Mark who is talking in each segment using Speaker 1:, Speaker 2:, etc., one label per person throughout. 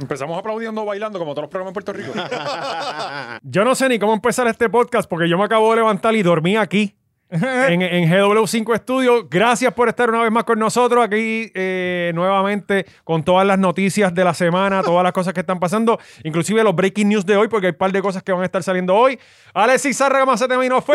Speaker 1: Empezamos aplaudiendo, bailando, como todos los programas en Puerto Rico.
Speaker 2: Yo no sé ni cómo empezar este podcast porque yo me acabo de levantar y dormí aquí. en, en GW5 Studio. Gracias por estar una vez más con nosotros aquí eh, nuevamente con todas las noticias de la semana, todas las cosas que están pasando, inclusive los breaking news de hoy, porque hay un par de cosas que van a estar saliendo hoy. Alexis Zárraga Macete Minofen,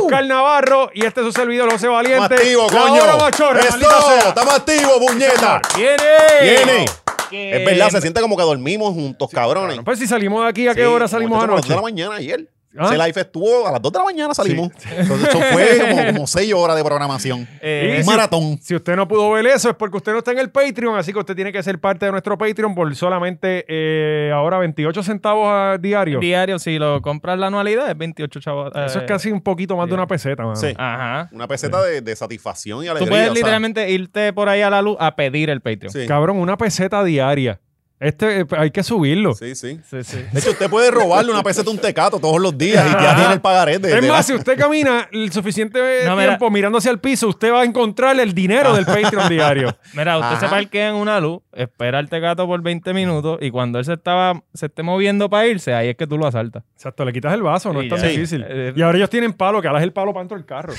Speaker 2: Oscar Navarro y este es su servidor José
Speaker 3: Estamos
Speaker 2: Valiente.
Speaker 3: activos,
Speaker 2: La
Speaker 3: coño.
Speaker 2: hora machorra,
Speaker 3: Eso,
Speaker 2: maldita sea.
Speaker 3: estamos activos, puñeta.
Speaker 2: ¡Viene!
Speaker 3: Viene.
Speaker 4: Que-
Speaker 3: Es
Speaker 2: Eh,
Speaker 3: verdad, se siente como que dormimos juntos, cabrones.
Speaker 2: Pues si salimos de aquí, ¿a qué
Speaker 3: Sí,
Speaker 2: hora
Speaker 3: como
Speaker 2: salimos
Speaker 3: esto fue
Speaker 2: anoche?
Speaker 3: A las 2 de la mañana ayer.
Speaker 2: ¿Ah?
Speaker 3: Se live estuvo a las 2 de la mañana salimos. Entonces, eso fue como, como 6 horas de programación.
Speaker 2: Eh,
Speaker 3: un
Speaker 2: sí.
Speaker 3: maratón.
Speaker 2: Si usted no pudo ver eso es porque usted no está en el Patreon, así que usted tiene que ser parte de nuestro Patreon por solamente eh, ahora 28 centavos a diario.
Speaker 4: Diario, si lo compras la anualidad, es 28 chavos. eh,
Speaker 2: Eso es casi un poquito más de una peseta, mano.
Speaker 3: Sí.
Speaker 4: Ajá.
Speaker 3: Una peseta de, de satisfacción y
Speaker 4: Tú
Speaker 3: alegría.
Speaker 4: puedes
Speaker 3: o sea,
Speaker 4: literalmente irte por ahí a la luz a pedir el Patreon.
Speaker 3: Sí,
Speaker 2: Cabrón, una peseta diaria. Este eh, hay que subirlo.
Speaker 3: sí, sí.
Speaker 4: Sí, sí.
Speaker 3: De hecho, usted puede robarle una peseta a un tecato todos los días y ya tiene el pagaré de,
Speaker 2: es
Speaker 3: de
Speaker 2: más,
Speaker 3: la-
Speaker 2: si usted camina el suficiente
Speaker 4: No, mira. Ah.
Speaker 2: tiempo mirando hacia el piso, usted va a encontrar el dinero del Patreon diario.
Speaker 4: Mira, usted
Speaker 3: Ajá.
Speaker 4: se parquea en una luz, espera al gato por 20 minutos y cuando él se estaba se esté moviendo para irse, ahí es que tú lo asaltas.
Speaker 2: Exacto, le quitas el vaso, no
Speaker 4: Sí,
Speaker 2: es tan
Speaker 4: ya.
Speaker 2: difícil.
Speaker 4: Eh,
Speaker 2: Y ahora ellos tienen palo, que ahora es el palo para dentro del carro.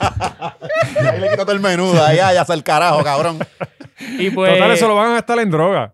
Speaker 3: Ahí le quita todo el menudo. Ahí, ahí, hasta el carajo, cabrón.
Speaker 4: Y pues,
Speaker 2: Total, eso lo van a gastar en droga.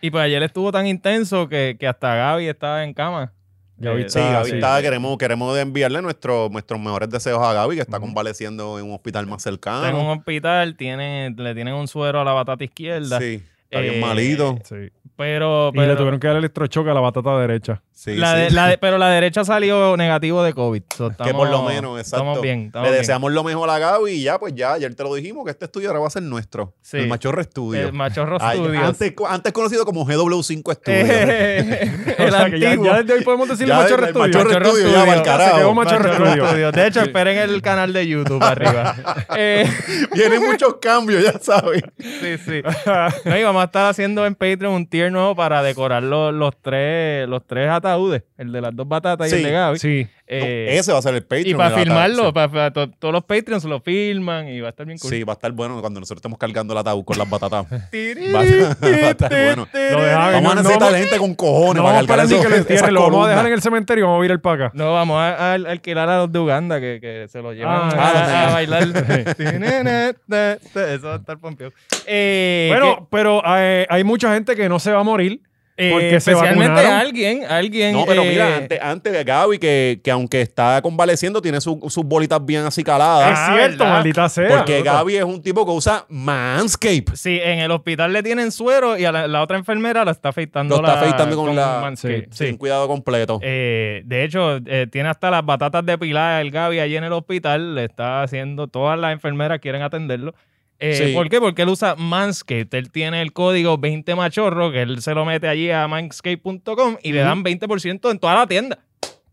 Speaker 4: y pues ayer estuvo tan intenso que, que hasta Gaby estaba en cama.
Speaker 2: Gaby
Speaker 4: Eh,
Speaker 3: Sí,
Speaker 2: Ah,
Speaker 3: Gaby
Speaker 2: sí.
Speaker 3: está- queremos, queremos enviarle nuestro- nuestros mejores deseos a Gaby, que está convaleciendo en un hospital más
Speaker 4: Está en un
Speaker 3: cercano.
Speaker 4: hospital, tiene, le tienen un suero a la batata izquierda.
Speaker 3: Sí, está bien
Speaker 4: Eh,
Speaker 3: malito.
Speaker 2: Sí.
Speaker 4: Pero,
Speaker 2: Y le
Speaker 4: pero-
Speaker 2: tuvieron que dar electrochoque a la batata derecha.
Speaker 3: Sí,
Speaker 4: la
Speaker 3: sí.
Speaker 4: de- la de- pero la derecha salió negativo de COVID. So,
Speaker 3: que
Speaker 4: estamos-
Speaker 3: por lo menos, exacto.
Speaker 4: Estamos bien. estamos
Speaker 3: Le
Speaker 4: bien.
Speaker 3: deseamos lo mejor a Gaby y ya, pues ya, ayer te lo dijimos que este estudio ahora va a ser nuestro.
Speaker 4: Sí.
Speaker 3: El Machorro Estudio.
Speaker 4: El Machorro
Speaker 3: Ay,
Speaker 4: Studios.
Speaker 3: Antes, antes conocido como GW5 Estudio.
Speaker 4: Eh, el
Speaker 2: O sea, que ya,
Speaker 4: antiguo.
Speaker 2: ya desde hoy podemos decirle
Speaker 3: Ya,
Speaker 2: Machorro
Speaker 3: el
Speaker 2: Estudio.
Speaker 3: Machorro Estudio, ya,
Speaker 2: Estudio.
Speaker 3: pa'l carajo.
Speaker 2: Se quedó Machorro
Speaker 4: Machorro
Speaker 2: Estudio.
Speaker 4: Studio. De hecho, esperen el canal de YouTube arriba. Eh,
Speaker 3: Vienen muchos cambios, ya sabes.
Speaker 4: sí, sí. No, y vamos a estar haciendo en Patreon un tier nuevo para decorar los, los tres, los tres ataúdes. El de las dos batatas y
Speaker 3: Sí,
Speaker 4: el de Gaby.
Speaker 2: Sí.
Speaker 4: Eh,
Speaker 3: Ese va a ser el Patreon.
Speaker 4: y para
Speaker 3: de la
Speaker 4: filmarlo,
Speaker 3: tarde.
Speaker 4: para, para to- todos los Patreons lo filman y va a estar bien cool.
Speaker 3: Sí, va a estar bueno cuando nosotros estemos cargando el ataúd con las batatas.
Speaker 4: Tiri,
Speaker 3: Va a- va a estar
Speaker 4: tiri,
Speaker 3: bueno.
Speaker 4: tiri.
Speaker 2: Lo dejaba-
Speaker 3: Vamos a
Speaker 2: no,
Speaker 3: necesitar
Speaker 2: no,
Speaker 3: gente con cojones
Speaker 2: No
Speaker 3: para
Speaker 2: vamos a parar
Speaker 3: cargar
Speaker 2: ni
Speaker 3: esos-
Speaker 2: que lo entierre,
Speaker 3: esas
Speaker 2: lo vamos a dejar
Speaker 3: columnas.
Speaker 2: en el cementerio y vamos a ir al paca.
Speaker 4: No, vamos a, a- a alquilar a los de Uganda que, que se lo llevan
Speaker 2: Ah,
Speaker 4: a,
Speaker 2: ah,
Speaker 4: a bailar. Eso va a estar pompeado. Eh,
Speaker 2: Bueno, pero eh, hay mucha gente que no se va a morir.
Speaker 4: que- eh,
Speaker 2: porque se
Speaker 4: especialmente
Speaker 2: vacunaron.
Speaker 4: alguien, alguien.
Speaker 3: No, pero
Speaker 4: eh,
Speaker 3: mira, antes, antes de Gaby, que, que aunque está convaleciendo, tiene su- sus bolitas bien así caladas.
Speaker 2: es
Speaker 4: Ah,
Speaker 2: cierto,
Speaker 4: ¿verdad?
Speaker 2: maldita sea.
Speaker 3: porque Gaby es un tipo que usa Manscape.
Speaker 4: Sí, en el hospital le tienen suero y a la, la otra enfermera la está afeitando.
Speaker 3: Lo está
Speaker 4: la-
Speaker 3: afeitando con la-
Speaker 4: Manscaped, sí.
Speaker 3: Sin cuidado completo.
Speaker 4: Eh, de hecho, eh, tiene hasta las batatas de pilar el Gaby allí en el hospital. Le está haciendo, todas las enfermeras quieren atenderlo. Eh,
Speaker 3: Sí.
Speaker 4: ¿Por qué? Porque él usa Manscaped. Él tiene el código 20 machorro que él se lo mete allí a manscaped.com y le dan 20% en toda la tienda.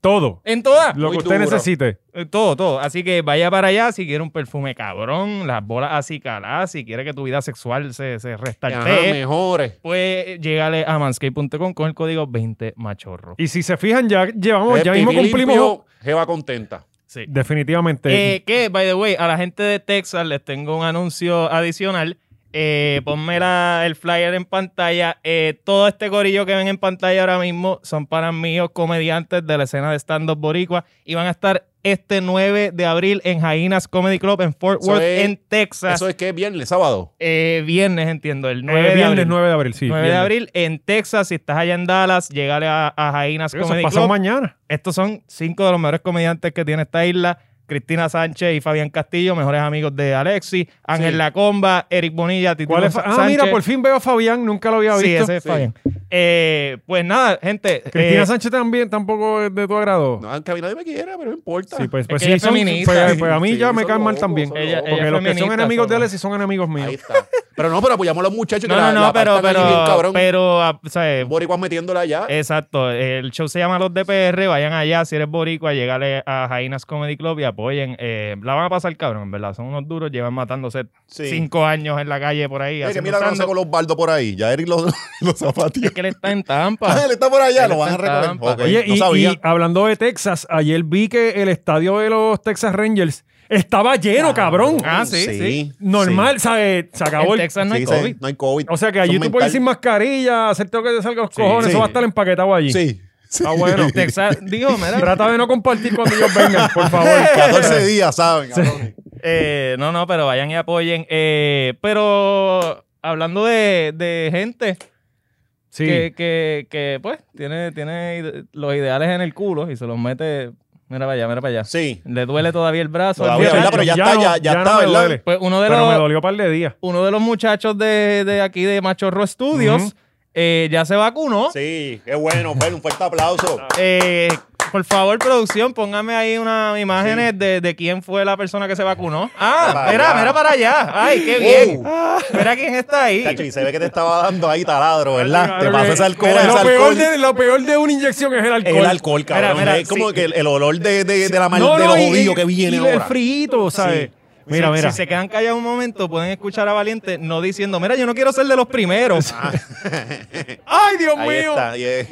Speaker 2: Todo.
Speaker 4: En toda.
Speaker 2: Lo que
Speaker 3: Muy
Speaker 2: usted
Speaker 3: duro.
Speaker 2: necesite.
Speaker 4: Eh, Todo, todo. Así que vaya para allá si quiere un perfume cabrón, las bolas así caladas, si quiere que tu vida sexual se, se
Speaker 3: Ajá,
Speaker 4: restartee,
Speaker 3: mejores.
Speaker 4: pues llegale a manscaped.com con el código 20 machorro.
Speaker 2: Y si se fijan, ya llevamos, ya
Speaker 3: Eh,
Speaker 2: mismo
Speaker 3: pipí
Speaker 2: cumplimos.
Speaker 3: limpio, Jeva contenta.
Speaker 4: Sí.
Speaker 2: Definitivamente.
Speaker 4: Eh, que, by the way, a la gente de Texas les tengo un anuncio adicional. Eh, ponme la- el flyer en pantalla. Eh, todo este corillo que ven en pantalla ahora mismo son para míos comediantes de la escena de stand-up boricua y van a estar este 9 de abril en Jainas Comedy Club en Fort
Speaker 3: Eso
Speaker 4: Worth,
Speaker 3: es-
Speaker 4: en Texas.
Speaker 3: Eso es que es viernes, sábado.
Speaker 4: Eh, viernes, entiendo, el 9
Speaker 2: Eh,
Speaker 4: de
Speaker 2: viernes
Speaker 4: abril.
Speaker 2: 9 de abril, sí.
Speaker 4: 9 de
Speaker 2: viernes.
Speaker 4: abril en Texas. Si estás allá en Dallas, llegale a, a Jainas
Speaker 2: Eso
Speaker 4: Comedy
Speaker 2: pasó
Speaker 4: Club.
Speaker 2: mañana.
Speaker 4: Estos son cinco de los mejores comediantes que tiene esta isla. Cristina Sánchez y Fabián Castillo, mejores amigos de Alexi. Ángel Lacomba, Eric Bonilla, Tito
Speaker 2: ¿Cuál es? Fa- Ah, mira, por fin veo a Fabián, nunca lo había
Speaker 4: Sí,
Speaker 2: visto.
Speaker 4: ese es Fabián. Eh, pues nada, gente.
Speaker 2: Cristina
Speaker 4: eh,
Speaker 2: Sánchez también tampoco es de tu agrado.
Speaker 3: No, aunque a mí nadie me quiera, pero no importa.
Speaker 2: Sí, pues,
Speaker 4: Es
Speaker 2: pues sí,
Speaker 4: que ella es
Speaker 2: son-
Speaker 4: feminista.
Speaker 2: pues, pues a mí
Speaker 3: Sí,
Speaker 2: ya me
Speaker 3: son
Speaker 2: caen mal
Speaker 3: locos,
Speaker 2: también.
Speaker 3: son
Speaker 4: Ella-
Speaker 3: locos.
Speaker 2: Porque
Speaker 4: es
Speaker 2: los que son
Speaker 4: feminista,
Speaker 2: enemigos de
Speaker 4: son-
Speaker 2: él sí son enemigos míos.
Speaker 3: Ahí está. Pero no, pero apoyamos a los muchachos.
Speaker 4: no,
Speaker 3: que
Speaker 4: no,
Speaker 3: la-
Speaker 4: no,
Speaker 3: la
Speaker 4: pero, Eh,
Speaker 3: apartan allí bien
Speaker 4: pero,
Speaker 3: cabrón.
Speaker 4: pero, ah, o sea,
Speaker 3: Boricuas metiéndola allá.
Speaker 4: Exacto, el show se llama Los DPR, vayan allá, si eres boricua, llegale a Jainas Comedy Club y apoyen. Eh, la van a pasar cabrón, en verdad, son unos duros, llevan matándose
Speaker 3: Sí.
Speaker 4: cinco años en la calle por ahí.
Speaker 3: Mira que
Speaker 4: haciendo
Speaker 3: mira que no
Speaker 4: stand-up.
Speaker 3: sé con los baldos por ahí. Ya Eric los, los zapatillos.
Speaker 4: Es que él está en Tampa.
Speaker 3: Ah, él está por allá,
Speaker 4: Él
Speaker 3: lo van
Speaker 4: está
Speaker 3: a
Speaker 4: en
Speaker 3: recoger.
Speaker 4: Tampa.
Speaker 3: Ok,
Speaker 2: Oye,
Speaker 3: no
Speaker 2: y,
Speaker 3: sabía.
Speaker 2: y hablando de Texas, ayer vi que el estadio de los Texas Rangers Estaba lleno, cabrón.
Speaker 4: Ah, sí, sí.
Speaker 2: Normal, ¿sabes? Se acabó
Speaker 4: En
Speaker 2: el-
Speaker 4: Texas no hay
Speaker 3: Sí,
Speaker 4: COVID.
Speaker 3: sí, no hay COVID.
Speaker 2: O sea que
Speaker 3: Eso
Speaker 2: allí
Speaker 3: es
Speaker 2: tú puedes ir sin
Speaker 3: mental.
Speaker 2: mascarilla, hacerte lo que te salga los
Speaker 1: Sí,
Speaker 2: cojones,
Speaker 3: sí.
Speaker 2: eso va a estar empaquetado allí.
Speaker 3: Sí. sí.
Speaker 2: Ah, bueno.
Speaker 4: Texas, digo, mira.
Speaker 2: Trata de no compartir cuando ellos vengan, por favor.
Speaker 3: 14 días, ¿saben? cabrones?
Speaker 4: eh, no, no, pero vayan y apoyen. Eh, pero hablando de, de gente
Speaker 2: Sí.
Speaker 4: que, que, que, pues, tiene, tiene ide- los ideales en el culo y se los mete. Mira para allá, mira para allá.
Speaker 3: Sí.
Speaker 4: Le duele todavía el brazo.
Speaker 3: Todavía,
Speaker 4: el
Speaker 3: ¿verdad?
Speaker 4: muchacho.
Speaker 3: Pero ya está, ya- ya está,
Speaker 2: me
Speaker 3: ¿verdad?
Speaker 2: duele.
Speaker 4: Pues uno de
Speaker 2: Pero me
Speaker 4: los,
Speaker 2: dolió un par de días.
Speaker 4: uno de los muchachos de, de aquí de Machorro Studios
Speaker 2: Ujú.
Speaker 4: eh, ya se vacunó.
Speaker 3: Sí, qué bueno. Bueno, un fuerte aplauso.
Speaker 2: Ah,
Speaker 4: Eh, por favor, producción, póngame ahí unas imágenes de, de quién fue la persona que se vacunó. Ah,
Speaker 3: Para
Speaker 4: mira,
Speaker 3: allá.
Speaker 4: mira para allá. Ay, qué bien. Mira quién está
Speaker 3: Cacho,
Speaker 4: ahí.
Speaker 3: y se ve que te estaba dando ahí taladro, ¿verdad? Te
Speaker 2: Claro
Speaker 3: pasó
Speaker 2: que-
Speaker 3: ese alcohol,
Speaker 2: Mira,
Speaker 3: ese
Speaker 2: lo,
Speaker 3: alcohol.
Speaker 2: Peor de, lo peor de una inyección es el alcohol.
Speaker 3: El alcohol, cabrón.
Speaker 4: Mira, mira,
Speaker 3: es como
Speaker 4: sí.
Speaker 3: que el, el olor de, de, de la mal,
Speaker 2: No,
Speaker 3: de
Speaker 2: no,
Speaker 3: los
Speaker 2: y-
Speaker 3: jodidos
Speaker 2: y-
Speaker 3: que viene
Speaker 2: y el
Speaker 3: ahora.
Speaker 2: frito, ¿sabes? Mira,
Speaker 4: si,
Speaker 2: mira.
Speaker 4: si se quedan callados un momento, pueden escuchar a Valiente no diciendo, mira, yo no quiero ser de los primeros.
Speaker 2: Ah. ¡Ay, Dios
Speaker 3: Ahí
Speaker 2: mío!
Speaker 3: está. y es-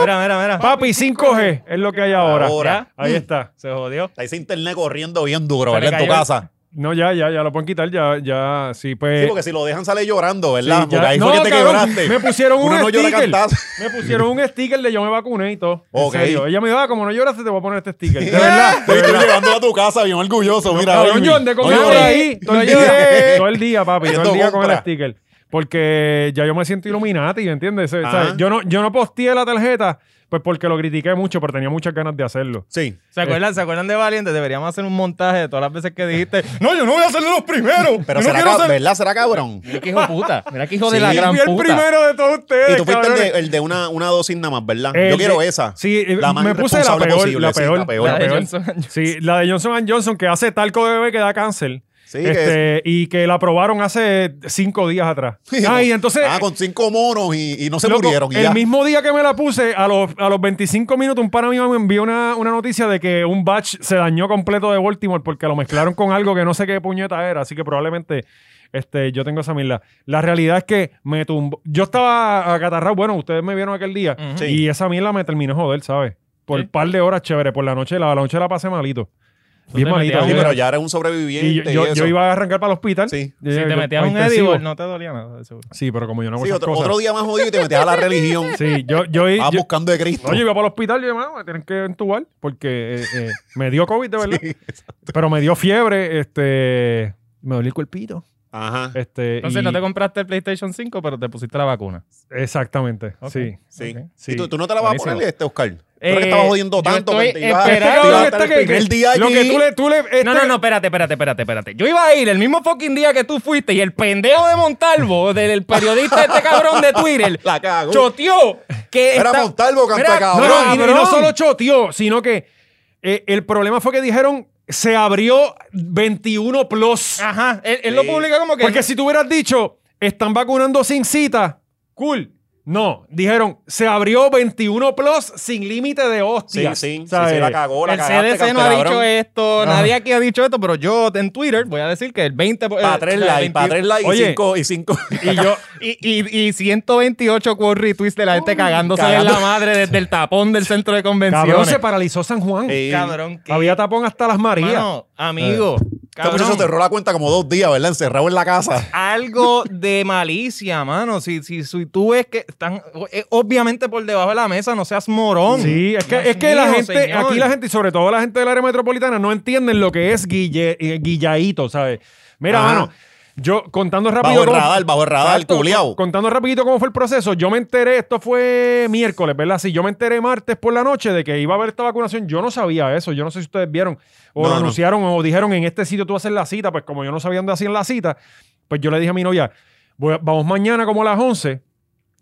Speaker 4: Mira, mira, mira.
Speaker 2: Papi, 5G es lo que hay ahora.
Speaker 3: Ahora.
Speaker 2: Ya, Ahí está.
Speaker 4: Se jodió.
Speaker 3: Está ese internet corriendo bien duro,
Speaker 4: Se
Speaker 3: ¿verdad?
Speaker 4: le
Speaker 3: En tu
Speaker 4: cayó el-
Speaker 3: casa.
Speaker 2: No, ya, ya, ya lo pueden quitar, ya, ya, sí, pues.
Speaker 3: Sí, porque si lo dejan sale llorando, ¿verdad?
Speaker 2: Sí, ya-
Speaker 3: porque ahí fue
Speaker 2: No,
Speaker 3: que te
Speaker 2: cabrón,
Speaker 3: quebraste.
Speaker 2: Me pusieron un
Speaker 3: Uno no llora
Speaker 2: sticker.
Speaker 3: cantazo.
Speaker 2: me pusieron un sticker de yo me vacuné y todo. En
Speaker 3: Ok.
Speaker 2: serio. Ella me dijo, ah, como no lloras, te voy a poner este sticker. De verdad.
Speaker 3: Te estoy llevando a tu casa bien orgulloso, mira.
Speaker 2: Cabrón,
Speaker 3: baby.
Speaker 2: yo andé con
Speaker 3: No
Speaker 2: él por
Speaker 3: llores.
Speaker 2: ahí todo el,
Speaker 3: No
Speaker 2: día,
Speaker 3: llores.
Speaker 2: todo el día, papi, todo
Speaker 3: Esto
Speaker 2: el día con el
Speaker 3: compra.
Speaker 2: sticker. Porque ya yo me siento Illuminati, ¿entiendes? O sea,
Speaker 3: Ajá.
Speaker 2: Yo, no, yo no posteé la tarjeta, pues porque lo critiqué mucho, pero tenía muchas ganas de hacerlo.
Speaker 3: Sí.
Speaker 4: ¿Se acuerdan, ¿Se acuerdan de Valiente? Deberíamos hacer un montaje de todas las veces que dijiste, no, yo no voy a ser de los primeros.
Speaker 3: Pero
Speaker 4: yo no
Speaker 3: será,
Speaker 4: quiero
Speaker 3: cab-
Speaker 4: ser-".
Speaker 3: ¿verdad? Será cabrón.
Speaker 4: Mira qué hijo de puta. Mira qué hijo de
Speaker 3: Sí.
Speaker 4: la
Speaker 3: Yo
Speaker 4: gran
Speaker 2: Fui
Speaker 4: puta.
Speaker 2: el primero de todos ustedes.
Speaker 3: Y tú fuiste el
Speaker 2: cabrones.
Speaker 3: de, el de una, una dosis nada más, ¿verdad?
Speaker 2: El
Speaker 3: yo quiero
Speaker 2: Eh, de-
Speaker 3: esa.
Speaker 2: Sí, eh,
Speaker 3: La más
Speaker 2: me puse la
Speaker 3: irresponsable
Speaker 2: peor,
Speaker 3: posible,
Speaker 2: la
Speaker 3: sí,
Speaker 2: peor,
Speaker 3: la peor.
Speaker 2: la
Speaker 4: La de
Speaker 2: peor.
Speaker 4: Johnson and Johnson.
Speaker 2: Sí, la de Johnson and Johnson que hace talco de bebé que da cáncer.
Speaker 3: Sí,
Speaker 2: Este, Y que la aprobaron hace cinco días atrás. Ay, entonces.
Speaker 3: Ah, con cinco monos y, y no se
Speaker 2: loco,
Speaker 3: murieron. Y
Speaker 2: el
Speaker 3: ya.
Speaker 2: mismo día que me la puse, a los, a los 25 minutos, un pana mío me envió una, una noticia de que un batch se dañó completo de Baltimore porque lo mezclaron con algo que no sé qué puñeta era. Así que probablemente este, yo tengo esa mierda. La realidad es que me tumbó. Yo estaba acatarrado. Bueno, ustedes me vieron aquel día.
Speaker 4: Ujú.
Speaker 3: Sí.
Speaker 2: Y esa mierda me terminó de joder, ¿sabes? Por
Speaker 4: Sí.
Speaker 2: un par de horas, chévere. Por la noche, la, la noche la pasé malito. Bien
Speaker 4: te
Speaker 2: malito.
Speaker 4: metías
Speaker 3: Sí,
Speaker 2: bien
Speaker 3: pero
Speaker 2: malito.
Speaker 3: ya era un
Speaker 2: Y yo,
Speaker 3: sobreviviente. Y
Speaker 2: yo-
Speaker 3: eso.
Speaker 2: yo iba a arrancar para el hospital.
Speaker 3: Sí.
Speaker 2: Yo-
Speaker 4: Si
Speaker 2: yo-
Speaker 4: te metías
Speaker 2: para
Speaker 4: un
Speaker 2: intensivo.
Speaker 4: edible, no te dolía nada. de seguro.
Speaker 2: Sí, pero como yo no hago
Speaker 3: Sí,
Speaker 2: esas
Speaker 3: otro,
Speaker 2: cosas.
Speaker 3: otro día más jodido y te metes a la religión.
Speaker 2: Sí, yo, yo,
Speaker 3: Vas
Speaker 2: yo-
Speaker 3: buscando de Cristo.
Speaker 2: no, yo iba para el hospital y yo, "Mano, me tienen que entubar porque eh, eh, me dio COVID, de verdad. pero me dio fiebre, este, me dolió el cuerpito.
Speaker 3: Ajá.
Speaker 2: Este,
Speaker 4: Entonces
Speaker 2: y-
Speaker 4: no te compraste el PlayStation 5, pero te pusiste la vacuna.
Speaker 2: Exactamente,
Speaker 4: Ok.
Speaker 2: sí.
Speaker 3: Sí.
Speaker 4: Ok.
Speaker 2: sí.
Speaker 3: ¿Y tú, tú no te la vas
Speaker 4: Buenísimo.
Speaker 3: a poner este, Oscar? Tú eres
Speaker 4: Eh,
Speaker 3: que estabas jodiendo
Speaker 4: yo
Speaker 3: tanto.
Speaker 4: estoy
Speaker 3: que te ibas-
Speaker 4: esperando-
Speaker 2: Este
Speaker 3: te ibas
Speaker 2: Cabrón,
Speaker 3: a
Speaker 2: está
Speaker 3: estar Ah, el
Speaker 2: que-
Speaker 3: primer día
Speaker 2: lo que
Speaker 3: allí.
Speaker 2: tú le, tú le- este-
Speaker 4: No, no, no, espérate, espérate, espérate, espérate. Yo iba a ir el mismo fucking día que tú fuiste y el pendejo de Montalvo, del periodista este cabrón de Twitter,
Speaker 3: La cago.
Speaker 4: choteó que
Speaker 3: Era
Speaker 4: está-
Speaker 3: Montalvo, canta
Speaker 4: Mira,
Speaker 2: No,
Speaker 3: cabrón.
Speaker 2: no, y- y, no
Speaker 4: cabrón.
Speaker 2: solo choteó, sino que eh, el problema fue que dijeron se abrió 21 plus.
Speaker 4: Ajá, él, él lo
Speaker 3: Sí.
Speaker 4: publica como que...
Speaker 2: Porque si tú hubieras dicho, están vacunando sin cita, cool. No, dijeron, se abrió 21 plus sin límite de
Speaker 3: Sí,
Speaker 2: hostias.
Speaker 3: sí, sí,
Speaker 2: ¿Sabes?
Speaker 3: sí, la cagó, la
Speaker 4: el
Speaker 3: cagaste,
Speaker 4: CDC no ha
Speaker 3: cabrón.
Speaker 4: dicho esto,
Speaker 2: Ajá.
Speaker 4: nadie aquí ha dicho esto, pero yo en Twitter voy a decir que el 20... por-
Speaker 3: Para
Speaker 4: eh,
Speaker 3: tres
Speaker 4: el
Speaker 3: likes, para
Speaker 4: 20
Speaker 3: tres likes
Speaker 2: Oye.
Speaker 3: y cinco. Y cinco.
Speaker 2: Y yo,
Speaker 4: Y, y, y 128 quote retweets de la gente cagándose
Speaker 3: cagando.
Speaker 4: en la madre desde el tapón del centro de
Speaker 2: cabrón,
Speaker 4: convenciones.
Speaker 2: se paralizó San Juan.
Speaker 3: Sí.
Speaker 4: Cabrón, ¿qué?
Speaker 2: Había tapón hasta las Marías.
Speaker 4: Mano, amigo,
Speaker 2: Eh,
Speaker 3: Este muchacho
Speaker 4: cabrón,
Speaker 3: cerró la cuenta como dos días, ¿verdad? Encerrado en la casa.
Speaker 4: algo de malicia, mano. Si, si, si tú ves que están eh, obviamente por debajo de la mesa, no seas morón.
Speaker 2: Sí, es que,
Speaker 4: Dios
Speaker 2: es que la
Speaker 4: mío,
Speaker 2: gente,
Speaker 4: señor.
Speaker 2: aquí la gente, y sobre todo la gente del área metropolitana, no entienden lo que es guille, eh, guillaíto, ¿sabes? Mira,
Speaker 3: Ajá.
Speaker 2: mano, yo contando rápido.
Speaker 3: Bajo el
Speaker 2: cómo-
Speaker 3: radar, bajo el radar,
Speaker 2: Exacto,
Speaker 3: culiao.
Speaker 2: co- Contando rapidito cómo fue el proceso, yo me enteré, esto fue miércoles, ¿verdad? Sí, yo me enteré martes por la noche de que iba a haber esta vacunación. Yo no sabía eso, yo no sé si ustedes vieron o
Speaker 3: No,
Speaker 2: lo
Speaker 3: no.
Speaker 2: anunciaron o dijeron en este sitio tú haces la cita, pues como yo no sabía dónde hacían la cita, pues yo le dije a mi novia, voy a- vamos mañana como a las 11.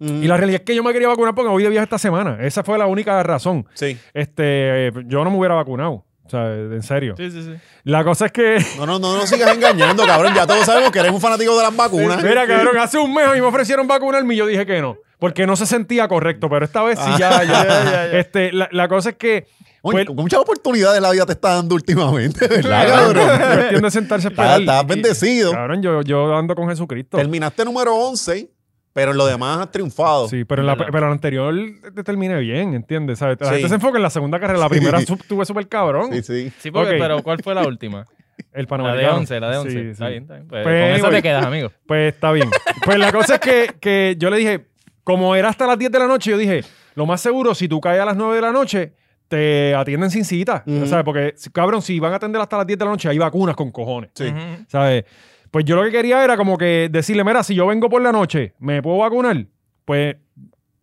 Speaker 3: Mm.
Speaker 2: Y la realidad es que yo me quería vacunar porque voy de viaje esta semana. Esa fue la única razón.
Speaker 3: Sí.
Speaker 2: Este, eh, yo no me hubiera vacunado. O sea, en serio.
Speaker 4: Sí, sí, sí.
Speaker 2: La cosa es que.
Speaker 3: No, no, no nos sigas engañando, cabrón. Ya todos sabemos que eres un fanático de las vacunas.
Speaker 2: Mira, cabrón, hace un mes a mí me ofrecieron vacunarme y yo dije que no. Porque no se sentía correcto, pero esta vez
Speaker 3: Ah.
Speaker 2: sí ya. ya, Este, la, la cosa es que.
Speaker 3: Oye,
Speaker 2: pues,
Speaker 3: Muchas oportunidades la vida te está dando últimamente, ¿verdad,
Speaker 2: cabrón,
Speaker 3: cabrón?
Speaker 2: cuestión de sentarse a
Speaker 3: Estás
Speaker 2: esperar.
Speaker 3: estás
Speaker 2: Y-
Speaker 3: bendecido.
Speaker 2: Cabrón, yo, yo ando con Jesucristo.
Speaker 3: Terminaste número 11, pero en lo demás has triunfado.
Speaker 2: Sí, pero en la, pero en la anterior te terminé bien, ¿entiendes? ¿Sabes? La
Speaker 3: Sí.
Speaker 2: gente se enfoca en la segunda carrera. La primera sub- tuve súper cabrón.
Speaker 3: Sí, sí.
Speaker 4: Sí, porque,
Speaker 2: Ok.
Speaker 4: pero ¿cuál fue la última?
Speaker 2: El
Speaker 4: La
Speaker 2: panamericano.
Speaker 4: de 11, la de 11.
Speaker 2: Sí, sí.
Speaker 4: Está bien, está bien. Pues,
Speaker 2: Pues,
Speaker 4: con esa
Speaker 2: anyway.
Speaker 4: te quedas, amigo.
Speaker 2: Pues está bien. Pues la cosa es que, que yo le dije, como era hasta las 10 de la noche, yo dije, lo más seguro, si tú caes a las 9 de la noche, te atienden sin cita.
Speaker 3: Ujú.
Speaker 2: ¿Sabes? Porque, si- cabrón, si van a atender hasta las 10 de la noche, hay vacunas con cojones.
Speaker 3: Sí.
Speaker 4: Ujú.
Speaker 2: ¿Sabes? Pues yo lo que quería era como que decirle, mira, si yo vengo por la noche, ¿me puedo vacunar? Pues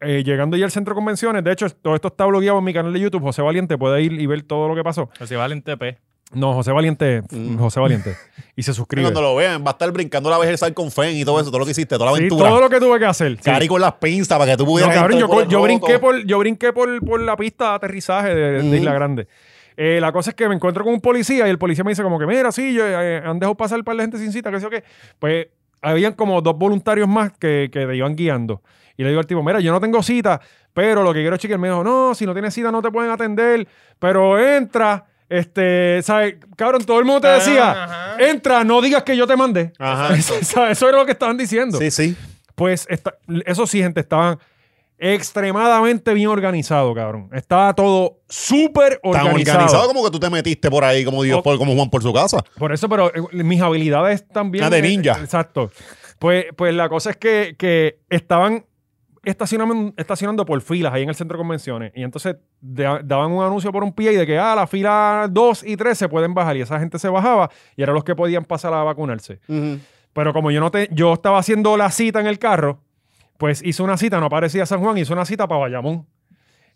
Speaker 2: eh, llegando ya al centro de convenciones, de hecho, todo esto está bloqueado en mi canal de YouTube, José Valiente, puede ir y ver todo lo que pasó.
Speaker 4: Pues si valen TP.
Speaker 2: No, José Valiente,
Speaker 3: Mm.
Speaker 2: José Valiente. Y se suscribe.
Speaker 3: Cuando lo vean, va a estar brincando la vez el con Fen y todo eso, todo lo que hiciste, toda la
Speaker 2: Sí,
Speaker 3: aventura.
Speaker 2: todo lo que tuve que hacer. sí.
Speaker 3: Cari con las pinzas para que tú
Speaker 2: No,
Speaker 3: pudieras.
Speaker 2: cabrón, yo,
Speaker 3: entrar
Speaker 2: co-
Speaker 3: por el
Speaker 2: yo
Speaker 3: roto.
Speaker 2: brinqué, por, yo brinqué por, por la pista de aterrizaje de, de
Speaker 3: Ujú.
Speaker 2: Isla Grande. Eh, la cosa es que me encuentro con un policía y el policía me dice como que, mira, sí, yo, eh, han dejado pasar para la gente sin cita, que sé yo qué. Pues habían como dos voluntarios más que, que te iban guiando. Y le digo al tipo, mira, yo no tengo cita, pero lo que quiero es chequear. Me dijo, no, si no tienes cita no te pueden atender, pero entra, este, ¿sabes? Cabrón, todo el mundo te
Speaker 4: Ah,
Speaker 2: decía,
Speaker 4: ajá.
Speaker 2: entra, no digas que yo te mandé.
Speaker 3: Ajá.
Speaker 2: ¿Sabes? Eso era lo que estaban diciendo.
Speaker 3: Sí, sí.
Speaker 2: Pues esta- eso sí, gente, estaban extremadamente bien organizados, cabrón. Estaba todo súper
Speaker 3: Tan
Speaker 2: organizado.
Speaker 3: organizado como que tú te metiste por ahí, como Dios,
Speaker 2: Ok.
Speaker 3: por, como Juan por su casa.
Speaker 2: Por eso, pero eh, mis habilidades también.
Speaker 3: Ah, de
Speaker 2: eh,
Speaker 3: ninja.
Speaker 2: eh, exacto. Pues, pues la cosa es que, que estaban estacionando, estacionando por filas ahí en el centro de convenciones. Y entonces da- daban un anuncio por un pie y de que, ah, la fila 2 y 3 se pueden bajar. Y esa gente se bajaba y eran los que podían pasar a vacunarse. Pero como yo no te, yo estaba haciendo la cita en el carro, pues hice una cita, no aparecía San Juan, hice una cita para Bayamón.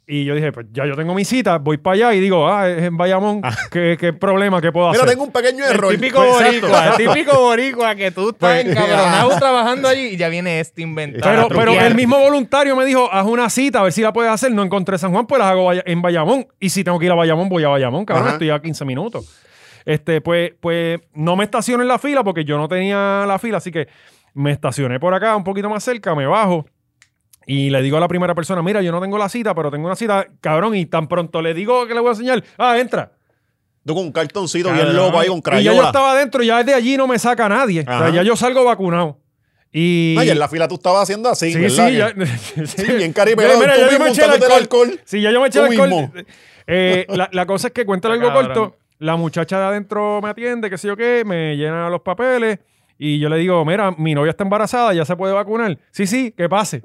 Speaker 2: Y yo dije, pues ya yo tengo mi cita, voy para allá y digo, ah, es en Bayamón, ¿qué, qué problema, qué puedo hacer?
Speaker 3: Mira, tengo un pequeño error.
Speaker 4: El típico boricua, el típico boricua que tú estás
Speaker 3: Pues,
Speaker 4: encabronado trabajando allí y ya viene este inventado.
Speaker 2: Pero,
Speaker 4: a
Speaker 2: pero
Speaker 4: truquear.
Speaker 2: el mismo voluntario me dijo, haz una cita, a ver si la puedes hacer. No encontré San Juan, pues las hago vaya- en Bayamón. Y si tengo que ir a Bayamón, voy a Bayamón, cabrón,
Speaker 3: Ajá.
Speaker 2: estoy a 15 minutos. Este, pues, pues no me estaciono en la fila porque yo no tenía la fila, así que me estacioné por acá, un poquito más cerca, me bajo. Y le digo a la primera persona, mira, yo no tengo la cita, pero tengo una cita, cabrón, y tan pronto le digo que le voy a enseñar, ah, entra.
Speaker 3: Tú con un cartoncito bien
Speaker 4: Cabrón.
Speaker 3: loco ahí con
Speaker 2: Y ya yo
Speaker 3: crayola. Ah,
Speaker 2: estaba adentro, ya desde allí no me saca nadie. O sea,
Speaker 3: Ajá.
Speaker 2: ya yo salgo vacunado. Y...
Speaker 3: Ay, en la fila tú estabas haciendo así,
Speaker 2: Sí, sí,
Speaker 3: ¿verdad?
Speaker 2: ya.
Speaker 3: Que-
Speaker 2: sí,
Speaker 3: bien caripelado.
Speaker 2: Mira,
Speaker 3: Tú
Speaker 2: ya yo
Speaker 3: mismo
Speaker 2: me eché el
Speaker 3: untándote
Speaker 2: alcohol.
Speaker 3: el alcohol.
Speaker 2: Sí, ya yo me eché el
Speaker 3: Tú
Speaker 2: alcohol.
Speaker 3: mismo.
Speaker 2: Eh, la, la cosa es que cuenta
Speaker 4: Está
Speaker 2: algo
Speaker 4: cabrón.
Speaker 2: corto. La muchacha de adentro me atiende, qué sé yo qué, me llena los papeles y yo le digo, mira, mi novia está embarazada, ya se puede vacunar. Sí, sí, que pase.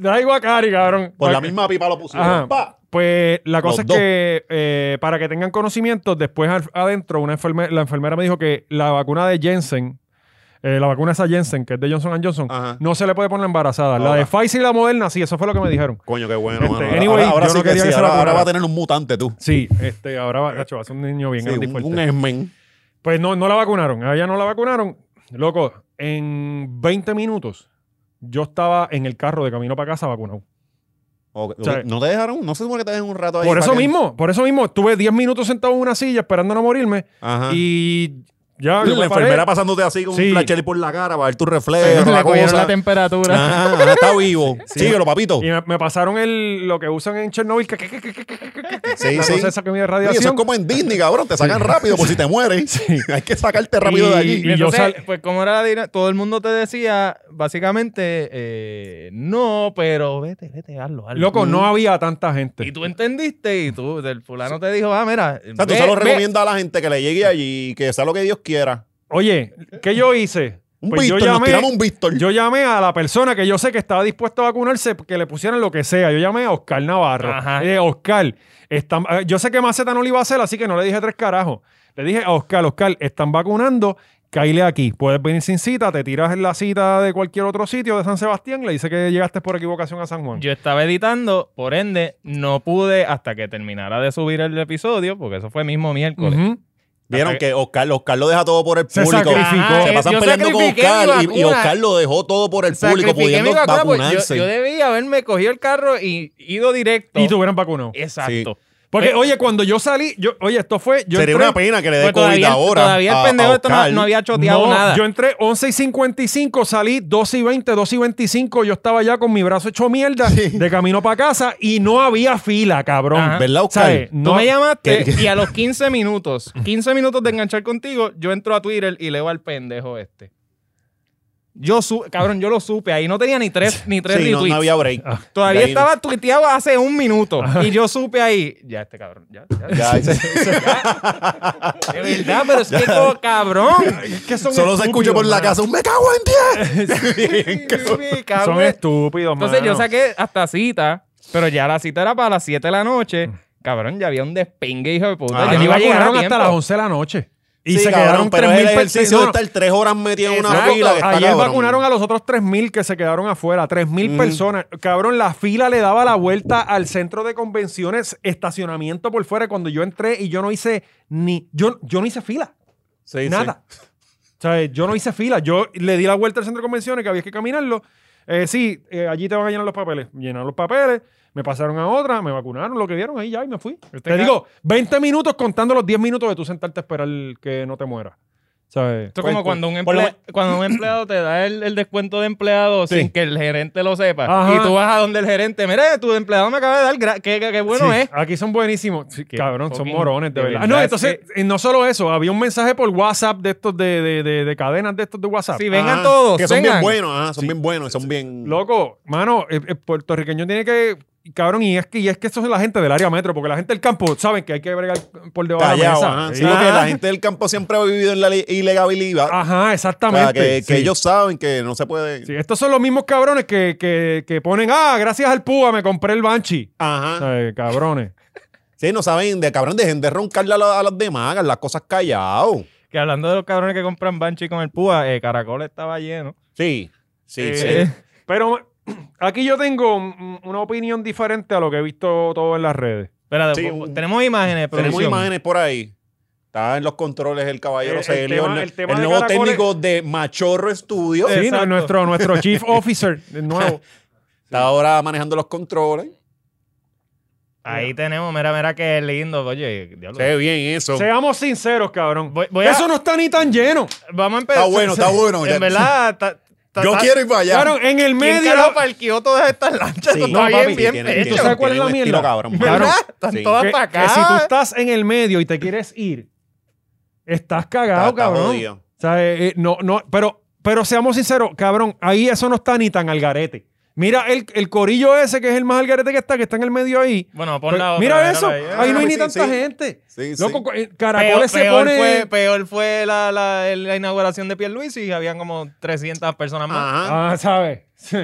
Speaker 2: Traigo a Cari, cabrón.
Speaker 3: Por Pues la
Speaker 2: Para-
Speaker 3: misma pipa lo pusieron.
Speaker 2: Ajá.
Speaker 3: Pa.
Speaker 2: Pues la cosa
Speaker 3: Los
Speaker 2: es
Speaker 3: dos.
Speaker 2: que, eh, para que tengan conocimiento, después al- adentro, una enferme- la enfermera me dijo que la vacuna de Jensen, eh, la vacuna esa Jensen, que es de Johnson Johnson,
Speaker 3: Ajá.
Speaker 2: no se le puede poner embarazada. La
Speaker 3: Ahora.
Speaker 2: de Pfizer y la Moderna, sí, eso fue lo que me dijeron.
Speaker 3: Coño, qué bueno,
Speaker 2: Este,
Speaker 3: mano. Ahora-
Speaker 2: anyway,
Speaker 3: ahora, ahora
Speaker 2: yo
Speaker 3: sí
Speaker 2: no
Speaker 3: que
Speaker 2: quería
Speaker 3: sí,
Speaker 2: que se la
Speaker 3: ahora, ahora
Speaker 2: curara.
Speaker 3: va a tener un mutante tú.
Speaker 2: Sí, este, ahora va, Nacho, va a ser un niño bien
Speaker 3: Sí,
Speaker 2: grande y
Speaker 3: un,
Speaker 2: fuerte.
Speaker 3: un esmen.
Speaker 2: Pues no, no la vacunaron. A ella no la vacunaron. Loco, en 20 minutos yo estaba en el carro de camino para casa vacunado.
Speaker 3: Ok,
Speaker 2: O sea,
Speaker 3: no te dejaron, no se supone que te dejen un rato ahí.
Speaker 2: Por
Speaker 3: para
Speaker 2: eso
Speaker 3: que-
Speaker 2: mismo, por eso mismo, estuve 10 minutos sentado en una silla esperando no morirme
Speaker 3: Ajá.
Speaker 2: y ya... yo
Speaker 3: Ah. la
Speaker 2: me paré.
Speaker 3: enfermera pasándote así con
Speaker 2: Sí.
Speaker 3: un flashlight por la cara para ver tu reflejo.
Speaker 4: le
Speaker 3: la
Speaker 4: cogieron la
Speaker 3: cosa.
Speaker 4: temperatura.
Speaker 3: Ajá, ajá, está vivo.
Speaker 2: Sí.
Speaker 3: Síguelo, papito.
Speaker 2: Y me, me pasaron el, lo que usan en Chernobyl, que, que- que- que- que- que- que- que- que-
Speaker 3: Sí,
Speaker 2: la
Speaker 3: sí.
Speaker 2: cosa esa que mide
Speaker 3: Oye,
Speaker 2: radiación.
Speaker 3: eso es como en Disney, cabrón. Te sacan rápido por si te mueres. Hay que sacarte rápido de allí.
Speaker 2: Y yo
Speaker 4: Entonces,
Speaker 2: sal-
Speaker 4: pues como era la dina- todo el mundo te decía, básicamente, eh, no, pero vete, vete, hazlo, hazlo.
Speaker 2: Loco, no había tanta gente.
Speaker 4: Y tú entendiste y tú, el fulano te dijo, ah, mira,
Speaker 3: O sea, tú
Speaker 4: ve,
Speaker 3: se lo
Speaker 4: ve.
Speaker 3: recomiendas a la gente que le llegue allí y que sea lo que Dios quiera.
Speaker 2: Oye, ¿qué yo hice?
Speaker 3: Un
Speaker 2: Pues yo
Speaker 3: Víctor, nos
Speaker 2: llamé,
Speaker 3: tiramos un Víctor.
Speaker 2: yo llamé a la persona que yo sé que estaba dispuesta a vacunarse, que le pusieran lo que sea. Yo llamé a Oscar Navarro.
Speaker 4: Ajá.
Speaker 2: Le dije, Oscar, están- eh, yo sé que Maceta no lo iba a hacer, así que no le dije tres carajos. Le dije a Oscar, Oscar, están vacunando, caíle aquí. Puedes venir sin cita, te tiras en la cita de cualquier otro sitio de San Sebastián, le dice que llegaste por equivocación a San Juan.
Speaker 4: Yo estaba editando, por ende, no pude hasta que terminara de subir el episodio, porque eso fue mismo miércoles.
Speaker 2: Ujú.
Speaker 3: Vieron que Oscar, Oscar lo deja todo por el
Speaker 2: Se
Speaker 3: público.
Speaker 2: sacrificó.
Speaker 3: Se
Speaker 4: Ajá, eh,
Speaker 3: pasan
Speaker 4: yo
Speaker 3: peleando con
Speaker 4: sacrifiqué mi
Speaker 3: Oscar y, y
Speaker 4: vacuna.
Speaker 3: Oscar lo dejó todo por el público,
Speaker 4: Sacrifiqué mi
Speaker 3: pudiendo
Speaker 4: vacuna, pues, yo-
Speaker 3: vacunarse.
Speaker 4: Yo, debí haberme cogido el carro y ido directo.
Speaker 2: Y te hubieran vacunado.
Speaker 4: Eh, Exacto.
Speaker 2: Porque,
Speaker 4: Eh,
Speaker 2: oye, cuando yo salí, yo, oye, esto fue. Yo
Speaker 3: Sería
Speaker 2: entré-
Speaker 3: una pena que le dé
Speaker 4: pues,
Speaker 3: COVID
Speaker 4: todavía,
Speaker 3: ahora.
Speaker 4: todavía el
Speaker 3: a- a
Speaker 4: pendejo esto no,
Speaker 3: Oscar.
Speaker 4: no había choteado
Speaker 2: No,
Speaker 4: nada.
Speaker 2: Yo entré 11 y 55, salí 12 y 20, 12 y 25. Yo estaba ya con mi brazo hecho mierda de camino para casa y no había fila, cabrón.
Speaker 4: Ajá.
Speaker 3: ¿Verdad, Oscar?
Speaker 2: ¿Sabes?
Speaker 4: Tú
Speaker 2: No,
Speaker 4: me llamaste
Speaker 3: ¿Qué?
Speaker 4: y a los 15 minutos, 15 minutos de enganchar contigo, yo entro a Twitter y leo al pendejo este. Yo su- cabrón, yo lo supe. Ahí no tenía ni tres, ni tres
Speaker 3: Sí, no,
Speaker 4: retweets.
Speaker 3: no había break.
Speaker 4: Todavía
Speaker 3: De ahí-
Speaker 4: estaba tuiteado hace un minuto. Y yo supe ahí. Ya, este cabrón. Ya, ya.
Speaker 3: Ya,
Speaker 4: De verdad, pero es que como cabrón.
Speaker 5: Solo se escucha por la casa un me cago en 10.
Speaker 4: Sí, cabrón.
Speaker 2: Son estúpidos,
Speaker 4: eh. Entonces yo
Speaker 2: mano.
Speaker 4: saqué hasta cita, pero ya la cita era para las 7 de la noche. Cabrón, ya había un despengue, hijo de puta.
Speaker 3: Ah,
Speaker 4: yo
Speaker 2: A
Speaker 4: no
Speaker 2: mí
Speaker 4: iba a
Speaker 2: me
Speaker 4: llegar a
Speaker 2: cobraron hasta
Speaker 4: tiempo.
Speaker 2: las 11 de la noche. Y
Speaker 3: Sí,
Speaker 2: se quedaron
Speaker 3: cabrón, pero es
Speaker 2: 3.000
Speaker 3: el ejercicio de
Speaker 2: personas.
Speaker 3: estar tres horas metido en una
Speaker 2: Exacto.
Speaker 3: fila. que está
Speaker 2: Ayer
Speaker 3: cabrón.
Speaker 2: vacunaron a los otros 3.000 que se quedaron afuera, 3.000 personas. Cabrón, la fila le daba la vuelta al centro de convenciones, estacionamiento por fuera. Cuando yo entré y yo no hice ni, yo, yo no hice fila,
Speaker 3: Sí, sí.
Speaker 2: nada. O sea, yo no hice fila, yo le di la vuelta al centro de convenciones que había que caminarlo. Eh, sí, eh, allí te van a llenar los papeles. Llenaron los papeles, me pasaron a otra, me vacunaron, lo que vieron ahí ya y me fui. te
Speaker 4: ca-
Speaker 2: digo, 20 minutos contando los 10 minutos de tú sentarte a esperar que no te mueras. ¿Sabes?
Speaker 4: Esto es como
Speaker 3: Pues,
Speaker 4: cuando un,
Speaker 3: por lo
Speaker 4: emple- cuando un empleado te da el, el descuento de empleado
Speaker 3: Sí.
Speaker 4: sin que el gerente lo sepa.
Speaker 2: Ajá.
Speaker 4: Y tú vas a donde el gerente, mira, tu empleado me acaba de dar, gra- qué, qué- qué bueno
Speaker 2: Sí,
Speaker 4: es.
Speaker 2: Aquí son buenísimos. Sí,
Speaker 4: Qué
Speaker 2: cabrón, son
Speaker 4: fucking-
Speaker 2: morones, de
Speaker 4: de
Speaker 2: verdad.
Speaker 4: verdad
Speaker 2: no,
Speaker 4: es
Speaker 2: entonces, eh, no solo eso, había un mensaje por WhatsApp de estos de, de- de- de cadenas de estos de WhatsApp. Ah,
Speaker 4: Sí, vengan
Speaker 3: Ajá,
Speaker 4: todos,
Speaker 3: Que son bien
Speaker 4: vengan.
Speaker 3: buenos, ajá, son bien buenos, son bien.
Speaker 2: Loco, mano, el, el puertorriqueño tiene que. Cabrón, y es que, y es que eso es la gente del área metro, porque la gente del campo saben que hay que bregar por debajo
Speaker 3: Callado,
Speaker 2: de la mesa.
Speaker 3: ajá.
Speaker 2: Sí.
Speaker 3: Sí, porque la gente del campo siempre ha vivido en la li- ilegalidad.
Speaker 2: Ajá,
Speaker 3: O sea,
Speaker 2: exactamente.
Speaker 3: que,
Speaker 2: Sí.
Speaker 3: que ellos saben que no se puede.
Speaker 2: Sí, estos son los mismos cabrones que, que- que ponen, ah, gracias al púa me compré el Banshee. O
Speaker 3: Ajá.
Speaker 2: sea, cabrones.
Speaker 3: Sí, no saben, de cabrón, dejen de roncarle a, la- a las demás, hagan las cosas callado.
Speaker 4: Que hablando de los cabrones que compran Banshee con el púa, eh, Caracol estaba lleno.
Speaker 3: Sí, sí,
Speaker 2: Eh,
Speaker 3: sí.
Speaker 2: Pero aquí yo tengo mm, una opinión diferente a lo que he visto todo en las redes.
Speaker 4: Espérate,
Speaker 3: Sí,
Speaker 4: po-
Speaker 3: un-
Speaker 4: tenemos imágenes,
Speaker 3: Tenemos
Speaker 4: producción.
Speaker 3: imágenes por ahí. Está en los controles el caballero
Speaker 2: El- Eh, el
Speaker 3: Celio,
Speaker 2: tema-
Speaker 3: el,
Speaker 2: el tema
Speaker 3: el
Speaker 2: de
Speaker 3: nuevo
Speaker 2: Caracoles-
Speaker 3: técnico de Machorro Estudio.
Speaker 2: Sí,
Speaker 4: Exacto.
Speaker 2: nuestro, nuestro chief officer, de nuevo.
Speaker 3: Está ahora manejando los controles.
Speaker 4: Ahí tenemos, mira, mira qué lindo. Oye, diablo.
Speaker 3: Se ve bien eso.
Speaker 2: Seamos sinceros, cabrón.
Speaker 4: Voy- voy a-
Speaker 2: Eso no está ni tan lleno.
Speaker 4: Vamos a empezar.
Speaker 3: Está bueno, está
Speaker 5: bueno, ya-
Speaker 4: En verdad, está- está-
Speaker 5: Yo
Speaker 4: está-
Speaker 5: quiero ir para allá.
Speaker 2: Cabrón, en el
Speaker 4: ¿Quién
Speaker 2: medio.
Speaker 4: carajo para el Kioto de estas lanchas?
Speaker 3: Sí,
Speaker 4: Esto está
Speaker 3: no,
Speaker 4: bien,
Speaker 3: papi,
Speaker 4: bien
Speaker 3: tiene-
Speaker 4: hecho.
Speaker 2: ¿Y tú sabes cuál es la
Speaker 3: Tiene un
Speaker 2: mierda?
Speaker 3: estilo cabrón,
Speaker 2: Claro.
Speaker 4: ¿Verdad? Están
Speaker 3: Sí.
Speaker 4: todas
Speaker 2: que-
Speaker 4: para
Speaker 2: que
Speaker 4: acá.
Speaker 2: si tú estás en el medio y te quieres ir, estás cagado,
Speaker 3: Está- está
Speaker 2: cabrón.
Speaker 3: jodido.
Speaker 2: O sea, eh, eh, no, no, pero, pero seamos sinceros, cabrón, ahí eso no está ni tan al garete. Mira el, el corillo ese que es el más al garete que está, que está en el medio ahí.
Speaker 4: Bueno, pon
Speaker 2: Pero
Speaker 4: la otra.
Speaker 2: mira eso,
Speaker 4: ahí.
Speaker 2: ahí no hay
Speaker 3: Sí,
Speaker 2: ni
Speaker 3: sí,
Speaker 2: tanta
Speaker 3: sí.
Speaker 2: gente.
Speaker 5: Sí, sí.
Speaker 2: Loco, cu- eh,
Speaker 4: Peor,
Speaker 2: caracoles se
Speaker 4: peor
Speaker 2: pone.
Speaker 4: fue, peor fue la, la- la inauguración de Pierluisi y habían como 300 personas más.
Speaker 3: Ajá.
Speaker 2: Ah, ¿sabes? Sí.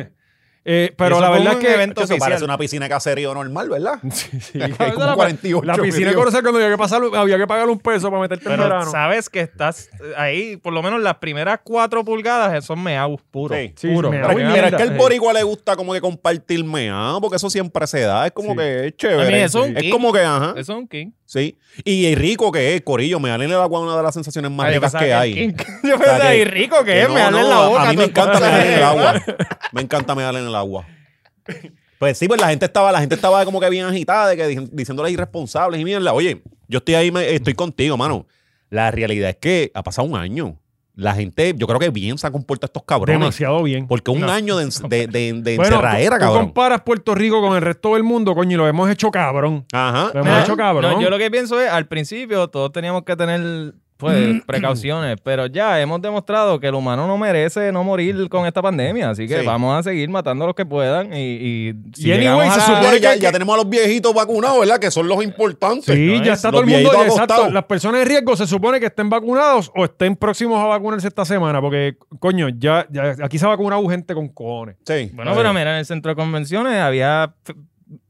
Speaker 2: Eh,
Speaker 4: Y
Speaker 2: pero
Speaker 4: eso
Speaker 2: la
Speaker 4: fue
Speaker 2: verdad es
Speaker 4: un
Speaker 2: que.
Speaker 4: evento
Speaker 3: Eso parece
Speaker 4: oficial.
Speaker 3: una piscina de caserío normal, ¿verdad?
Speaker 2: Sí, sí.
Speaker 3: Que hay como 48
Speaker 2: La piscina
Speaker 3: metidos.
Speaker 2: Corozal cuando había que, pasar, había que pagar un peso para meterte en
Speaker 4: Pero
Speaker 2: verano.
Speaker 4: sabes que estás eh, ahí, por lo menos las primeras cuatro pulgadas son meaus puros.
Speaker 3: Sí.
Speaker 2: Sí, sí, me da
Speaker 3: Pero,
Speaker 2: una
Speaker 3: pero es
Speaker 2: mierda.
Speaker 3: que al boricua le gusta como que compartir meado, porque eso siempre se da. Es como
Speaker 2: Sí.
Speaker 3: que es chévere.
Speaker 4: A mí eso es un
Speaker 3: es
Speaker 4: kick.
Speaker 3: como que, ajá.
Speaker 4: Eso es un king.
Speaker 3: Sí. Y el rico que es, Corillo, me dan en el agua una de las sensaciones más
Speaker 4: Ay, yo
Speaker 3: ricas
Speaker 4: pensaba
Speaker 3: que hay.
Speaker 4: el king. Yo
Speaker 3: sea,
Speaker 4: pensaba,
Speaker 3: que-
Speaker 4: y rico que,
Speaker 3: Que
Speaker 4: es,
Speaker 3: no,
Speaker 4: me dan
Speaker 3: no,
Speaker 4: en la boca.
Speaker 3: A mí me
Speaker 4: todo el
Speaker 3: encanta
Speaker 4: mundo.
Speaker 3: medal en el agua. Me encanta medal en el agua. Pues sí, pues la gente estaba, la gente estaba como que bien agitada, de que di- diciéndoles irresponsables y mierda. Oye, yo estoy ahí, me- estoy contigo, mano. La realidad es que ha pasado un año. La gente, yo creo que bien se han comportado estos cabrones.
Speaker 2: Demasiado bien.
Speaker 3: Porque un
Speaker 4: No.
Speaker 3: año de, ens- de, de, de
Speaker 2: Bueno,
Speaker 3: encerradera,
Speaker 2: tú- tú
Speaker 3: cabrón.
Speaker 2: comparas Puerto Rico con el resto del mundo, coño, y lo hemos hecho cabrón.
Speaker 3: Ajá.
Speaker 2: Lo hemos
Speaker 4: Ajá.
Speaker 2: hecho cabrón.
Speaker 4: No, yo lo que pienso es, al principio todos teníamos que tener pues, precauciones, pero ya hemos demostrado que el humano no merece no morir con esta pandemia, así que
Speaker 3: Sí.
Speaker 4: vamos a seguir matando a los que puedan y, y si
Speaker 2: Y anyway,
Speaker 4: llegamos a
Speaker 2: se
Speaker 4: la-
Speaker 2: supone
Speaker 3: Ya, ya-
Speaker 2: que-
Speaker 3: ya tenemos a los viejitos vacunados, ¿verdad? Que son los importantes.
Speaker 2: Sí,
Speaker 4: ¿no
Speaker 2: ya
Speaker 4: es?
Speaker 2: está todo
Speaker 3: Los
Speaker 2: el mundo.
Speaker 3: viejitos
Speaker 2: Exacto.
Speaker 3: acostados.
Speaker 2: Las personas de riesgo se supone que estén vacunados o estén próximos a vacunarse esta semana, porque, coño, ya, ya- aquí se ha vacunado gente con cojones.
Speaker 3: Sí.
Speaker 4: Bueno, pero mira, en el centro de convenciones había f-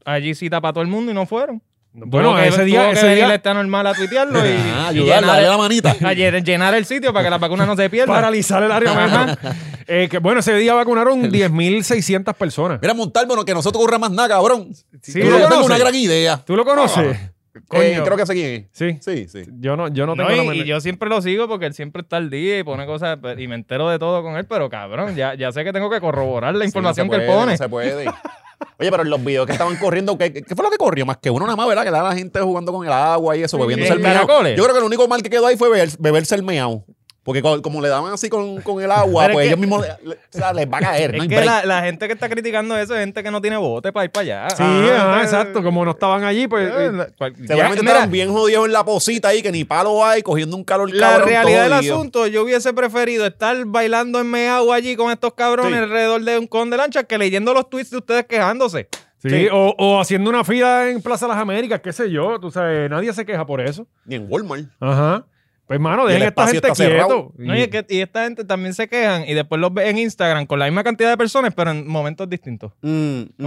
Speaker 4: allí cita para todo el mundo y no fueron.
Speaker 2: Bueno,
Speaker 4: Tuvo que-
Speaker 2: ese día,
Speaker 4: tuvo que
Speaker 2: ese
Speaker 4: venir
Speaker 2: día
Speaker 4: está normal a tuitearlo y,
Speaker 5: Ah,
Speaker 4: y
Speaker 5: ayudarla,
Speaker 4: llenar,
Speaker 5: dale la manita.
Speaker 4: a lle- llenar el sitio para que las vacunas no se pierdan.
Speaker 2: paralizar el área metro. Eh, que, bueno, ese día vacunaron 10.600 personas.
Speaker 5: Mira, Montalvo, no, que no se te ocurra más nada, cabrón.
Speaker 2: Sí,
Speaker 5: Yo
Speaker 2: lo
Speaker 5: tengo
Speaker 2: conoces.
Speaker 5: una gran idea.
Speaker 2: ¿Tú lo conoces?
Speaker 4: coño.
Speaker 3: Eh, creo que sé quién
Speaker 2: Sí.
Speaker 3: es. Sí, sí.
Speaker 2: Yo no, yo no tengo
Speaker 4: No, y-
Speaker 2: la
Speaker 4: y,
Speaker 2: menor-
Speaker 4: yo siempre lo sigo porque él siempre está al día y pone cosas pe- y me entero de todo con él, pero cabrón, ya, ya sé que tengo que corroborar la información
Speaker 3: Sí, no se
Speaker 4: que
Speaker 3: puede,
Speaker 4: él pone.
Speaker 3: No se puede. Oye, pero en los videos que estaban corriendo, ¿qué, qué fue lo que corrió? Más que uno nada más, ¿verdad? Que era la gente jugando con el agua y eso, bebiéndose
Speaker 4: en
Speaker 3: el meao.
Speaker 4: caracoles.
Speaker 3: Yo creo que el único mal que quedó ahí fue beber- beberse el meao. Porque co- como le daban así con, con el agua,
Speaker 4: Pero es
Speaker 3: pues
Speaker 4: que-
Speaker 3: ellos mismos le- le- o sea, les va a caer. no
Speaker 4: Es
Speaker 3: hay
Speaker 4: que
Speaker 3: break.
Speaker 4: la, la gente que está criticando eso es gente que no tiene bote para ir para allá.
Speaker 2: Sí,
Speaker 4: Ah,
Speaker 2: ajá,
Speaker 4: eh,
Speaker 2: exacto. Como no estaban allí, pues.
Speaker 4: eh,
Speaker 2: eh,
Speaker 4: cual-
Speaker 3: Seguramente
Speaker 4: Ya, mira,
Speaker 3: estaban bien jodidos en la posita ahí, que ni palo hay, cogiendo un calor
Speaker 4: La
Speaker 3: cabrón,
Speaker 4: realidad
Speaker 3: todo
Speaker 4: del
Speaker 3: jodido.
Speaker 4: asunto, yo hubiese preferido estar bailando en Meagua allí con estos cabrones
Speaker 3: Sí.
Speaker 4: alrededor de un con de lancha que leyendo los tweets de ustedes quejándose.
Speaker 2: sí, O, o haciendo una fila en Plaza Las Américas, qué sé yo. Tú sabes, nadie se queja por eso.
Speaker 3: Ni en Walmart.
Speaker 2: Ajá. Pues, mano, dejen
Speaker 3: el
Speaker 2: a esta
Speaker 3: espacio
Speaker 2: gente
Speaker 3: está cerrado.
Speaker 2: quieto.
Speaker 4: No, y, es que- y esta gente también se quejan y después los ve en Instagram con la misma cantidad de personas, pero en momentos distintos.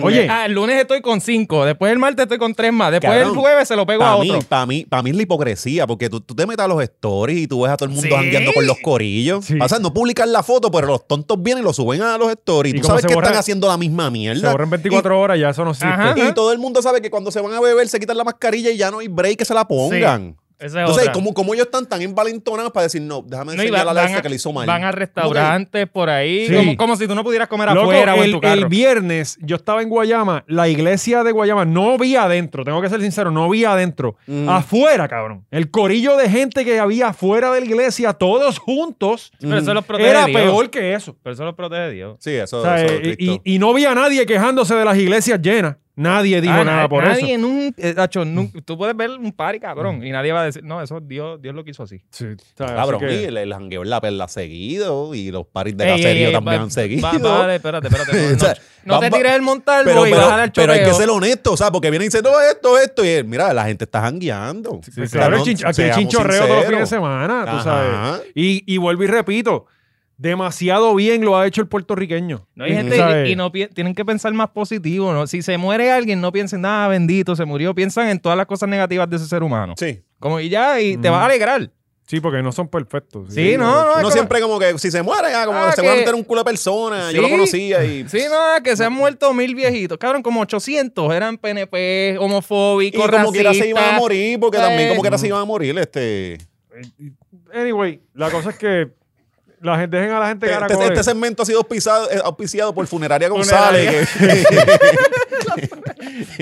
Speaker 2: Oye.
Speaker 4: Ah, el lunes estoy con cinco, después el martes estoy con tres más, después
Speaker 3: Cabrón,
Speaker 4: el jueves se lo pego a
Speaker 3: Para mí,
Speaker 4: otro.
Speaker 3: para mí, para mí es la hipocresía, porque tú, tú te metes a los stories y tú ves a todo el mundo
Speaker 4: Sí.
Speaker 3: jangueando con los corillos.
Speaker 2: Sí.
Speaker 3: O sea, no publican la foto, pero los tontos vienen y lo suben a los stories.
Speaker 2: Y
Speaker 3: tú
Speaker 2: como
Speaker 3: sabes
Speaker 2: se
Speaker 3: que
Speaker 2: borra-
Speaker 3: están haciendo la misma
Speaker 2: Se
Speaker 3: mierda.
Speaker 2: borran 24 horas, ya eso no sirve.
Speaker 4: Ajá.
Speaker 3: Y, y todo el mundo sabe que cuando se van a beber se quitan la mascarilla y ya no hay break que se la pongan.
Speaker 4: Esa es
Speaker 3: Entonces,
Speaker 4: otra.
Speaker 3: ¿cómo, cómo ellos están tan envalentonados para decir, no, déjame
Speaker 4: No, y
Speaker 3: enseñar
Speaker 4: van,
Speaker 3: a
Speaker 4: van
Speaker 3: la
Speaker 4: a,
Speaker 3: que le hizo mal?
Speaker 4: van a restaurantes por ahí,
Speaker 2: Sí.
Speaker 4: como, como si tú no pudieras comer
Speaker 2: Loco,
Speaker 4: afuera o en
Speaker 2: el,
Speaker 4: tu carro.
Speaker 2: el viernes yo estaba en Guayama, la iglesia de Guayama, no vi adentro, tengo que ser sincero, no vi adentro.
Speaker 3: Mm.
Speaker 2: Afuera, cabrón. El corillo de gente que había afuera de la iglesia, todos juntos,
Speaker 3: Mm.
Speaker 4: pero eso los protege
Speaker 2: era
Speaker 4: Dios.
Speaker 2: peor que eso.
Speaker 4: Pero eso los protege Dios.
Speaker 3: Sí, eso,
Speaker 2: O sea,
Speaker 3: eso,
Speaker 2: eh,
Speaker 3: Cristo.
Speaker 2: y, y no vi a nadie quejándose de las iglesias llenas. Nadie dijo
Speaker 4: Ah,
Speaker 2: nada
Speaker 4: na-
Speaker 2: por
Speaker 4: nadie
Speaker 2: eso.
Speaker 4: en un- eh, Nacho, nunca- tú puedes ver un party, cabrón, y nadie va a decir, no, eso Dios, Dios lo quiso así.
Speaker 2: Sí, o sea, así
Speaker 3: Cabrón,
Speaker 2: que-
Speaker 3: y el, el jangueo en la perla ha seguido y los paris de
Speaker 4: Ey, ey,
Speaker 3: caserío
Speaker 4: ey,
Speaker 3: también
Speaker 4: va-
Speaker 3: han seguido.
Speaker 4: va- vale, espérate, espérate. No,
Speaker 3: O sea,
Speaker 4: no- no te
Speaker 3: va-
Speaker 4: tires el montalvo
Speaker 3: pero,
Speaker 4: y
Speaker 3: pero-
Speaker 4: bajar al
Speaker 3: pero hay que
Speaker 4: choreo.
Speaker 3: ser honesto, o sea, porque vienen y dicen, no, esto, esto, y él, mira, la gente está jangueando.
Speaker 2: Pues claro, el chin- aquí hay chinchorreo todos los fines de semana, ah, tú
Speaker 3: Ajá.
Speaker 2: sabes. Y, y vuelvo y repito, demasiado bien lo ha hecho el puertorriqueño.
Speaker 4: No hay
Speaker 2: Tú
Speaker 4: gente
Speaker 2: sabes.
Speaker 4: y, y no pi- tienen que pensar más positivo, ¿no? Si se muere alguien, no piensen nada, bendito, se murió, piensan en todas las cosas negativas de ese ser humano.
Speaker 3: Sí.
Speaker 4: Como y ya y te vas a alegrar.
Speaker 2: Sí, porque no son perfectos.
Speaker 4: Sí, no, no, es
Speaker 3: Uno
Speaker 4: como-
Speaker 3: siempre como que si se muere, ah, como
Speaker 4: Ah,
Speaker 3: seguramente
Speaker 4: que-
Speaker 3: era un culo de persona, yo lo
Speaker 4: Sí.
Speaker 3: conocía y...
Speaker 4: Sí, no, que se han muerto mil viejitos. Cabrón, como 800 eran PNP,
Speaker 3: Y
Speaker 4: homofóbicos,
Speaker 3: como quiera se iban a
Speaker 4: racistas.
Speaker 3: morir, porque también
Speaker 4: Eh,
Speaker 3: como quiera se iban a morir, este...
Speaker 2: eh, Anyway, la cosa es que la gente, dejen a la gente
Speaker 3: Este,
Speaker 2: caracoles.
Speaker 3: este segmento ha sido auspiciado, eh, auspiciado por Funeraria
Speaker 4: Funeraria.
Speaker 3: González.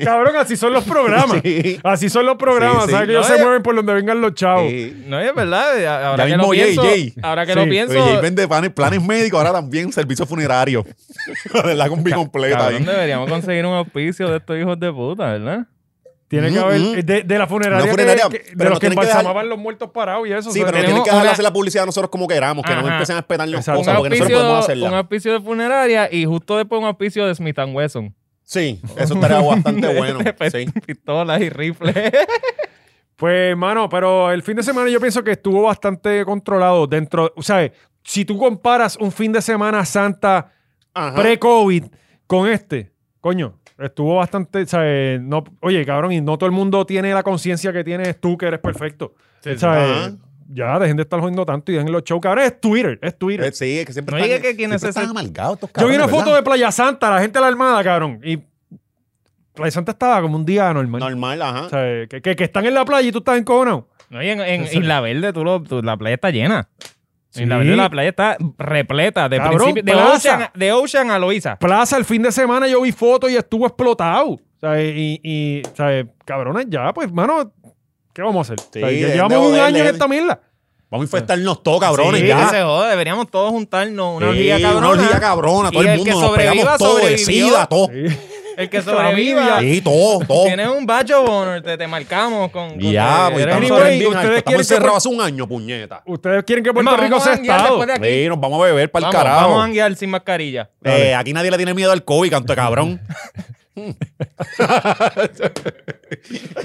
Speaker 2: Cabrón, así son los programas.
Speaker 3: Sí.
Speaker 2: Así son los programas.
Speaker 3: Sí, eh, sí.
Speaker 2: ¿Sabes que ellos
Speaker 4: No,
Speaker 2: se
Speaker 4: ya-
Speaker 2: mueven por donde vengan los
Speaker 3: que-
Speaker 2: chavos?
Speaker 3: Sí.
Speaker 4: No, es verdad. a- Ahora
Speaker 3: Ya
Speaker 4: que lo
Speaker 3: mismo Jay,
Speaker 4: pienso,
Speaker 3: Jay.
Speaker 4: ahora que lo
Speaker 2: Sí,
Speaker 4: pienso,
Speaker 3: Oye, Jay vende planes, planes médicos, ahora también servicio funerario. La combi completa
Speaker 4: cabrón,
Speaker 3: ahí.
Speaker 4: deberíamos conseguir un auspicio de estos hijos de puta, ¿verdad?
Speaker 2: Tiene que
Speaker 3: Mm,
Speaker 2: haber.
Speaker 3: mm.
Speaker 2: De, de la funeraria.
Speaker 3: Una
Speaker 2: que-
Speaker 3: funeraria,
Speaker 2: que- de los
Speaker 3: pero
Speaker 2: que
Speaker 3: no tienen que dejar-
Speaker 2: embalsamaban los muertos parados y eso.
Speaker 3: Sí,
Speaker 2: o sea,
Speaker 3: pero no
Speaker 4: tenemos
Speaker 3: tienen que dejar de
Speaker 4: una-
Speaker 3: hacer la publicidad a nosotros como queramos, que no
Speaker 4: Ajá.
Speaker 3: empiecen a esperarnos
Speaker 2: Exacto.
Speaker 3: cosas,
Speaker 4: un,
Speaker 3: porque nosotros podemos
Speaker 4: auspicio, un
Speaker 3: hacerla.
Speaker 4: auspicio de funeraria y justo después un auspicio de Smith and Wesson.
Speaker 3: Sí, eso estaría bastante bueno. Sí.
Speaker 4: Pistolas y rifles.
Speaker 2: Pues, mano, pero el fin de semana yo pienso que estuvo bastante controlado dentro. O sea, si tú comparas un fin de semana santa
Speaker 3: Ajá.
Speaker 2: pre-COVID con este, coño, estuvo bastante. o sea, eh, no, oye, cabrón, y no todo el mundo tiene la conciencia que tienes tú, que eres perfecto. O sea,
Speaker 3: Ajá.
Speaker 2: eh, ya, dejen de estar jodiendo tanto y dejen los shows. Cabrón, es Twitter, es Twitter.
Speaker 3: Eh, Sí, es que siempre
Speaker 4: No
Speaker 3: están,
Speaker 4: diga que quién es
Speaker 3: siempre
Speaker 4: ese-
Speaker 3: están amargados estos
Speaker 2: Yo vi una
Speaker 3: cabrones,
Speaker 2: foto de
Speaker 3: ¿verdad?
Speaker 2: Playa Santa, la gente alarmada, cabrón. Y Playa Santa estaba como un día normal.
Speaker 3: Normal,
Speaker 2: O
Speaker 3: ajá.
Speaker 2: sea, eh, que, que- que están en la playa y tú estás en encojonado.
Speaker 4: No, y en, en Isla Verde, tú lo- tú- la playa está llena. En la Verde
Speaker 2: Sí.
Speaker 4: la playa está repleta de
Speaker 2: Cabrón,
Speaker 4: principio- de
Speaker 2: plaza.
Speaker 4: Ocean, de Ocean a Loiza.
Speaker 2: Plaza, el fin de semana yo vi fotos y estuvo explotado. O sea, y, y o sea, cabrones, ya, pues, mano, ¿qué vamos a hacer? O sea,
Speaker 3: Sí,
Speaker 2: ya
Speaker 3: dejen
Speaker 2: llevamos
Speaker 3: de
Speaker 2: un
Speaker 3: joder,
Speaker 2: año en
Speaker 3: dejen-
Speaker 2: esta mierda.
Speaker 3: Vamos a infectarnos todos, cabrones,
Speaker 4: Sí,
Speaker 3: ya.
Speaker 4: que se jode, deberíamos todos juntarnos una
Speaker 3: Sí,
Speaker 4: orgía cabrona.
Speaker 3: Una orgía cabrona, todo
Speaker 4: Y
Speaker 3: el,
Speaker 4: el que
Speaker 3: mundo nos
Speaker 4: sobreviva,
Speaker 3: pegamos todo, de
Speaker 4: sobrevivió.
Speaker 3: sida, todo. Sí,
Speaker 2: Sí.
Speaker 4: El que sobreviva.
Speaker 2: Sobreviva.
Speaker 3: todo, todo.
Speaker 4: Tienes un badge of honor, te, te marcamos con. con-
Speaker 3: Ya,
Speaker 4: que
Speaker 3: pues
Speaker 4: eres
Speaker 3: estamos,
Speaker 4: un-
Speaker 2: Anyway,
Speaker 3: bien
Speaker 2: ustedes
Speaker 3: hartos,
Speaker 2: quieren
Speaker 3: estamos
Speaker 2: que-
Speaker 3: encerrados hace un año, puñeta.
Speaker 2: Ustedes quieren que
Speaker 4: Es más,
Speaker 2: Puerto Rico
Speaker 4: vamos
Speaker 2: sea
Speaker 4: a janguear
Speaker 2: estado.
Speaker 4: después de aquí.
Speaker 3: Sí, nos vamos a beber para el
Speaker 4: Vamos,
Speaker 3: carajo.
Speaker 4: vamos a janguear sin mascarilla.
Speaker 3: Eh, aquí nadie le tiene miedo al COVID, canto de cabrón.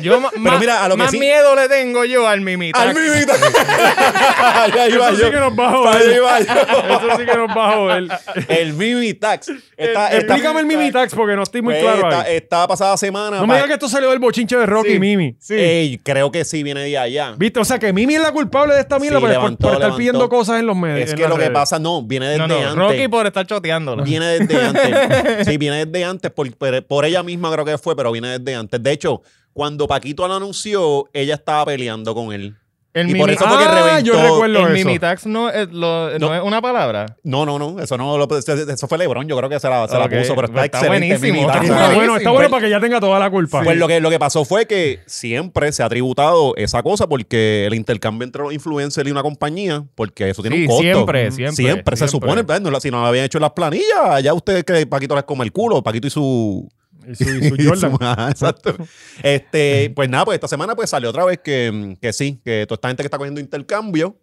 Speaker 4: Yo ma- más,
Speaker 3: mira, a lo que
Speaker 4: más
Speaker 3: sí-
Speaker 4: miedo le tengo yo al mimita.
Speaker 3: ¡Al mimito! Allá iba
Speaker 2: Eso sí
Speaker 3: yo.
Speaker 2: que nos va a
Speaker 3: Allá
Speaker 2: joder.
Speaker 4: ¿eh?
Speaker 3: iba yo.
Speaker 2: Eso sí que nos va a joder.
Speaker 3: El Mimitax. Está, está-
Speaker 2: Explícame el Mimitax porque no estoy muy
Speaker 3: Pues,
Speaker 2: claro
Speaker 3: Esta,
Speaker 2: ahí.
Speaker 3: esta pasada semana.
Speaker 2: No me digas que esto salió del bochinche de Rocky y Mimi.
Speaker 3: Sí. Ey, creo que sí viene de allá.
Speaker 2: ¿Viste? O sea, que Mimi es la culpable de esta mierda
Speaker 3: Sí,
Speaker 2: por- por,
Speaker 3: levantó,
Speaker 2: por estar
Speaker 3: levantó.
Speaker 2: pidiendo cosas en los medios.
Speaker 3: Es
Speaker 2: en
Speaker 3: que
Speaker 2: las
Speaker 3: lo que
Speaker 2: redes.
Speaker 3: pasa, no, viene desde
Speaker 4: No, no,
Speaker 3: antes.
Speaker 4: Rocky por estar choteándolo.
Speaker 3: Viene desde antes. sí, viene desde antes. Por, por- por ella misma creo que fue, pero viene desde antes. De hecho, cuando Paquito la anunció, ella estaba peleando con él.
Speaker 4: El
Speaker 3: Y por
Speaker 4: mini-
Speaker 3: eso fue que
Speaker 2: Ah,
Speaker 3: reventó.
Speaker 2: yo recuerdo
Speaker 4: el
Speaker 2: eso.
Speaker 4: mimitax no es, lo- no
Speaker 3: No.
Speaker 4: es una palabra.
Speaker 3: No, no, no. Eso no lo- eso fue Lebron, yo creo que se la, se la
Speaker 4: Ok,
Speaker 3: puso, pero está,
Speaker 4: pero está
Speaker 3: excelente.
Speaker 4: buenísimo,
Speaker 3: mi mitad.
Speaker 4: está
Speaker 2: pues Está bueno, está bueno
Speaker 3: Pues-
Speaker 2: para que ya tenga toda la culpa.
Speaker 3: Pues lo que, lo que pasó fue que siempre se ha tributado esa cosa porque el intercambio entre los influencers y una compañía, porque eso tiene
Speaker 4: Sí,
Speaker 3: un costo. Mm.
Speaker 4: siempre, siempre,
Speaker 3: se
Speaker 4: siempre.
Speaker 3: supone, ¿verdad? No la- si no lo habían hecho en las planillas, ya ustedes que Paquito les come el culo, Paquito y su...
Speaker 2: Y su, y su
Speaker 3: y
Speaker 2: Jordan.
Speaker 3: su- ajá, exacto. Este, pues nada, pues esta semana pues salió otra vez que, mm, que sí, que toda esta gente que está cogiendo intercambio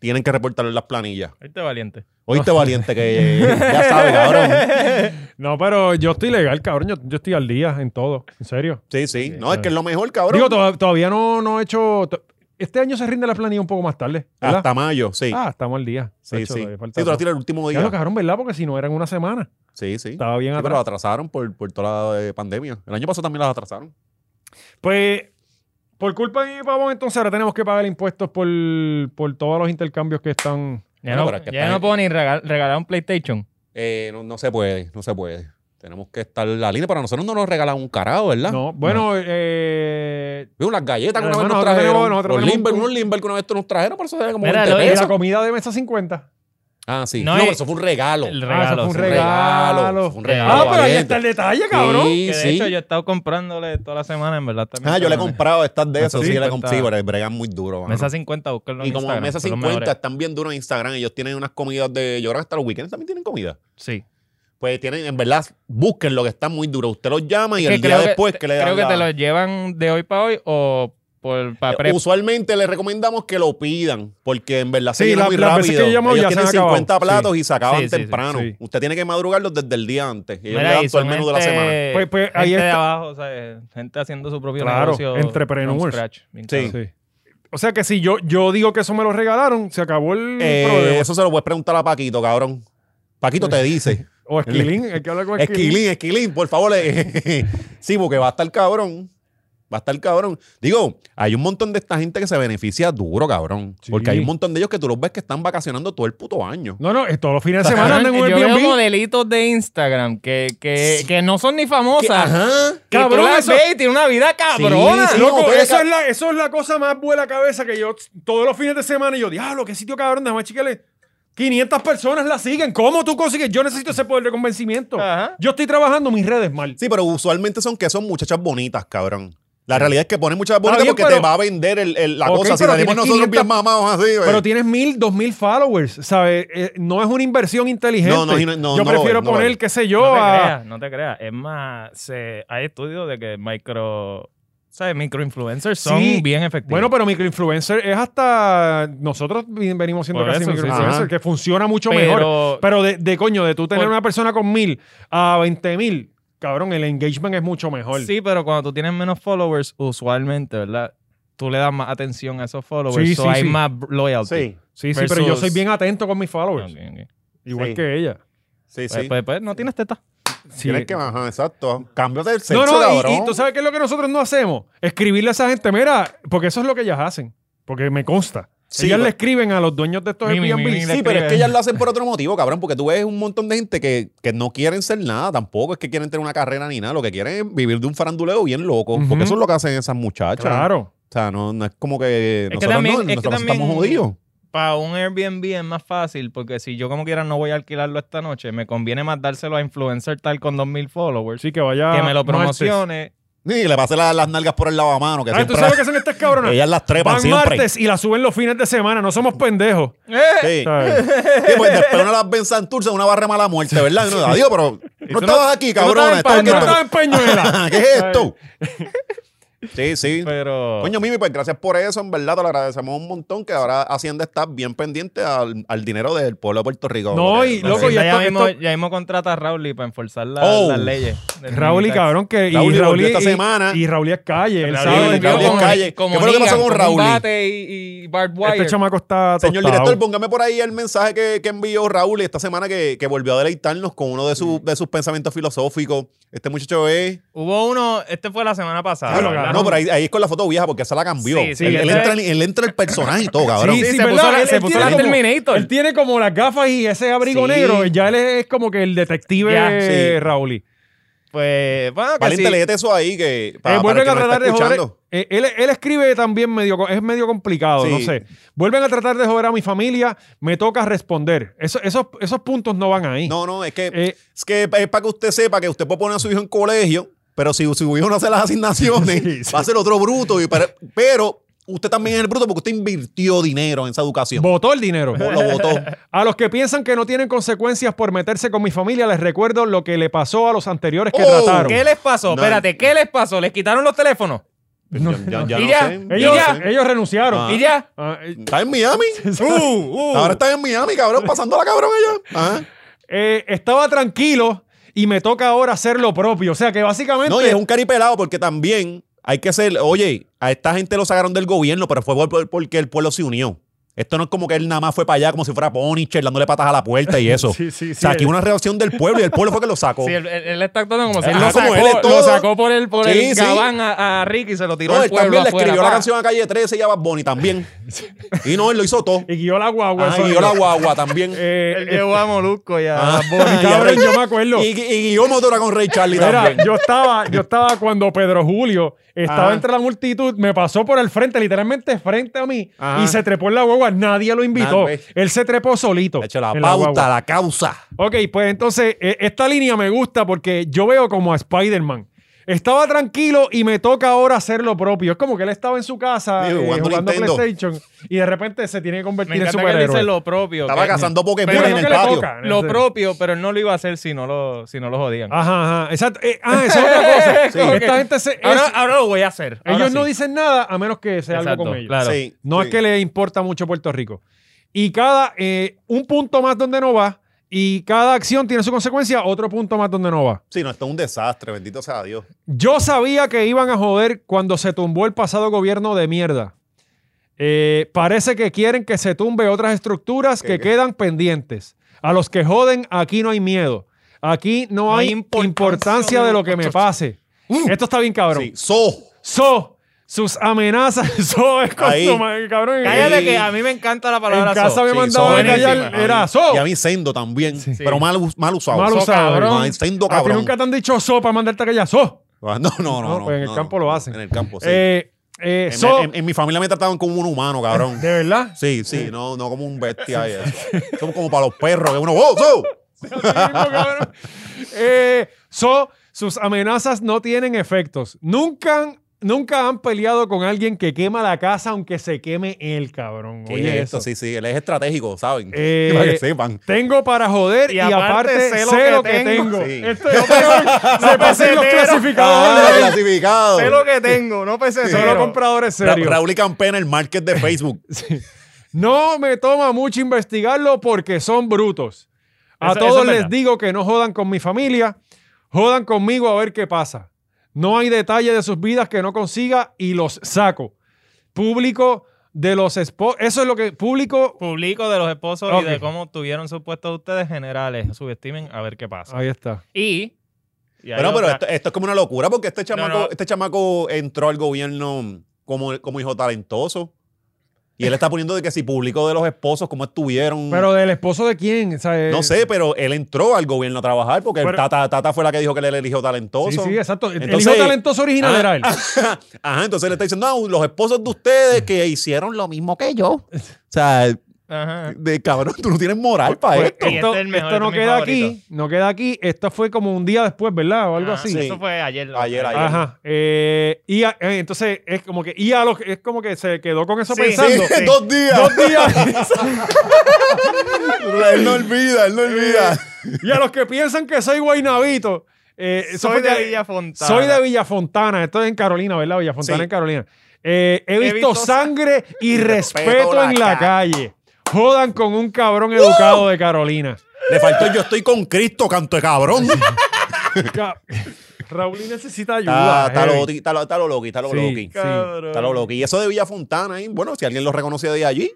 Speaker 3: tienen que reportarlo en las planillas.
Speaker 4: Este valiente.
Speaker 3: Oíste, valiente, que eh, ya sabes, cabrón.
Speaker 2: No, pero yo estoy legal, cabrón. Yo, yo estoy al día en todo. En serio.
Speaker 3: Sí, sí. No, es que es lo mejor, cabrón.
Speaker 2: Digo, to- todavía no, no he hecho. to- Este año se rinde la planilla un poco más tarde. ¿verdad?
Speaker 3: Hasta mayo, sí.
Speaker 2: Ah, estamos al día.
Speaker 3: Sí,
Speaker 2: Tacho,
Speaker 3: sí.
Speaker 2: todavía
Speaker 3: Sí,
Speaker 2: falta
Speaker 3: tú la
Speaker 2: todo.
Speaker 3: tiras el último
Speaker 2: Ya
Speaker 3: día.
Speaker 2: lo cabrón, ¿verdad? Porque si no eran una semana.
Speaker 3: Sí, sí.
Speaker 2: Estaba bien
Speaker 3: Sí, pero
Speaker 2: atrás.
Speaker 3: las atrasaron por, por toda la eh, pandemia. El año pasado también las atrasaron.
Speaker 2: Pues, por culpa de mi pavón, entonces ahora tenemos que pagar impuestos por, por todos los intercambios que están.
Speaker 4: Ya,
Speaker 3: Bueno,
Speaker 4: no,
Speaker 3: pero es que
Speaker 4: ya
Speaker 3: está-
Speaker 4: no puedo ni regal- regalar un PlayStation.
Speaker 3: Eh, no, no se puede, no se puede. Tenemos que estar en la línea, pero a nosotros no nos regalan un carajo, ¿verdad?
Speaker 2: No, bueno,
Speaker 3: Ah.
Speaker 2: eh,
Speaker 3: Vi unas galletas que
Speaker 2: No,
Speaker 3: una vez
Speaker 2: no, nosotros
Speaker 3: nos trajeron.
Speaker 2: tenemos- nosotros
Speaker 3: los
Speaker 2: tenemos
Speaker 3: Limber,
Speaker 2: un-
Speaker 3: unos Limber que una vez nos trajeron, pero eso era como
Speaker 4: Mira,
Speaker 3: 20
Speaker 4: lo-
Speaker 2: y eh, la
Speaker 3: pesos.
Speaker 2: comida de mesa 50.
Speaker 3: Ah, sí.
Speaker 4: No,
Speaker 3: No, pero
Speaker 4: eh,
Speaker 3: eso fue un regalo.
Speaker 4: El
Speaker 3: Fue
Speaker 2: Ah, eso
Speaker 4: regalo.
Speaker 2: fue un
Speaker 4: sí.
Speaker 3: Un
Speaker 2: regalo.
Speaker 3: regalo. fue un regalo.
Speaker 2: Ah, pero ahí
Speaker 3: valiente.
Speaker 2: está el detalle, cabrón.
Speaker 3: Sí,
Speaker 4: Que de
Speaker 3: sí.
Speaker 4: hecho yo he estado comprándole toda la semana, en verdad. también.
Speaker 3: Ah, yo le he comprado estas de
Speaker 4: Mesa
Speaker 3: esas. Sí, le he
Speaker 2: pues
Speaker 4: 50.
Speaker 3: comprado. Sí, pero bregan muy duro. mano.
Speaker 4: Mesa 50, buscarlo en
Speaker 3: Y como
Speaker 4: Instagram,
Speaker 3: Mesa
Speaker 4: son los
Speaker 3: 50
Speaker 4: mejores.
Speaker 3: están bien duros en Instagram, ellos tienen unas comidas de. Yo creo que hasta los weekends también tienen comida.
Speaker 4: Sí.
Speaker 3: Pues tienen, en verdad, busquen lo que está muy duro. Usted los llama y
Speaker 4: Que
Speaker 3: el día
Speaker 4: creo que-
Speaker 3: después que, le dan
Speaker 4: Creo que
Speaker 3: la-
Speaker 4: te lo llevan de hoy para hoy o por, para pre
Speaker 3: Usualmente les recomendamos que lo pidan, porque en verdad se
Speaker 2: Sí,
Speaker 3: llena
Speaker 2: la-
Speaker 3: muy
Speaker 2: las veces
Speaker 3: rápido.
Speaker 2: que yo llamo ya
Speaker 3: Ellos
Speaker 2: se
Speaker 3: tienen
Speaker 2: han acabado.
Speaker 3: 50 platos y se acaban
Speaker 4: Sí, sí, sí,
Speaker 3: temprano.
Speaker 2: sí.
Speaker 3: Usted tiene que madrugarlos desde el día antes. Y ellos le
Speaker 4: Mira, y
Speaker 3: dan todo el
Speaker 4: son este
Speaker 3: menú de la
Speaker 4: gente-
Speaker 3: semana.
Speaker 2: Pues- pues,
Speaker 4: gente
Speaker 2: ahí
Speaker 4: de
Speaker 2: está.
Speaker 4: abajo, o sea, Eh, gente haciendo su propio
Speaker 2: Claro,
Speaker 4: negocio.
Speaker 2: entrepreneurs.
Speaker 4: from scratch, bien
Speaker 3: Sí.
Speaker 4: cabrón.
Speaker 2: Sí. O sea que si yo, yo digo que eso me lo regalaron, se acabó el
Speaker 3: Eh,
Speaker 2: problema.
Speaker 3: eso se lo puedes preguntar a Paquito, cabrón. Paquito te dice.
Speaker 2: O Esquilín, hay Pues que hablar con Esquilín.
Speaker 3: Esquilín, esquilín, por favor. eh, sí, porque va a estar cabrón. Va a estar cabrón. Digo, hay un montón de esta gente que se beneficia duro, cabrón.
Speaker 2: Sí.
Speaker 3: Porque hay un montón de ellos que tú los ves que están vacacionando todo el puto año.
Speaker 2: No, no, eh, todos los fines de semana
Speaker 4: Cabrón,
Speaker 2: andan en un
Speaker 4: yo veo
Speaker 2: Airbnb.
Speaker 4: modelitos de Instagram que, que, que no son ni
Speaker 3: Que-
Speaker 4: famosas.
Speaker 3: Ajá.
Speaker 4: Que tú
Speaker 2: Cabrón,
Speaker 4: las
Speaker 2: eso-
Speaker 4: ves y tiene una vida cabrona.
Speaker 3: Sí,
Speaker 2: Loco,
Speaker 3: no, puede
Speaker 2: eso,
Speaker 3: ca-
Speaker 2: es la, eso es la cosa más buena cabeza que yo todos los fines de semana yo diablo, qué sitio cabrón, déjame chiquele. 500 personas la siguen. ¿Cómo tú consigues? Yo necesito ese poder de convencimiento.
Speaker 4: Ajá.
Speaker 2: Yo estoy trabajando mis redes mal.
Speaker 3: Ah. Sí, pero usualmente son que son muchachas bonitas, cabrón. La realidad es que ponen muchachas bonitas
Speaker 2: bien,
Speaker 3: porque
Speaker 2: pero-
Speaker 3: te va a vender el- el- la
Speaker 2: Ok,
Speaker 3: cosa. Si
Speaker 2: pero
Speaker 3: salimos
Speaker 2: tienes
Speaker 3: nosotros
Speaker 2: 500
Speaker 3: bien mamados así, eh.
Speaker 2: Pero tienes mil, dos mil followers, ¿sabes? Eh, no es una inversión inteligente.
Speaker 3: No, no, no, no,
Speaker 2: yo
Speaker 3: no
Speaker 2: prefiero
Speaker 3: lo es, no lo
Speaker 2: poner,
Speaker 3: es.
Speaker 2: qué sé yo,
Speaker 4: No te
Speaker 2: a-
Speaker 4: creas, no te creas. Es más, se- hay estudios de que micro, ¿sabes? Microinfluencers son
Speaker 2: Sí.
Speaker 4: bien efectivos.
Speaker 2: Bueno, pero microinfluencer es hasta. Nosotros bien- venimos siendo
Speaker 4: Por
Speaker 2: casi
Speaker 4: eso, sí.
Speaker 2: microinfluencer,
Speaker 3: Ajá.
Speaker 2: que funciona mucho
Speaker 4: Pero-
Speaker 2: mejor. Pero de, de coño, de tú tener
Speaker 4: Por-
Speaker 2: una persona con mil a veinte mil, cabrón, el engagement es mucho mejor.
Speaker 4: Sí, pero cuando tú tienes menos followers, usualmente, ¿verdad? Tú le das más atención a esos followers,
Speaker 2: Sí,
Speaker 4: so
Speaker 2: sí,
Speaker 4: hay
Speaker 2: sí.
Speaker 4: más loyalty.
Speaker 3: Sí,
Speaker 2: sí, sí,
Speaker 4: Versus-
Speaker 2: pero yo soy bien atento con mis followers,
Speaker 4: Ok, ok.
Speaker 2: igual
Speaker 3: Sí.
Speaker 2: que ella.
Speaker 3: sí,
Speaker 4: Pues,
Speaker 3: sí.
Speaker 4: pues- pues no tienes teta.
Speaker 2: Sí.
Speaker 3: Tienes que ajá, exacto. Cámbiate el sexo,
Speaker 2: no, no, y- y,
Speaker 3: cabrón.
Speaker 2: tú sabes qué es lo que nosotros no hacemos. Escribirle a esa gente, mira, porque eso es lo que ellas hacen, porque me consta.
Speaker 3: Sí, pues.
Speaker 2: ellas
Speaker 3: pero-
Speaker 2: le escriben a los dueños de estos
Speaker 4: Mi, mi, mi,
Speaker 2: Airbnb.
Speaker 4: mi,
Speaker 3: Sí, pero es que ellas lo hacen por otro motivo, cabrón, porque tú ves un montón de gente que, que no quieren ser nada, tampoco es que quieren tener una carrera ni nada, lo que quieren es vivir de un faranduleo bien loco,
Speaker 2: Ujú.
Speaker 3: porque eso es lo que hacen esas muchachas.
Speaker 2: Claro.
Speaker 3: O sea, no, no es como que
Speaker 4: que
Speaker 3: nosotros
Speaker 4: también-
Speaker 3: no,
Speaker 4: es que
Speaker 3: nosotros estamos
Speaker 4: también-
Speaker 3: jodidos.
Speaker 4: Para un Airbnb es más fácil, porque si yo como quiera no voy a alquilarlo esta noche, me conviene más dárselo a influencer tal con 2000 followers.
Speaker 2: Sí, que vaya.
Speaker 4: que me lo
Speaker 2: martes.
Speaker 4: promocione.
Speaker 3: Y le pasé la- las nalgas por el lavamano, que
Speaker 2: Ah, ¿Tú
Speaker 3: siempre
Speaker 2: sabes lo que hacen estas cabronas?
Speaker 3: ellas las trepan
Speaker 2: Van
Speaker 3: siempre.
Speaker 2: martes y la suben los fines de semana. No somos pendejos.
Speaker 4: ¡Eh!
Speaker 3: Sí.
Speaker 2: ¿sabes?
Speaker 3: Sí, pues después no las ven Santurce, una barra mala muerte, ¿verdad? Y uno, Adiós, pero no estabas aquí,
Speaker 2: Tú no
Speaker 3: cabrón.
Speaker 2: estás en Pañuela, tú no estás en Peñuela.
Speaker 3: ¿Qué es esto? Sí, sí.
Speaker 4: Pero...
Speaker 3: Coño, Mimi, pues gracias por eso, en verdad, te lo agradecemos un montón que ahora Hacienda está bien pendiente al, al dinero del pueblo de Puerto Rico.
Speaker 2: No,
Speaker 3: Porque-
Speaker 2: y loco,
Speaker 4: Sí,
Speaker 2: y
Speaker 4: ya,
Speaker 2: esto-
Speaker 4: mismo,
Speaker 2: esto-
Speaker 4: ya mismo contrata a Raúl para enforzar la-
Speaker 3: Oh.
Speaker 4: las leyes. del
Speaker 2: Raúl y
Speaker 4: Unitax.
Speaker 2: cabrón que.
Speaker 3: Raúl
Speaker 2: y Raúl
Speaker 3: y
Speaker 2: y,
Speaker 3: volvió esta semana.
Speaker 2: y Raúl y es calle. Él
Speaker 4: Raúl
Speaker 2: sabe.
Speaker 3: volvió
Speaker 2: cabrón.
Speaker 3: Raúl es calle. ¿Qué fue lo que pasó
Speaker 4: Negan,
Speaker 3: con
Speaker 4: un
Speaker 3: Raúl?
Speaker 4: bate y, y barbed wire.
Speaker 2: Este chamaco está.
Speaker 3: Señor
Speaker 2: tostado.
Speaker 3: director, póngame por ahí el mensaje que, que envió Raúl esta semana que, que volvió a deleitarnos con uno de, sus de sus pensamientos filosóficos. Este muchacho es...
Speaker 4: Hubo uno, este fue la semana pasada.
Speaker 2: Claro,
Speaker 4: ¿verdad?
Speaker 2: cabrón.
Speaker 3: No, pero ahí, ahí es con la foto vieja porque esa la cambió.
Speaker 4: Sí, sí,
Speaker 3: él, él
Speaker 4: ese-
Speaker 3: entra, en- él entra el personaje y todo, cabrón.
Speaker 2: Sí,
Speaker 4: Sí,
Speaker 2: sí,
Speaker 4: se puso
Speaker 2: ¿verdad?
Speaker 4: la-
Speaker 2: Él-
Speaker 4: se
Speaker 2: él
Speaker 4: puso
Speaker 2: tiene
Speaker 4: la
Speaker 2: como-
Speaker 4: Terminator.
Speaker 2: Él tiene como las gafas y ese abrigo
Speaker 4: Sí.
Speaker 2: negro. Ya él es como que el detective eh,
Speaker 4: Ya,
Speaker 3: sí.
Speaker 2: Raúl.
Speaker 4: Pues, bueno, que
Speaker 3: Valiente,
Speaker 4: sí.
Speaker 3: léete eso ahí que para,
Speaker 2: Eh,
Speaker 3: para el
Speaker 2: vuelven
Speaker 3: que
Speaker 2: a
Speaker 3: nos
Speaker 2: tratar
Speaker 3: está
Speaker 2: de joder.
Speaker 3: escuchando.
Speaker 2: eh, él, él escribe también medio, co- es medio complicado,
Speaker 3: Sí.
Speaker 2: no sé. Vuelven a tratar de joder a mi familia, me toca responder. Eso- esos, esos puntos no van ahí.
Speaker 3: No, no, es que
Speaker 2: Eh,
Speaker 3: es que es para que usted sepa que usted puede poner a su hijo en colegio, pero si su hijo no hace las asignaciones, va a ser otro bruto. Y para- pero usted también es el bruto porque usted invirtió dinero en esa educación.
Speaker 2: Votó el dinero.
Speaker 3: lo votó.
Speaker 2: A los que piensan que no tienen consecuencias por meterse con mi familia, les recuerdo lo que le pasó a los anteriores que
Speaker 3: Oh,
Speaker 2: trataron.
Speaker 4: ¿Qué les pasó?
Speaker 3: No.
Speaker 4: Espérate, ¿qué les pasó? ¿Les quitaron los teléfonos?
Speaker 3: Ya- ya- ya
Speaker 4: Y
Speaker 3: no
Speaker 4: ya,
Speaker 3: sé, ya
Speaker 2: Ellos,
Speaker 3: no
Speaker 4: ya.
Speaker 3: sé.
Speaker 2: ellos renunciaron.
Speaker 3: Ah.
Speaker 4: ¿Y ya?
Speaker 2: Ah, eh,
Speaker 3: Está en Miami.
Speaker 4: Uh, uh.
Speaker 3: Ahora está en Miami, cabrón, pasando la cabrón allá. Ajá.
Speaker 2: eh, estaba tranquilo y me toca ahora hacer lo propio. O sea que básicamente.
Speaker 3: No, y es un caripelado porque también hay que ser, oye, a esta gente lo sacaron del gobierno, pero fue por- por- porque el pueblo se unió. Esto no es como que él nada más fue para allá como si fuera Ponicher dándole patas a la puerta y eso.
Speaker 2: Sí, sí, sí.
Speaker 3: o sea, aquí una reacción del pueblo y el pueblo fue que lo sacó.
Speaker 4: Sí, él, él- él está actuando como si él
Speaker 3: Ajá,
Speaker 4: lo
Speaker 3: Oh. Ah, como
Speaker 4: sacó,
Speaker 3: él es todo.
Speaker 4: lo sacó por el, por
Speaker 3: Sí,
Speaker 4: el
Speaker 3: sí.
Speaker 4: gabán a, a Ricky y se lo tiró
Speaker 3: No,
Speaker 4: al
Speaker 3: él
Speaker 4: pueblo
Speaker 3: también le
Speaker 4: afuera,
Speaker 3: escribió la
Speaker 4: pa.
Speaker 3: canción a Calle 13 y a Bad Bunny también. Y no, él lo hizo todo.
Speaker 2: Y guió la guagua.
Speaker 3: Ah,
Speaker 2: eso
Speaker 3: y
Speaker 2: es.
Speaker 3: guió la guagua también.
Speaker 2: Eh,
Speaker 4: Él llevó a Molusco y a
Speaker 3: Ah,
Speaker 4: Bad Bunny.
Speaker 3: y a
Speaker 2: cabrón,
Speaker 3: Rey-
Speaker 2: yo me acuerdo.
Speaker 3: Y, y guió Motora con Ray Charlie
Speaker 2: Mira,
Speaker 3: también.
Speaker 2: yo estaba, yo estaba cuando Pedro Julio estaba
Speaker 3: Ajá.
Speaker 2: entre la multitud, me pasó por el frente, literalmente frente a mí,
Speaker 3: Ajá.
Speaker 2: y se trepó en la guagua. Nadie lo invitó.
Speaker 3: Nah, pues.
Speaker 2: Él se trepó solito.
Speaker 3: Ha hecho la
Speaker 2: en la
Speaker 3: pauta,
Speaker 2: guagua.
Speaker 3: la causa.
Speaker 2: Ok, pues entonces, e- esta línea me gusta porque yo veo como a Spider-Man. Estaba tranquilo y me toca ahora hacer lo propio. Es como que él estaba en su casa
Speaker 3: Sí,
Speaker 2: eh,
Speaker 3: jugando
Speaker 2: jugando,
Speaker 3: Nintendo.
Speaker 2: PlayStation y de repente se tiene que
Speaker 4: Me
Speaker 2: convertir en
Speaker 4: encanta que él dice
Speaker 2: superhéroe.
Speaker 4: lo propio.
Speaker 3: Estaba
Speaker 4: que-
Speaker 3: cazando Pokémon
Speaker 4: Pero
Speaker 3: en
Speaker 4: no
Speaker 3: el
Speaker 4: que le
Speaker 3: patio.
Speaker 2: toca.
Speaker 4: Lo propio, pero él no lo iba a hacer si no lo, si no lo jodían.
Speaker 2: Ajá, ajá. Exacto. Eh, ah, eso es otra cosa.
Speaker 4: Como que-
Speaker 2: Esta gente se- es-
Speaker 4: ahora, ahora lo voy a hacer. Ahora
Speaker 2: ellos
Speaker 4: sí.
Speaker 2: no dicen nada a menos que sea
Speaker 4: Exacto,
Speaker 2: algo con ellos.
Speaker 4: Claro.
Speaker 3: Sí,
Speaker 2: No
Speaker 3: sí.
Speaker 2: es que le importa mucho Puerto Rico. Y cada, eh, un punto más donde no va, y cada acción tiene su consecuencia, otro punto más donde no va.
Speaker 3: Sí, no, esto es un desastre, bendito sea Dios.
Speaker 2: Yo sabía que iban a joder cuando se tumbó el pasado gobierno de mierda. Eh, parece que quieren que se tumbe otras estructuras
Speaker 3: ¿Qué,
Speaker 2: que
Speaker 3: qué?
Speaker 2: quedan pendientes. A los que joden, aquí no hay miedo. Aquí no,
Speaker 4: No
Speaker 2: hay
Speaker 4: hay
Speaker 2: importancia,
Speaker 4: importancia
Speaker 2: de
Speaker 4: de
Speaker 2: lo
Speaker 4: lo-
Speaker 2: que me pase. Esto está bien cabrón.
Speaker 3: Sí, so.
Speaker 2: So, sus amenazas. So es con
Speaker 3: Ahí.
Speaker 2: su madre, cabrón.
Speaker 4: Cállate
Speaker 3: Sí.
Speaker 4: que a mí me encanta la palabra
Speaker 2: En casa
Speaker 4: so.
Speaker 2: me
Speaker 3: Sí,
Speaker 2: mandaba a
Speaker 4: so,
Speaker 2: callar.
Speaker 4: buenísima.
Speaker 2: Era so.
Speaker 3: Y a mí Sendo también, pero mal, us- mal usado.
Speaker 2: Mal
Speaker 3: So,
Speaker 2: usado,
Speaker 3: cabrón.
Speaker 2: cabrón.
Speaker 3: Sendo
Speaker 2: A ti
Speaker 3: cabrón.
Speaker 2: nunca te han dicho so para mandarte a callar. So.
Speaker 3: Ah, No, no, no.
Speaker 2: No,
Speaker 3: no,
Speaker 2: pues en el
Speaker 3: no,
Speaker 2: campo
Speaker 3: no.
Speaker 2: lo hacen.
Speaker 3: En el campo, Oh, sí.
Speaker 2: Eh, eh,
Speaker 3: en,
Speaker 2: so.
Speaker 3: en- en mi familia me trataban como un humano, cabrón.
Speaker 2: ¿De verdad?
Speaker 3: Sí, sí, no, no como un bestia. y eso. Somos como para los perros, que uno, ¡oh, so!
Speaker 2: Así mismo, cabrón. Eh, so, sus amenazas no tienen efectos. Nunca, han- nunca han peleado con alguien que quema la casa aunque se queme él, cabrón.
Speaker 3: ¿Qué
Speaker 2: Oye,
Speaker 3: es
Speaker 2: eso.
Speaker 3: esto? Sí, sí, él es estratégico, ¿saben?
Speaker 2: Eh,
Speaker 3: para que sepan.
Speaker 2: Tengo para joder y,
Speaker 4: Y
Speaker 2: aparte, sé lo que, tengo.
Speaker 3: Sí.
Speaker 2: Esto es- se pasan los
Speaker 4: pesetero.
Speaker 2: clasificadores.
Speaker 3: Ah, clasificado.
Speaker 4: Sé lo que tengo, no pensé
Speaker 2: Son los compradores
Speaker 3: Ra-
Speaker 2: serios.
Speaker 3: Raúl y Campena, el market de Facebook.
Speaker 2: No me toma mucho investigarlo porque son brutos. A
Speaker 4: Eso-
Speaker 2: todos
Speaker 4: eso es
Speaker 2: les
Speaker 4: verdad.
Speaker 2: digo que no jodan con mi familia, jodan conmigo a ver qué pasa. No hay detalle de sus vidas que no consiga y los saco. Público de los esposos. Eso es lo que. Público.
Speaker 4: Publico de los esposos
Speaker 2: Ok.
Speaker 4: y de cómo tuvieron sus puestos ustedes generales. Subestimen a ver qué pasa.
Speaker 2: Ahí está.
Speaker 4: Y. y hay
Speaker 3: Bueno, pero
Speaker 4: otra.
Speaker 3: esto, esto es como una locura porque este chamaco,
Speaker 4: no.
Speaker 3: Este chamaco entró al gobierno como, como hijo talentoso. Y él está poniendo de que si publicó de los esposos, cómo estuvieron.
Speaker 2: Pero del esposo de quién? O sea, eh,
Speaker 3: no sé, pero él entró al gobierno a trabajar porque el
Speaker 2: Pero-
Speaker 3: tata, Tata fue la que dijo que él era el hijo talentoso.
Speaker 2: Sí, sí, exacto. El-
Speaker 3: Entonces-
Speaker 2: el hijo talentoso original
Speaker 3: Ah,
Speaker 2: era él.
Speaker 3: Ajá, entonces le está diciendo, no, los esposos de ustedes que hicieron lo mismo que yo. O sea,
Speaker 4: Ajá.
Speaker 3: de cabrón, tú no tienes moral para
Speaker 2: Pues,
Speaker 3: esto.
Speaker 4: Y
Speaker 2: esto
Speaker 4: este es el mejor,
Speaker 2: esto no
Speaker 4: este es mi
Speaker 2: queda
Speaker 4: favorito.
Speaker 2: aquí. No queda aquí. Esto fue como un día después, ¿verdad? O algo
Speaker 4: Ah,
Speaker 2: así.
Speaker 4: sí, Eso fue ayer. ¿no?
Speaker 3: Ayer, ayer.
Speaker 2: Ajá. eh, y a- eh, entonces es como que y a los- es como que se quedó con eso
Speaker 4: Sí,
Speaker 2: pensando.
Speaker 4: sí.
Speaker 3: Dos días.
Speaker 2: Dos días.
Speaker 3: él no olvida, él no
Speaker 4: Eh.
Speaker 3: olvida.
Speaker 2: y a los que piensan que soy guainabito. eh, eso
Speaker 4: Soy
Speaker 2: fue
Speaker 4: de
Speaker 2: que-
Speaker 4: Villa Fontana.
Speaker 2: Soy de Villafontana. Esto es en Carolina, ¿verdad? Villafontana
Speaker 3: Sí.
Speaker 2: en Carolina. Eh, he, visto
Speaker 4: visto
Speaker 2: sangre y respeto
Speaker 3: la
Speaker 2: en la
Speaker 3: ca-
Speaker 2: calle. Jodan con un cabrón educado de Carolina.
Speaker 3: Le faltó yo estoy con Cristo, canto de cabrón.
Speaker 2: Ca- Raúl necesita ayuda.
Speaker 3: Está, está
Speaker 2: heavy.
Speaker 3: lo, está, lo, está lo loqui, está lo
Speaker 2: Sí,
Speaker 3: loqui.
Speaker 2: sí.
Speaker 4: Cabrón.
Speaker 3: Está lo loqui. Y eso de Villa Fontana, ¿eh? bueno, si alguien lo reconoce de allí,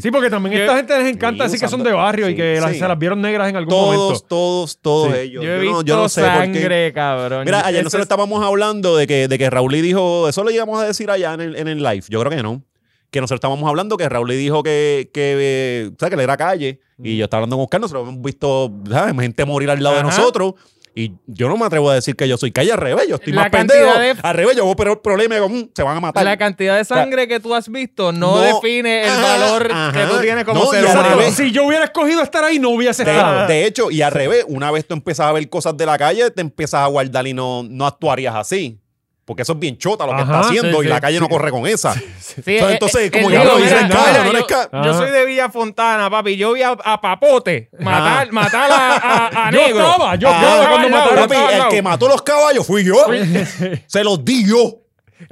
Speaker 2: Sí, porque también a esta gente les encanta
Speaker 3: Sí,
Speaker 2: decir que son
Speaker 3: usando-
Speaker 2: de barrio y
Speaker 3: sí,
Speaker 2: que las-
Speaker 3: sí.
Speaker 2: se las vieron negras en algún
Speaker 3: todos,
Speaker 2: momento.
Speaker 3: todos, todos
Speaker 2: Sí.
Speaker 3: ellos.
Speaker 4: Yo he
Speaker 3: no-
Speaker 4: visto
Speaker 3: no sé por qué.
Speaker 4: sangre, cabrón.
Speaker 3: Mira, ayer
Speaker 4: Eso
Speaker 3: nosotros
Speaker 4: es-
Speaker 3: estábamos hablando de que, de que Raulí dijo, eso lo llegamos a decir allá en el, en el live, yo creo que no. Que nosotros estábamos hablando que Raulí dijo que, que,
Speaker 2: Mm.
Speaker 3: eh, o sea, que le era calle y yo estaba hablando con Oscar, nosotros hemos visto ¿sabes? gente morir al lado de
Speaker 4: Ajá.
Speaker 3: nosotros. Y Y yo no me atrevo a decir que yo soy calle al revés. Yo estoy
Speaker 4: La
Speaker 3: más
Speaker 4: cantidad
Speaker 3: pendejo.
Speaker 4: de-
Speaker 3: Al revés, yo voy a operar el problema y digo, "Mm, se van a matar.
Speaker 4: La cantidad de sangre que tú has visto no,
Speaker 3: No,
Speaker 4: define el
Speaker 3: ajá,
Speaker 4: valor que
Speaker 3: ajá.
Speaker 4: tú tienes como
Speaker 3: No, y
Speaker 4: ser
Speaker 3: al
Speaker 4: humano.
Speaker 3: revés.
Speaker 2: Si yo hubiera escogido estar ahí, no hubiese
Speaker 3: De,
Speaker 2: estado.
Speaker 3: de hecho, y al revés, una vez tú empiezas a ver cosas de la calle, te empiezas a guardar y no, no actuarías así. Porque eso es bien chota lo que
Speaker 2: Ajá,
Speaker 3: está haciendo
Speaker 4: sí,
Speaker 3: y
Speaker 4: sí,
Speaker 3: la calle no corre con esa.
Speaker 4: Sí,
Speaker 3: Entonces,
Speaker 4: eh,
Speaker 3: entonces,
Speaker 4: eh,
Speaker 3: como
Speaker 4: el
Speaker 3: que
Speaker 4: digo,
Speaker 3: no le
Speaker 4: mira,
Speaker 3: dicen nada,
Speaker 4: mira,
Speaker 3: no Ah. le
Speaker 4: yo-
Speaker 3: ca-
Speaker 4: Yo soy de Villa Fontana, papi. Yo vi a, a Papote
Speaker 3: Ah.
Speaker 4: matar, matar a, a, a
Speaker 2: Yo
Speaker 4: negro.
Speaker 2: estaba, yo
Speaker 4: Ah,
Speaker 2: estaba cuando
Speaker 4: al lado,
Speaker 2: mataron.
Speaker 4: yo
Speaker 3: Papi, eh,
Speaker 4: estaba al
Speaker 3: el
Speaker 4: lado.
Speaker 3: que mató los caballos fui yo. se los di yo.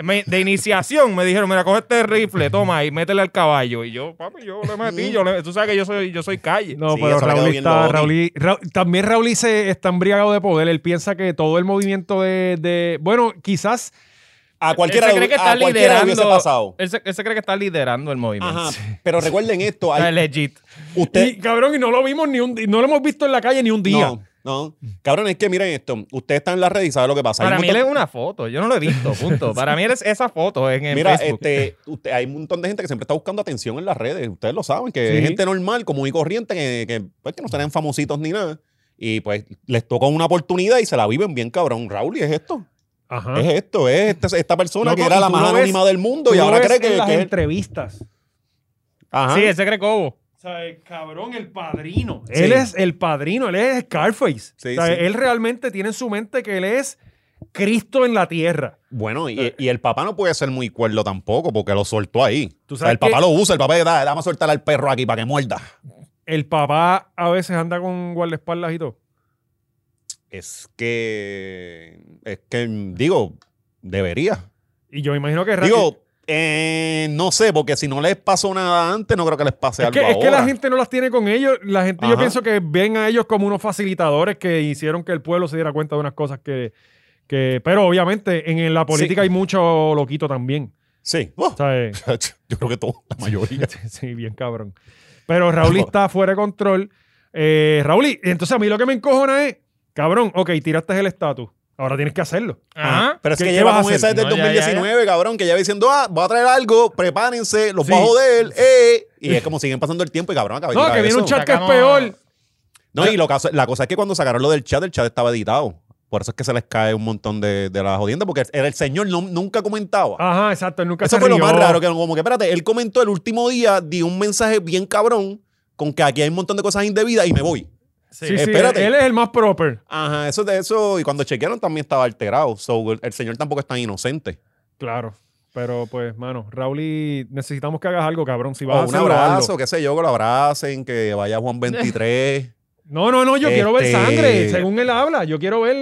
Speaker 4: Me- de iniciación me dijeron, mira, coge este rifle, toma y métele al caballo. Y yo, papi, yo le metí, yo le- tú sabes que yo soy, yo soy calle.
Speaker 2: No,
Speaker 3: Sí,
Speaker 2: pero
Speaker 3: eso le quedó
Speaker 2: Raúl
Speaker 3: bien
Speaker 2: está.
Speaker 3: loco.
Speaker 2: Raúl- Raúl- también Raúl se está embriagado de poder. Él piensa que todo el movimiento de. de- bueno, quizás.
Speaker 3: A
Speaker 4: Él
Speaker 3: cualquiera,
Speaker 4: se
Speaker 3: le-
Speaker 4: cree que está
Speaker 3: a cualquiera le hubiese
Speaker 4: liderando.
Speaker 3: pasado.
Speaker 4: Él se, él se cree que está liderando el movimiento.
Speaker 3: Ajá. Pero recuerden esto.
Speaker 4: O sea,
Speaker 3: hay-
Speaker 4: legit.
Speaker 3: usted,
Speaker 2: Y, cabrón, y no lo vimos ni un di- No lo hemos visto en la calle ni un día.
Speaker 3: No, no. Cabrón, es que miren esto. Usted está en la red y sabe lo que pasa. Hay
Speaker 4: Para
Speaker 3: un
Speaker 4: mí él
Speaker 3: montón-
Speaker 4: es una foto. Yo no lo he visto, punto. Para mí él es esa foto en, en
Speaker 3: Mira,
Speaker 4: Facebook.
Speaker 3: este, usted- hay un montón de gente que siempre está buscando atención en las redes. Ustedes lo saben, que
Speaker 2: Sí.
Speaker 3: es gente normal, común y corriente, que, que, pues, que no serán famositos ni nada. Y pues les toca una oportunidad y se la viven bien cabrón. Raúl, y es esto.
Speaker 2: Ajá.
Speaker 3: Es esto, es esta, esta persona
Speaker 2: Ah. Loco,
Speaker 3: que era
Speaker 2: y
Speaker 3: la
Speaker 2: tú
Speaker 3: más
Speaker 2: lo ves-
Speaker 3: anónima del mundo y
Speaker 2: Tú lo
Speaker 3: ahora
Speaker 2: ves
Speaker 3: cree
Speaker 2: en
Speaker 3: que.
Speaker 2: las
Speaker 3: que-
Speaker 2: entrevistas. Ah.
Speaker 3: Ajá.
Speaker 4: Sí, él se cree cobo.
Speaker 2: O sea, el cabrón, el padrino.
Speaker 3: Sí.
Speaker 2: Él es el padrino, él es Scarface.
Speaker 3: Sí,
Speaker 2: O sea,
Speaker 3: sí.
Speaker 2: él realmente tiene en su mente que él es Cristo en la tierra.
Speaker 3: Bueno,
Speaker 2: Eh.
Speaker 3: y, y el papá no puede ser muy cuerdo tampoco, porque lo soltó ahí.
Speaker 2: Tú
Speaker 3: O sea, el
Speaker 2: sabes
Speaker 3: papá lo usa, el papá le da, dame a soltar al perro aquí para que muerda.
Speaker 2: El papá a veces anda con guardaespaldas y todo.
Speaker 3: Es que. Es que, digo, debería.
Speaker 2: Y yo me imagino que...
Speaker 3: Digo, eh, no sé, porque si no les pasó nada antes, no creo que les pase
Speaker 2: es
Speaker 3: algo
Speaker 2: que, es
Speaker 3: ahora.
Speaker 2: que la gente no las tiene con ellos. La gente, yo
Speaker 3: Ajá.
Speaker 2: pienso que ven a ellos como unos facilitadores que hicieron que el pueblo se diera cuenta de unas cosas que. que pero obviamente en la política
Speaker 3: Sí.
Speaker 2: hay mucho loquito también.
Speaker 3: Sí. Oh,
Speaker 2: O sea, eh,
Speaker 3: yo creo que todo, la mayoría.
Speaker 2: sí, bien cabrón. Pero Raúl está fuera de control. Eh, Raúl, y- entonces a mí lo que me encojona es, cabrón, ok, tiraste el estatus. Ahora tienes que hacerlo.
Speaker 4: Ajá.
Speaker 3: Pero es
Speaker 2: ¿Qué-
Speaker 3: que
Speaker 2: qué
Speaker 3: lleva
Speaker 2: vas a
Speaker 3: con
Speaker 2: hacer?
Speaker 3: esa desde el
Speaker 4: No, ya, ya,
Speaker 3: 2019, cabrón, que lleva diciendo, ah, voy a traer algo, prepárense, los
Speaker 2: Sí.
Speaker 3: bajo de él, eh. Y es como siguen pasando el tiempo y cabrón, acaba de
Speaker 2: No,
Speaker 3: tirar
Speaker 2: que viene
Speaker 3: eso.
Speaker 2: un chat que es
Speaker 4: Sacamos-
Speaker 2: peor.
Speaker 3: No, y lo caso- la cosa es que cuando sacaron lo del chat, el chat estaba editado. Por eso es que se les cae un montón de, de la jodienda, porque el, el señor no- nunca comentaba.
Speaker 2: Ajá, exacto. él nunca
Speaker 3: Eso
Speaker 2: se
Speaker 3: fue lo
Speaker 2: rió.
Speaker 3: más raro, que como que, espérate, él comentó el último día, dio un mensaje bien cabrón, con que aquí hay un montón de cosas indebidas y me voy.
Speaker 2: Sí, sí,
Speaker 3: Eh, Espérate.
Speaker 2: él es el más proper.
Speaker 3: Ajá, eso de eso, y cuando chequearon también estaba alterado. So, el, el señor tampoco es tan inocente.
Speaker 2: Claro. Pero pues, mano, Raúl, y necesitamos que hagas algo, cabrón. Si vas
Speaker 3: O
Speaker 2: a
Speaker 3: Oh, un
Speaker 2: hacerlo, hazlo.
Speaker 3: abrazo, qué sé yo, que lo abracen, que vaya Juan 23.
Speaker 2: No, no, no, yo quiero ver
Speaker 3: Este-
Speaker 2: sangre, según él habla. Yo quiero ver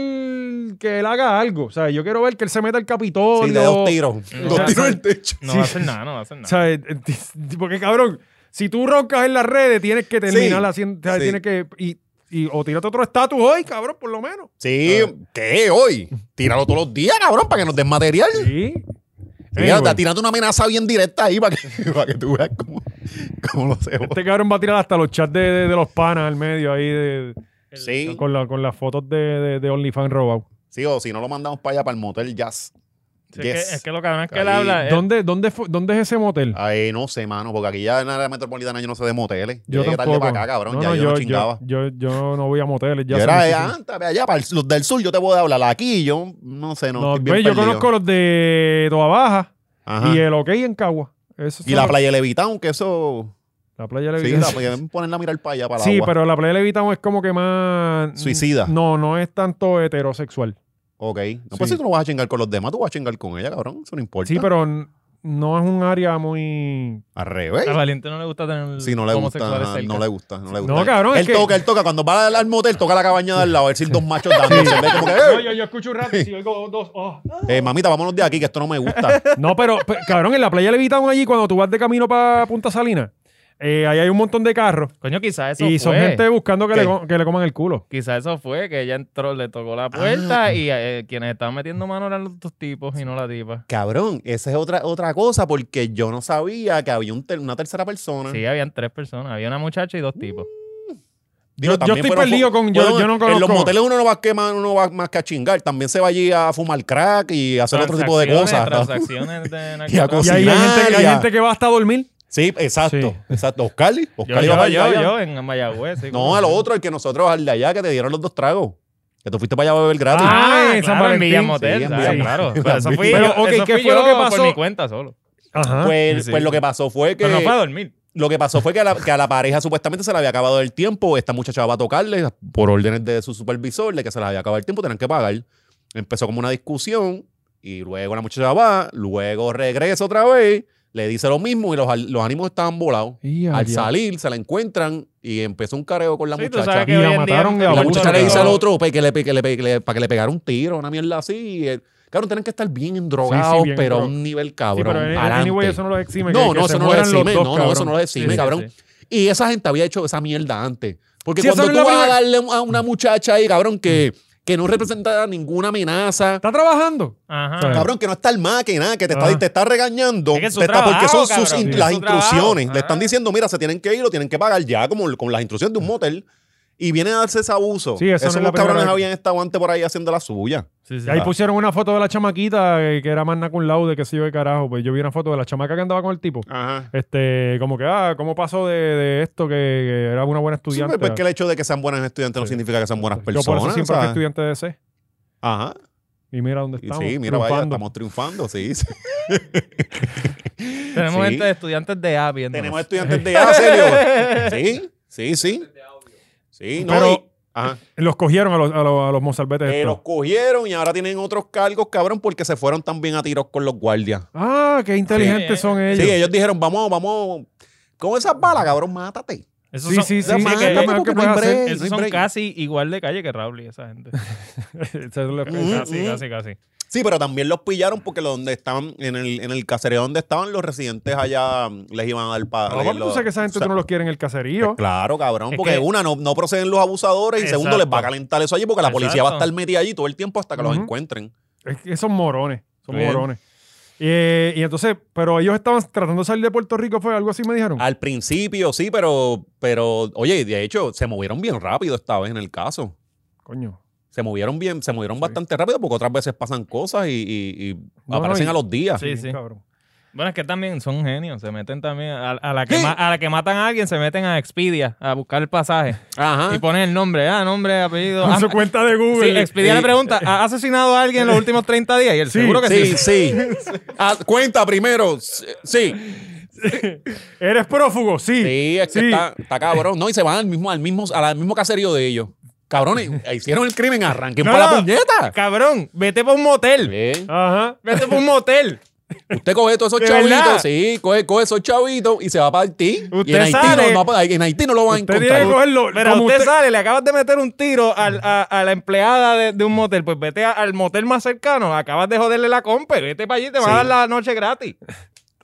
Speaker 2: que él haga algo. O sea, yo quiero ver que él se meta al Capitolio.
Speaker 3: sí, de dos tiros.
Speaker 4: O
Speaker 3: Dos
Speaker 4: sea,
Speaker 3: tiros en el techo.
Speaker 4: No
Speaker 2: Sí.
Speaker 4: va a hacer nada, no va a hacer
Speaker 2: O
Speaker 4: nada.
Speaker 2: sea, eh, porque cabrón, si tú roncas en las redes, tienes que terminar
Speaker 3: Sí,
Speaker 2: haciendo. o sea,
Speaker 3: sí.
Speaker 2: tienes que. Y, y- o tírate otro estatus hoy, cabrón, por lo menos.
Speaker 3: Sí, ¿qué hoy? Tíralo todos los días, cabrón, para que nos des material.
Speaker 2: Sí.
Speaker 3: Mira,
Speaker 2: Anyway,
Speaker 3: está tirando una amenaza bien directa ahí para que, para que tú veas cómo, cómo lo hacemos.
Speaker 2: este cabrón va a tirar hasta los chats de, de- de los panas al medio ahí de,
Speaker 3: Sí,
Speaker 2: con, la- con las fotos de, de, de OnlyFans robado.
Speaker 3: sí, o si no lo mandamos para allá, para el motel jazz.
Speaker 4: Sí, es,
Speaker 3: Yes.
Speaker 4: que, es que lo cabrón es que él
Speaker 3: Ahí.
Speaker 4: habla. él-
Speaker 2: ¿Dónde, dónde, fu- ¿Dónde es ese motel?
Speaker 3: Ay, no sé, mano, porque aquí ya en la área metropolitana yo no sé de moteles. Yo, llegué tarde para acá, cabrón,
Speaker 2: No,
Speaker 3: ya
Speaker 2: no,
Speaker 3: yo, no chingaba. Yo,
Speaker 2: Yo, yo, yo no voy a moteles. Ya sé
Speaker 3: era
Speaker 2: muchísimo.
Speaker 3: de antes, de allá, para el- los del sur yo te puedo hablar. Aquí yo no sé, no,
Speaker 2: No,
Speaker 3: estoy bien
Speaker 2: ve, yo
Speaker 3: perdido.
Speaker 2: conozco los de Toa Baja
Speaker 3: Ajá.
Speaker 2: y
Speaker 3: Y,
Speaker 2: el OK en Cagua. Esos son
Speaker 3: la
Speaker 2: los-
Speaker 3: playa de Levitown, que eso...
Speaker 2: la playa de
Speaker 3: Sí,
Speaker 2: Levitown.
Speaker 3: la playa, ponerla a mirar para allá, para el
Speaker 2: Sí,
Speaker 3: agua.
Speaker 2: pero la playa de Levitown es como que más.
Speaker 3: Suicida.
Speaker 2: No, no es tanto heterosexual.
Speaker 3: Ok. No, pues
Speaker 2: Sí.
Speaker 3: si tú no vas a chingar con los demás, tú vas a chingar con ella, cabrón. Eso no importa.
Speaker 2: Sí, pero n- no es un área muy.
Speaker 3: Al revés.
Speaker 4: A Valiente no le gusta tener
Speaker 3: Si no le gusta,
Speaker 4: homosexuales
Speaker 3: ajá,
Speaker 4: cerca.
Speaker 3: no le gusta, no le gusta.
Speaker 2: No, cabrón,
Speaker 3: Él
Speaker 2: es que-
Speaker 3: toca, él toca. Cuando va al, al motel, toca la cabaña de al lado. A ver si dos machos dándose. Él ve como que,
Speaker 2: No,
Speaker 3: "Eh,
Speaker 2: yo, yo escucho un rato y si oigo dos. oh.
Speaker 3: eh, mamita, vámonos de aquí, que esto no me gusta.
Speaker 2: No, pero, pe- cabrón, en la playa de Levitown allí, cuando tú vas de camino para Punta Salina, eh, ahí hay un montón de carros.
Speaker 4: Coño, quizás eso
Speaker 2: Y
Speaker 4: fue.
Speaker 2: son gente buscando que le,
Speaker 3: ¿Qué?
Speaker 2: co- que le coman el culo.
Speaker 4: Quizás eso fue que ella entró, le tocó
Speaker 3: Ah.
Speaker 4: la puerta y eh, quienes estaban metiendo mano eran los dos tipos y no la tipa.
Speaker 3: Cabrón, esa es otra, otra cosa, porque yo no sabía que había un ter- una tercera persona.
Speaker 4: Sí, habían tres personas. Había una muchacha y dos tipos.
Speaker 3: Digo,
Speaker 2: Yo- yo
Speaker 3: también
Speaker 2: estoy
Speaker 3: fueron
Speaker 2: perdido
Speaker 3: fu-
Speaker 2: con- yo-
Speaker 3: fueron-
Speaker 2: yo no
Speaker 3: En los
Speaker 2: conozco-
Speaker 3: moteles uno no va, que más, uno va más que a chingar. También se va allí a fumar crack y hacer otro tipo de
Speaker 4: Transacciones,
Speaker 3: cosas. ¿no?
Speaker 4: Transacciones de
Speaker 3: Y a
Speaker 2: Y
Speaker 4: narcotráfico.
Speaker 3: cosas.
Speaker 2: ahí hay
Speaker 3: Cocinaria.
Speaker 2: gente, hay gente que va hasta dormir.
Speaker 3: Sí, exacto.
Speaker 2: Sí.
Speaker 3: Exacto. Oscali.
Speaker 4: Yo,
Speaker 3: Oscali va
Speaker 4: yo,
Speaker 3: para allá.
Speaker 4: yo, yo, en Mayagüez. sí,
Speaker 3: No,
Speaker 4: como-
Speaker 3: al otro, el que nosotros, al de allá, que te dieron los dos tragos. Que tú fuiste para allá a beber gratis.
Speaker 2: Ah, en
Speaker 4: en
Speaker 2: San
Speaker 4: claro, en
Speaker 2: Valentín.
Speaker 4: Villa
Speaker 3: Sí,
Speaker 4: Motel,
Speaker 3: en
Speaker 4: ¿sabes?
Speaker 3: Villa-
Speaker 4: claro. Pero eso fui,
Speaker 2: Pero,
Speaker 4: yo-
Speaker 2: ok,
Speaker 4: eso
Speaker 2: ¿qué
Speaker 4: fui
Speaker 2: fue
Speaker 4: yo
Speaker 2: lo que pasó?
Speaker 4: por mi cuenta solo.
Speaker 2: Ajá.
Speaker 3: pues,
Speaker 4: sí.
Speaker 3: pues lo que pasó fue que.
Speaker 4: Pero no fue a dormir.
Speaker 3: Lo que pasó fue que a, la, que a la pareja supuestamente se le había acabado el tiempo. Esta muchacha va a tocarle por órdenes de su supervisor de que se les había acabado el tiempo, tenían que pagar. Empezó como una discusión y luego la muchacha va, luego regresa otra vez, le dice lo mismo y los, al- los ánimos estaban volados.
Speaker 2: Y a
Speaker 3: Al
Speaker 2: diablo.
Speaker 3: salir se la encuentran y empezó un careo con la
Speaker 4: Sí, tú
Speaker 3: muchacha.
Speaker 4: sabes que
Speaker 2: Y la
Speaker 4: hoy en día-
Speaker 2: mataron de
Speaker 3: Y
Speaker 2: a
Speaker 3: la
Speaker 2: Cabrón,
Speaker 3: muchacha le dice al
Speaker 2: cabrón.
Speaker 3: otro pues, que le, pe- que le pe- que le- para que le pegara un tiro, una mierda así. Y el- Claro, tienen que estar bien endrogados,
Speaker 2: bien
Speaker 3: pero a
Speaker 2: drogado.
Speaker 3: un nivel
Speaker 2: Sí,
Speaker 3: cabrón.
Speaker 2: pero eh,
Speaker 3: pa'lante.
Speaker 2: anyway, eso no lo exime. que-
Speaker 3: No,
Speaker 2: que
Speaker 3: no,
Speaker 2: se
Speaker 3: eso no lo
Speaker 2: mueran los
Speaker 3: exime.
Speaker 2: dos,
Speaker 3: No, no,
Speaker 2: cabrón.
Speaker 3: eso no lo exime,
Speaker 4: Sí, sí,
Speaker 3: cabrón. Y esa gente había hecho esa mierda antes. Porque
Speaker 2: Sí,
Speaker 3: cuando
Speaker 2: eso
Speaker 3: tú
Speaker 2: no es
Speaker 3: vas
Speaker 2: la
Speaker 3: a
Speaker 2: primera-
Speaker 3: darle a una muchacha ahí, cabrón, que, que no representa ninguna amenaza,
Speaker 2: ¿Está trabajando?
Speaker 4: Ajá.
Speaker 2: Sabe.
Speaker 3: cabrón, que no está el más que nada, que te
Speaker 2: Ajá.
Speaker 3: está, te está regañando,
Speaker 4: Es que es su
Speaker 3: te está- porque
Speaker 4: trabajo,
Speaker 3: son sus
Speaker 4: cabrón.
Speaker 3: in-
Speaker 4: Sí.
Speaker 3: las
Speaker 4: Es su trabajo.
Speaker 3: instrucciones. Le
Speaker 4: Ajá.
Speaker 3: están diciendo, mira, se tienen que ir, lo tienen que pagar ya, como con las instrucciones de un motel. Y viene a darse ese abuso.
Speaker 2: Sí, eso no
Speaker 3: Esos
Speaker 2: es la primera
Speaker 3: cabrones
Speaker 2: vez.
Speaker 3: habían estado antes por ahí haciendo la suya.
Speaker 4: Sí, sí.
Speaker 2: Y ahí pusieron una foto de la chamaquita eh, que era magna con laude, que sé yo de carajo. Pues yo vi una foto de la chamaca que andaba con el tipo.
Speaker 3: Ajá.
Speaker 2: Este, como que, ah, ¿cómo pasó de, de esto que, que era una buena
Speaker 3: Sí,
Speaker 2: estudiante?
Speaker 3: pero es que el hecho de que sean buenas estudiantes no significa que sean buenas
Speaker 2: yo
Speaker 3: personas.
Speaker 2: por eso siempre fui
Speaker 3: ¿sabes?
Speaker 2: estudiante de C.
Speaker 3: Ajá.
Speaker 2: Y mira dónde
Speaker 3: Y
Speaker 2: estamos.
Speaker 3: sí, mira, vaya,
Speaker 2: triunfando.
Speaker 3: estamos triunfando, sí. sí.
Speaker 4: Tenemos
Speaker 3: Sí.
Speaker 4: gente de estudiantes de A viendo.
Speaker 3: Tenemos estudiantes de A, serio. Sí, sí, sí. Sí, no,
Speaker 2: Pero-
Speaker 3: y- ajá.
Speaker 2: Los cogieron a los, a los, a los mozalbetes
Speaker 3: Eh,
Speaker 2: estos.
Speaker 3: los cogieron y ahora tienen otros cargos, cabrón, porque se fueron también a tiros con los guardias.
Speaker 2: Ah, qué inteligentes
Speaker 4: Sí. eh,
Speaker 2: son ellos.
Speaker 3: Sí, ellos dijeron, vamos, vamos. Con esas balas, cabrón, mátate.
Speaker 4: Esos
Speaker 2: Sí,
Speaker 4: son-
Speaker 2: sí, sí.
Speaker 4: esos
Speaker 2: sí,
Speaker 4: son
Speaker 2: que-
Speaker 4: que-
Speaker 2: que
Speaker 3: porque
Speaker 2: puedes
Speaker 3: no hay
Speaker 2: hacer.
Speaker 3: break.
Speaker 4: Esos
Speaker 3: no hay
Speaker 4: son
Speaker 3: break.
Speaker 4: casi igual de calle que Raúl y esa gente.
Speaker 2: Eso es lo que-
Speaker 3: Mm,
Speaker 4: Casi,
Speaker 3: mm.
Speaker 4: casi, casi.
Speaker 3: Sí, pero también los pillaron porque lo- donde estaban, en el, en el caserío donde estaban los residentes allá, mm, les iban a dar para.
Speaker 2: No, papi, tú sabes que esa gente tú no los quieres en el caserío.
Speaker 3: Pues Claro, cabrón,
Speaker 4: Es
Speaker 3: porque
Speaker 4: que-
Speaker 3: una, no, no proceden los abusadores y
Speaker 4: Exacto.
Speaker 3: segundo, les va a calentar eso allí porque la policía va a
Speaker 4: Exacto.
Speaker 3: estar metida allí todo el tiempo hasta que los
Speaker 2: Ujú.
Speaker 3: encuentren.
Speaker 2: Es que son morones. Son
Speaker 3: Bien.
Speaker 2: morones. Eh, y entonces, pero ellos estaban tratando de salir de Puerto Rico, fue algo así, me dijeron.
Speaker 3: Al principio sí, pero, pero, oye, de hecho, se movieron bien rápido esta vez en el caso.
Speaker 2: Coño.
Speaker 3: Se movieron bien, se movieron bastante rápido porque otras veces pasan cosas y, y- y
Speaker 2: no,
Speaker 3: aparecen
Speaker 2: y-
Speaker 3: a los días.
Speaker 4: Sí,
Speaker 2: bien
Speaker 4: sí.
Speaker 2: Cabrón.
Speaker 4: Bueno, es que también son genios. Se meten también a, a la que
Speaker 3: Sí.
Speaker 4: ma- a la que matan a alguien, se meten a Expedia a buscar el pasaje
Speaker 3: Ajá.
Speaker 4: y ponen el nombre, ah, nombre, apellido.
Speaker 2: Con
Speaker 4: Ah,
Speaker 2: su cuenta de
Speaker 4: sí,
Speaker 2: Google.
Speaker 4: Expedia
Speaker 3: Sí.
Speaker 4: le pregunta, ¿ha asesinado a alguien en los últimos 30 días? Y él
Speaker 2: Sí,
Speaker 4: seguro que sí.
Speaker 3: Sí, sí. Ah, cuenta primero. Sí. Sí,
Speaker 2: ¿Eres prófugo? Sí.
Speaker 3: Sí, es que
Speaker 2: Sí.
Speaker 3: Está, está cabrón. No, y se van al mismo, al mismo, al mismo caserío de ellos. Cabrones, hicieron el crimen, arranquen
Speaker 4: No,
Speaker 3: para la
Speaker 4: no.
Speaker 3: puñeta.
Speaker 4: Cabrón, vete para un motel.
Speaker 3: Bien.
Speaker 2: Ajá.
Speaker 4: Vete para un motel.
Speaker 3: Usted coge todos
Speaker 4: ¿De
Speaker 3: esos chavitos,
Speaker 4: verdad?
Speaker 3: sí, coge, coge esos chavitos y se va para Haití.
Speaker 4: Usted
Speaker 3: y en Haití,
Speaker 4: sale-
Speaker 3: no, no- en Haití no lo van a
Speaker 2: Usted tiene que
Speaker 3: encontrar.
Speaker 2: cogerlo.
Speaker 4: Pero
Speaker 2: como
Speaker 4: usted,
Speaker 2: usted-
Speaker 4: sale, le acabas de meter un tiro al- a, a la empleada de, de un motel. Pues vete a- al motel más cercano. Acabas de joderle la compra. Vete para allí, te va
Speaker 3: Sí.
Speaker 4: a dar la noche gratis.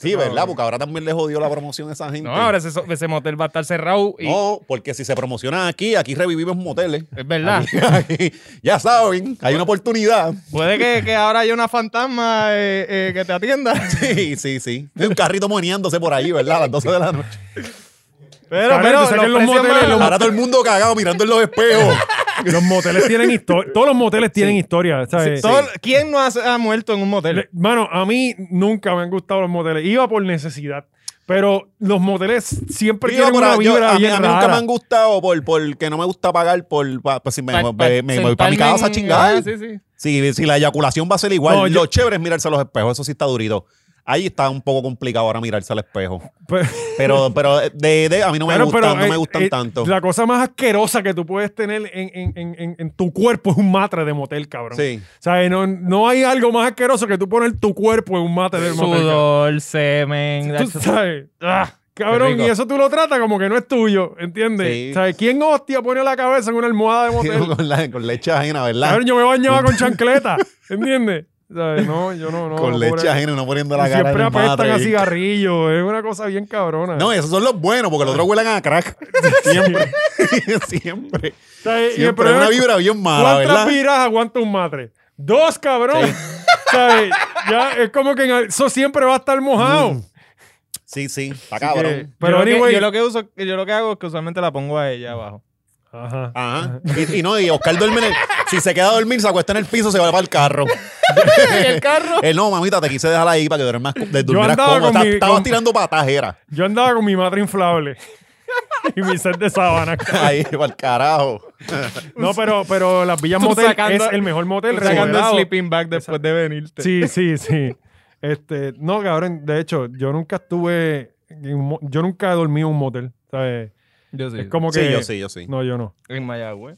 Speaker 3: Sí, ¿verdad? Porque ahora también le jodió la promoción a esa gente.
Speaker 4: No, ahora ese, so- ese motel va a estar cerrado. Y,
Speaker 3: No, porque si se promociona aquí, aquí revivimos moteles.
Speaker 4: Es verdad.
Speaker 3: Aquí- ya saben, hay una oportunidad.
Speaker 4: Puede que, que ahora haya una fantasma eh, eh, que te atienda.
Speaker 3: Sí, sí, sí. Hay un carrito moneándose por ahí, ¿verdad? A las 12 de la noche.
Speaker 4: Pero,
Speaker 2: Cabrón,
Speaker 4: pero,
Speaker 2: tú sabes que en los
Speaker 4: precios
Speaker 2: moteles
Speaker 4: más-
Speaker 2: lo-
Speaker 3: Ahora todo el mundo cagado mirando en los espejos.
Speaker 2: Los moteles tienen historia. Todos los moteles tienen historia. ¿sabes?
Speaker 4: Todo- ¿Quién no ha, ha muerto en un motel?
Speaker 2: Le- Mano, a mí nunca me han gustado los moteles. Iba por necesidad. Pero los moteles siempre
Speaker 3: Iba
Speaker 2: tienen
Speaker 3: por
Speaker 2: una
Speaker 3: ahí, yo-
Speaker 2: vibra
Speaker 3: a mí,
Speaker 2: bien
Speaker 3: a mí nunca
Speaker 2: rara.
Speaker 3: me han gustado por, porque no me gusta pagar por pa- pues si me,
Speaker 4: Pa-
Speaker 3: me- me- me voy para mi
Speaker 4: sentarme
Speaker 3: casa a
Speaker 4: en-
Speaker 3: chingar.
Speaker 4: Ah, sí, sí.
Speaker 3: Si, si la eyaculación va a ser igual.
Speaker 2: No, yo-
Speaker 3: Lo chévere es mirarse a los espejos, eso sí está durito. Ahí está un poco complicado ahora mirarse al espejo.
Speaker 2: Pero-
Speaker 3: Pero, pero de, de- a mí no me
Speaker 2: Claro,
Speaker 3: gustan, no
Speaker 2: eh,
Speaker 3: me gustan
Speaker 2: eh,
Speaker 3: tanto.
Speaker 2: La cosa más asquerosa que tú puedes tener en, en- en- en- en tu cuerpo es un matre de motel, cabrón.
Speaker 3: Sí.
Speaker 2: O sea, no, no hay algo más asqueroso que tú poner tu cuerpo en un matre de motel. cabrón.
Speaker 4: Sudor, semen.
Speaker 2: Tú sabes. Ah, cabrón,
Speaker 4: rico.
Speaker 2: y eso tú lo tratas como que no es tuyo, ¿entiendes?
Speaker 3: Sí.
Speaker 2: ¿Sabes? ¿Quién hostia pone la cabeza en una almohada de motel?
Speaker 3: con, la- con leche ajena, ¿verdad?
Speaker 2: Cabrón, yo me bañaba con chancleta, ¿entiendes? ¿Sabes? No, yo no, no.
Speaker 3: con
Speaker 2: no,
Speaker 3: leche
Speaker 2: pobre.
Speaker 3: ajena, no poniendo la
Speaker 2: Y
Speaker 3: cara en
Speaker 2: siempre
Speaker 3: el
Speaker 2: apestan
Speaker 3: matre.
Speaker 2: a cigarrillo, es una cosa bien cabrona.
Speaker 3: No, esos son los buenos, porque los otros huelen a crack. Siempre. Siempre.
Speaker 2: O sea, y el
Speaker 3: Siempre.
Speaker 2: problema
Speaker 3: Una
Speaker 2: es-
Speaker 3: vibra bien mala,
Speaker 2: ¿Cuántas
Speaker 3: ¿verdad?
Speaker 2: viras aguanta un matre? Dos, cabrón. ¿Sabes? Ya es como que en el- eso siempre va a estar mojado.
Speaker 3: Mm. Sí, sí. Está
Speaker 2: Así que-
Speaker 3: cabrón.
Speaker 2: pero
Speaker 4: yo, lo que-
Speaker 2: anyway.
Speaker 4: yo lo que uso, yo lo que hago es que usualmente la pongo a ella abajo.
Speaker 2: Ajá.
Speaker 3: Ajá. Y, y no, y Oscar duerme en el- Si se queda a dormir, se acuesta en el piso, se va para el carro.
Speaker 4: el carro?
Speaker 3: Él, no, mamita, te quise dejar ahí para que duermas, de- durmieras
Speaker 2: andaba
Speaker 3: cómodo.
Speaker 2: con
Speaker 3: Está-
Speaker 2: mi-
Speaker 3: Estabas
Speaker 2: con-
Speaker 3: tirando patajera.
Speaker 2: Yo andaba con mi matre inflable. y mi set de sábana.
Speaker 3: Ahí, para el carajo.
Speaker 2: No, pero, pero las Villas Motel
Speaker 4: sacando-
Speaker 2: es el mejor motel.
Speaker 4: Tú sacando el
Speaker 2: remodelado.
Speaker 4: sleeping bag después de venirte.
Speaker 2: Sí, sí, sí. Este, no, cabrón, de hecho, yo nunca estuve, en un mo- yo nunca he dormido en un motel, ¿sabes?
Speaker 4: Yo sí.
Speaker 2: Es como que...
Speaker 3: Sí, yo sí, yo sí.
Speaker 2: No, yo no.
Speaker 4: En Mayagüez.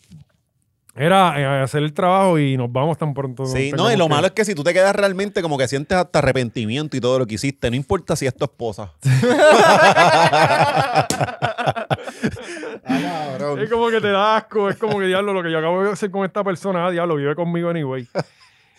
Speaker 2: Era eh, hacer el trabajo y nos vamos tan pronto.
Speaker 3: Sí, no, y lo malo es que si tú te quedas realmente como que sientes hasta arrepentimiento y todo lo que hiciste, no importa si es tu esposa. Ah,
Speaker 2: Es como que te da asco, es como que diablo, lo que yo acabo de hacer con esta persona, ah, diablo, vive conmigo anyway.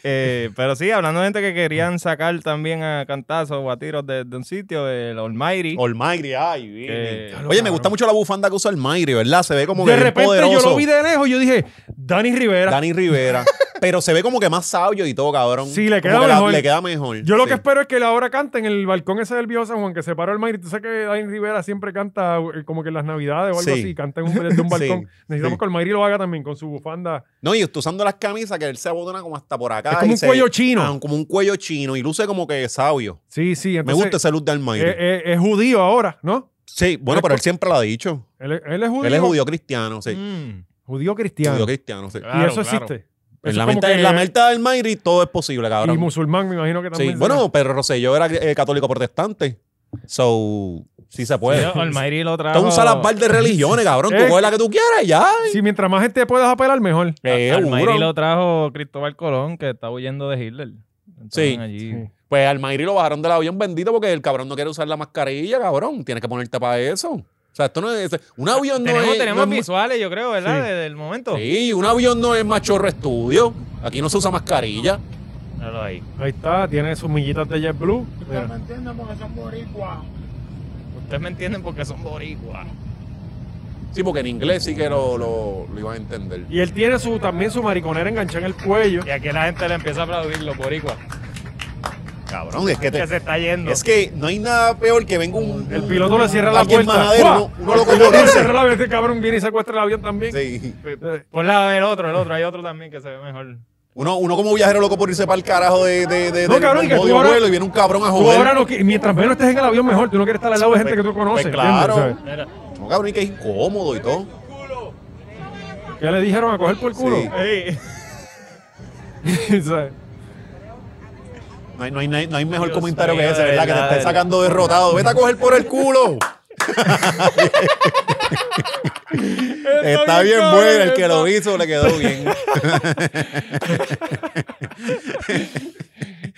Speaker 4: Eh, pero sí, hablando de gente que querían sacar también a cantazos o a tiros de, de un sitio, el Almighty.
Speaker 3: Almighty, ay, viene.
Speaker 4: Que-
Speaker 3: Oye, me gusta mucho la bufanda que usa Almighty, ¿verdad? Se ve como
Speaker 2: de
Speaker 3: que bien
Speaker 2: repente yo
Speaker 3: poderoso.
Speaker 2: lo vi de lejos y yo dije, Dani Rivera.
Speaker 3: Dani Rivera. pero se ve como que más sabio y todo, cabrón.
Speaker 2: Sí, le
Speaker 3: Como
Speaker 2: queda
Speaker 3: que la-
Speaker 2: mejor.
Speaker 3: le queda mejor.
Speaker 2: yo lo
Speaker 3: sí.
Speaker 2: que espero es que la hora cante en el balcón ese del viejo San Juan, que se paró el maíz. Tú sabes que Dani Rivera siempre canta eh, como que en las navidades o algo
Speaker 3: Sí.
Speaker 2: así, canta en un, desde un
Speaker 3: Sí,
Speaker 2: balcón. Necesitamos
Speaker 3: sí.
Speaker 2: que el Mayri lo haga también con su bufanda.
Speaker 3: No, y está usando las camisas que él se abotona como hasta por acá.
Speaker 2: Es como
Speaker 3: y
Speaker 2: un
Speaker 3: se-
Speaker 2: cuello chino.
Speaker 3: Ah, como un cuello chino y luce como que sabio.
Speaker 2: Sí, sí,
Speaker 3: Me
Speaker 2: entonces...
Speaker 3: gusta esa luz de Almighty.
Speaker 2: eh, eh, es judío ahora, ¿no?
Speaker 3: sí, bueno, pero él siempre lo ha dicho.
Speaker 2: Él, es- él es judío.
Speaker 3: Él es judío cristiano, sí.
Speaker 4: Mm.
Speaker 2: Judío cristiano.
Speaker 3: Judío cristiano, sí.
Speaker 2: y
Speaker 4: Claro,
Speaker 2: eso
Speaker 4: claro.
Speaker 2: existe.
Speaker 3: En
Speaker 2: Ah, Eso
Speaker 3: la,
Speaker 2: como
Speaker 3: mente,
Speaker 2: que-
Speaker 3: en la mente de Almighty todo es posible,
Speaker 2: Y
Speaker 3: cabrón.
Speaker 2: musulmán, me imagino que
Speaker 3: Sí,
Speaker 2: también. será.
Speaker 3: Bueno, pero Rosselló era eh, católico protestante. So, sí se puede.
Speaker 4: Sí, Almighty lo trajo.
Speaker 3: Tú usas las par de religiones, cabrón. Tú
Speaker 2: ah, Eh.
Speaker 3: coges la que tú quieras y ya.
Speaker 2: Sí, mientras más gente puedas apelar, mejor.
Speaker 3: Eh,
Speaker 4: Almighty
Speaker 3: seguro.
Speaker 4: lo trajo Cristóbal Colón, que estaba huyendo de Hitler. Entraron
Speaker 3: Sí.
Speaker 4: allí.
Speaker 2: Sí.
Speaker 3: Pues Almighty lo bajaron del avión bendito porque el cabrón no quiere usar la mascarilla, cabrón. Tienes que ponerte para eso. O sea, esto no es. Un
Speaker 2: Ah,
Speaker 3: avión no
Speaker 4: tenemos
Speaker 3: es.
Speaker 4: tenemos
Speaker 3: no es-
Speaker 4: visuales, yo creo, ¿verdad?
Speaker 2: Sí.
Speaker 4: De- Del momento.
Speaker 3: Sí, un avión no es machorro estudio. Aquí no se usa mascarilla.
Speaker 4: Míralo ahí.
Speaker 2: Ahí está, tiene sus millitas de JetBlue. Mira.
Speaker 4: Ustedes me entienden porque son boricuas.
Speaker 3: Sí, porque en inglés sí que lo, lo, lo iba a entender.
Speaker 2: Y él tiene su, también su mariconera enganchada en el cuello.
Speaker 4: Y aquí la gente le empieza a aplaudir los boricuas.
Speaker 3: Cabrón, es que
Speaker 4: Que se está yendo.
Speaker 3: Es que no hay nada peor que venga un.
Speaker 2: El piloto le cierra la
Speaker 3: Alguien
Speaker 2: puerta.
Speaker 3: majadero,
Speaker 2: ¡Guau!
Speaker 3: uno- uno lo
Speaker 2: El piloto le
Speaker 3: convence.
Speaker 2: cierra la puerta, el cabrón viene y secuestra el avión también.
Speaker 3: Sí.
Speaker 2: Eh,
Speaker 4: Por la el otro, el otro. Hay otro también que se ve mejor.
Speaker 3: Uno, uno como viajero loco por irse para el carajo de, de, de,
Speaker 2: No,
Speaker 3: del
Speaker 2: cabrón, y que
Speaker 3: modo
Speaker 2: tú
Speaker 3: de
Speaker 2: ahora-
Speaker 3: vuelo y viene un cabrón a
Speaker 2: Tú
Speaker 3: joder.
Speaker 2: ahora no qui- mientras menos estés en el avión, mejor. Tú no quieres estar al lado de gente que tú conoces.
Speaker 3: Pues claro.
Speaker 2: ¿entiendes? ¿Sabes?
Speaker 4: Mira.
Speaker 3: No, cabrón, y que es incómodo y todo.
Speaker 2: Ya le dijeron a coger por culo. Eh,
Speaker 3: Sí.
Speaker 4: Ey.
Speaker 2: ¿Sabes?
Speaker 3: No hay, no hay, no hay- no hay mejor
Speaker 4: Dios
Speaker 3: comentario
Speaker 4: mío,
Speaker 3: que ese,
Speaker 4: de
Speaker 3: ¿verdad? Que te
Speaker 4: verdad,
Speaker 3: estén
Speaker 4: de verdad.
Speaker 3: sacando derrotado. Vete a coger por el culo. Está bien
Speaker 2: cabrón,
Speaker 3: bueno, el que
Speaker 2: está-
Speaker 3: lo hizo le quedó bien.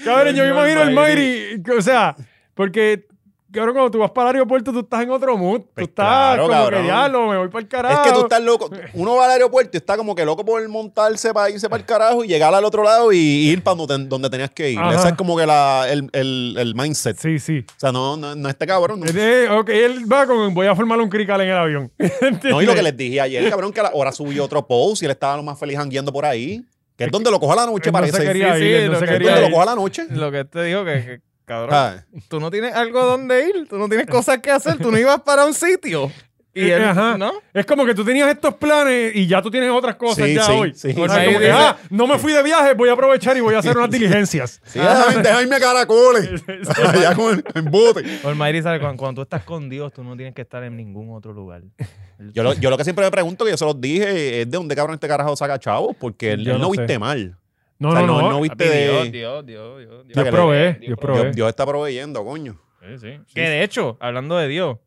Speaker 2: Cabrón, yo me imagino el Mayri, o sea, porque cabrón, cuando tú vas para el aeropuerto, tú estás en otro mood. Tú
Speaker 3: Pues
Speaker 2: estás
Speaker 3: claro,
Speaker 2: como
Speaker 3: cabrón.
Speaker 2: que diablo, me voy para el
Speaker 3: Es
Speaker 2: carajo.
Speaker 3: que tú estás loco. Uno va al aeropuerto y está como que loco por montarse para irse para el carajo y llegar al otro lado y ir para donde, donde tenías que ir.
Speaker 2: Ajá.
Speaker 3: Ese es como que la, el, el, el mindset.
Speaker 2: Sí, sí.
Speaker 3: O sea, no, no, no este cabrón. No.
Speaker 2: Él es- ok, él va con voy a formar un crical en el avión. ¿Entiendes?
Speaker 3: No, y lo que les dije ayer, cabrón, que a la- ahora subí otro post y él estaba lo más feliz jangueando por ahí. Que es donde lo cojo a la noche,
Speaker 2: Él no
Speaker 3: parece.
Speaker 2: se quería
Speaker 4: Sí,
Speaker 2: ir,
Speaker 4: sí,
Speaker 2: él no
Speaker 4: lo
Speaker 2: se
Speaker 4: que-
Speaker 3: Es
Speaker 2: quería
Speaker 3: donde lo
Speaker 2: ir.
Speaker 3: cojo a la noche.
Speaker 4: Lo que te digo que, que, cabrón,
Speaker 3: Ah.
Speaker 4: tú no tienes algo donde ir, tú no tienes cosas que hacer, tú no ibas para un sitio. Y él,
Speaker 2: Ajá.
Speaker 4: ¿no?
Speaker 2: Es como que tú tenías estos planes y ya tú tienes otras cosas
Speaker 3: Sí,
Speaker 2: ya
Speaker 3: sí,
Speaker 2: hoy.
Speaker 3: sí.
Speaker 2: O sea,
Speaker 4: Ahí
Speaker 2: como que,
Speaker 4: dice-
Speaker 2: ah, no me fui de viaje, voy a aprovechar y voy a hacer unas diligencias.
Speaker 3: Sí,
Speaker 2: Ah.
Speaker 3: déjame, déjame irme a caracoles. Allá con el en bote.
Speaker 4: Almighty sabe, cuando, cuando tú estás con Dios, tú no tienes que estar en ningún otro lugar.
Speaker 3: Yo lo, yo lo que siempre me pregunto, que yo se los dije, es de dónde cabrón este carajo saca chavos, porque él,
Speaker 2: Yo
Speaker 3: él no
Speaker 2: no sé.
Speaker 3: viste mal.
Speaker 2: No,
Speaker 3: O sea,
Speaker 2: no, no.
Speaker 3: viste
Speaker 4: Papi,
Speaker 3: de-
Speaker 4: Dios, Dios, Dios, Dios.
Speaker 3: Yo
Speaker 4: Dios.
Speaker 2: probé, yo
Speaker 4: Dios
Speaker 2: probé.
Speaker 3: Dios, Dios está proveyendo, coño.
Speaker 4: Sí, sí. Que de hecho, hablando de Dios,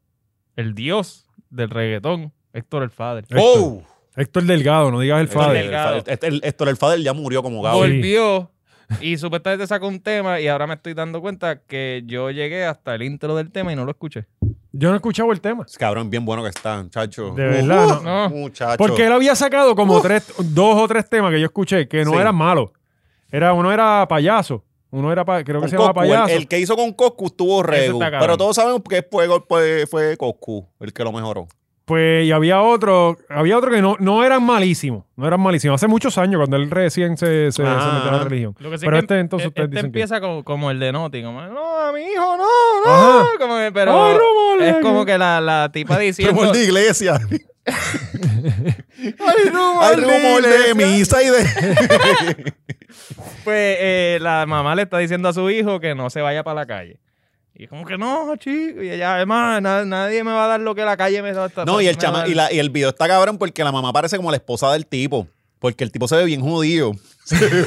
Speaker 4: el Dios del reggaetón, Héctor el Father.
Speaker 2: Héctor
Speaker 3: ¡Oh!
Speaker 2: Héctor Delgado, no digas el
Speaker 4: Héctor
Speaker 2: Fader.
Speaker 4: Delgado.
Speaker 3: Este- el- Héctor el Fader ya murió como gabo.
Speaker 2: Vol-
Speaker 4: Volvió y supuestamente sacó un tema y ahora me estoy dando cuenta que yo llegué hasta el intro del tema y no lo escuché.
Speaker 2: Yo no he escuchado el tema.
Speaker 3: Cabrón, bien bueno que está, muchacho.
Speaker 2: De verdad,
Speaker 3: Uh-huh.
Speaker 4: no.
Speaker 3: Muchacho.
Speaker 2: Porque él había sacado como tres, dos o tres temas que yo escuché que no
Speaker 3: Uh-huh. Sí.
Speaker 2: eran malos. Era, uno era payaso. Uno era, pa- creo que
Speaker 3: Con
Speaker 2: se llamaba
Speaker 3: Coscu, el-
Speaker 2: payaso.
Speaker 3: el, que hizo con Coscu estuvo regu.
Speaker 4: está cabrón.
Speaker 3: Pero todos sabemos que fue, fue, fue Coscu el que lo mejoró.
Speaker 2: Pues, y había otro, había otro que no, no eran malísimos. No eran malísimos. Hace muchos años, cuando él recién se, se,
Speaker 3: Ah.
Speaker 2: se metió en la religión.
Speaker 4: Lo que sí
Speaker 2: Pero
Speaker 4: que
Speaker 2: este, entonces,
Speaker 4: e-
Speaker 2: ustedes
Speaker 4: este
Speaker 2: dicen que-
Speaker 4: empieza como, como el de Noti, como, no, a mi hijo, no, no,
Speaker 2: Ajá.
Speaker 4: como que, pero
Speaker 2: Ay, Romualda,
Speaker 4: es
Speaker 2: que-
Speaker 4: como que la, la tipa diciendo,
Speaker 3: Rumor de iglesia.
Speaker 4: ay,
Speaker 3: Hay
Speaker 4: Romualda,
Speaker 3: rumor de misa y de.
Speaker 4: pues eh, la mamá le está diciendo a su hijo que no se vaya para la calle. Y es como que no, chico. Y ella, además, na- nadie me va a dar lo que la calle me da. esta-
Speaker 3: No, y el,
Speaker 4: me va a
Speaker 3: chama,
Speaker 4: dar".
Speaker 3: y, la- y el video está cabrón porque la mamá parece como la esposa del tipo. Porque el tipo se ve bien judío.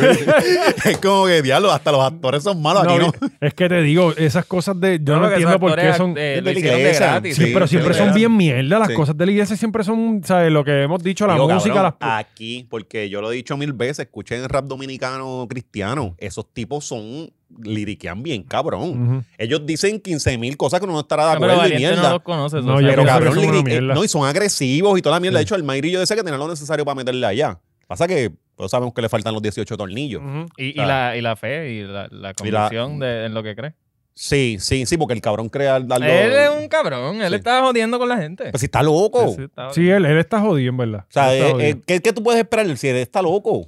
Speaker 3: es como que, diablo, hasta los actores son malos aquí, ¿no?
Speaker 2: Es que te digo, esas cosas de. Yo no,
Speaker 4: Porque esos
Speaker 2: entiendo por qué
Speaker 4: actores,
Speaker 2: son.
Speaker 4: eh,
Speaker 3: Es
Speaker 4: lo
Speaker 3: de la
Speaker 4: hicieron de
Speaker 3: iglesia.
Speaker 4: gratis.
Speaker 2: sí, pero
Speaker 3: sí,
Speaker 2: siempre
Speaker 3: sí,
Speaker 2: son
Speaker 3: sí.
Speaker 2: bien mierda. Las
Speaker 3: Sí.
Speaker 2: cosas de la iglesia siempre son, ¿sabes? Lo que hemos dicho, la
Speaker 3: Digo,
Speaker 2: música,
Speaker 3: cabrón,
Speaker 2: las.
Speaker 3: Aquí, porque yo lo he dicho mil veces, escuchen el rap dominicano cristiano. Esos tipos son liriquean bien, cabrón.
Speaker 2: Ujú.
Speaker 3: Ellos dicen 15 mil cosas que uno no estará de
Speaker 4: Ah,
Speaker 3: acuerdo
Speaker 4: Pero
Speaker 3: y
Speaker 4: Valiente
Speaker 3: mierda.
Speaker 4: no los conoces.
Speaker 2: No,
Speaker 4: o
Speaker 2: yo
Speaker 4: sea,
Speaker 2: pienso
Speaker 3: pero
Speaker 2: que
Speaker 3: cabrón,
Speaker 2: son una
Speaker 3: lirique-
Speaker 2: mierda.
Speaker 3: no, y son agresivos y toda la mierda. De
Speaker 2: Sí.
Speaker 3: hecho, el Mayrillo dice que tenía lo necesario para meterle allá. Pasa que todos sabemos que le faltan los 18 tornillos.
Speaker 2: Ujú.
Speaker 4: Y, y la, y la fe y la, la convicción de, en lo que cree.
Speaker 3: Sí, sí, sí, porque el cabrón crea al- al-
Speaker 4: Él es un cabrón. Él
Speaker 3: Sí.
Speaker 4: estaba jodiendo con la gente.
Speaker 3: Pues si está loco.
Speaker 4: Sí, sí, estaba-
Speaker 2: Sí, él, él está jodido, en verdad.
Speaker 3: O sea,
Speaker 2: Él está
Speaker 3: eh,
Speaker 2: jodido.
Speaker 3: eh, ¿qué, qué tú puedes esperar? Si él está loco. O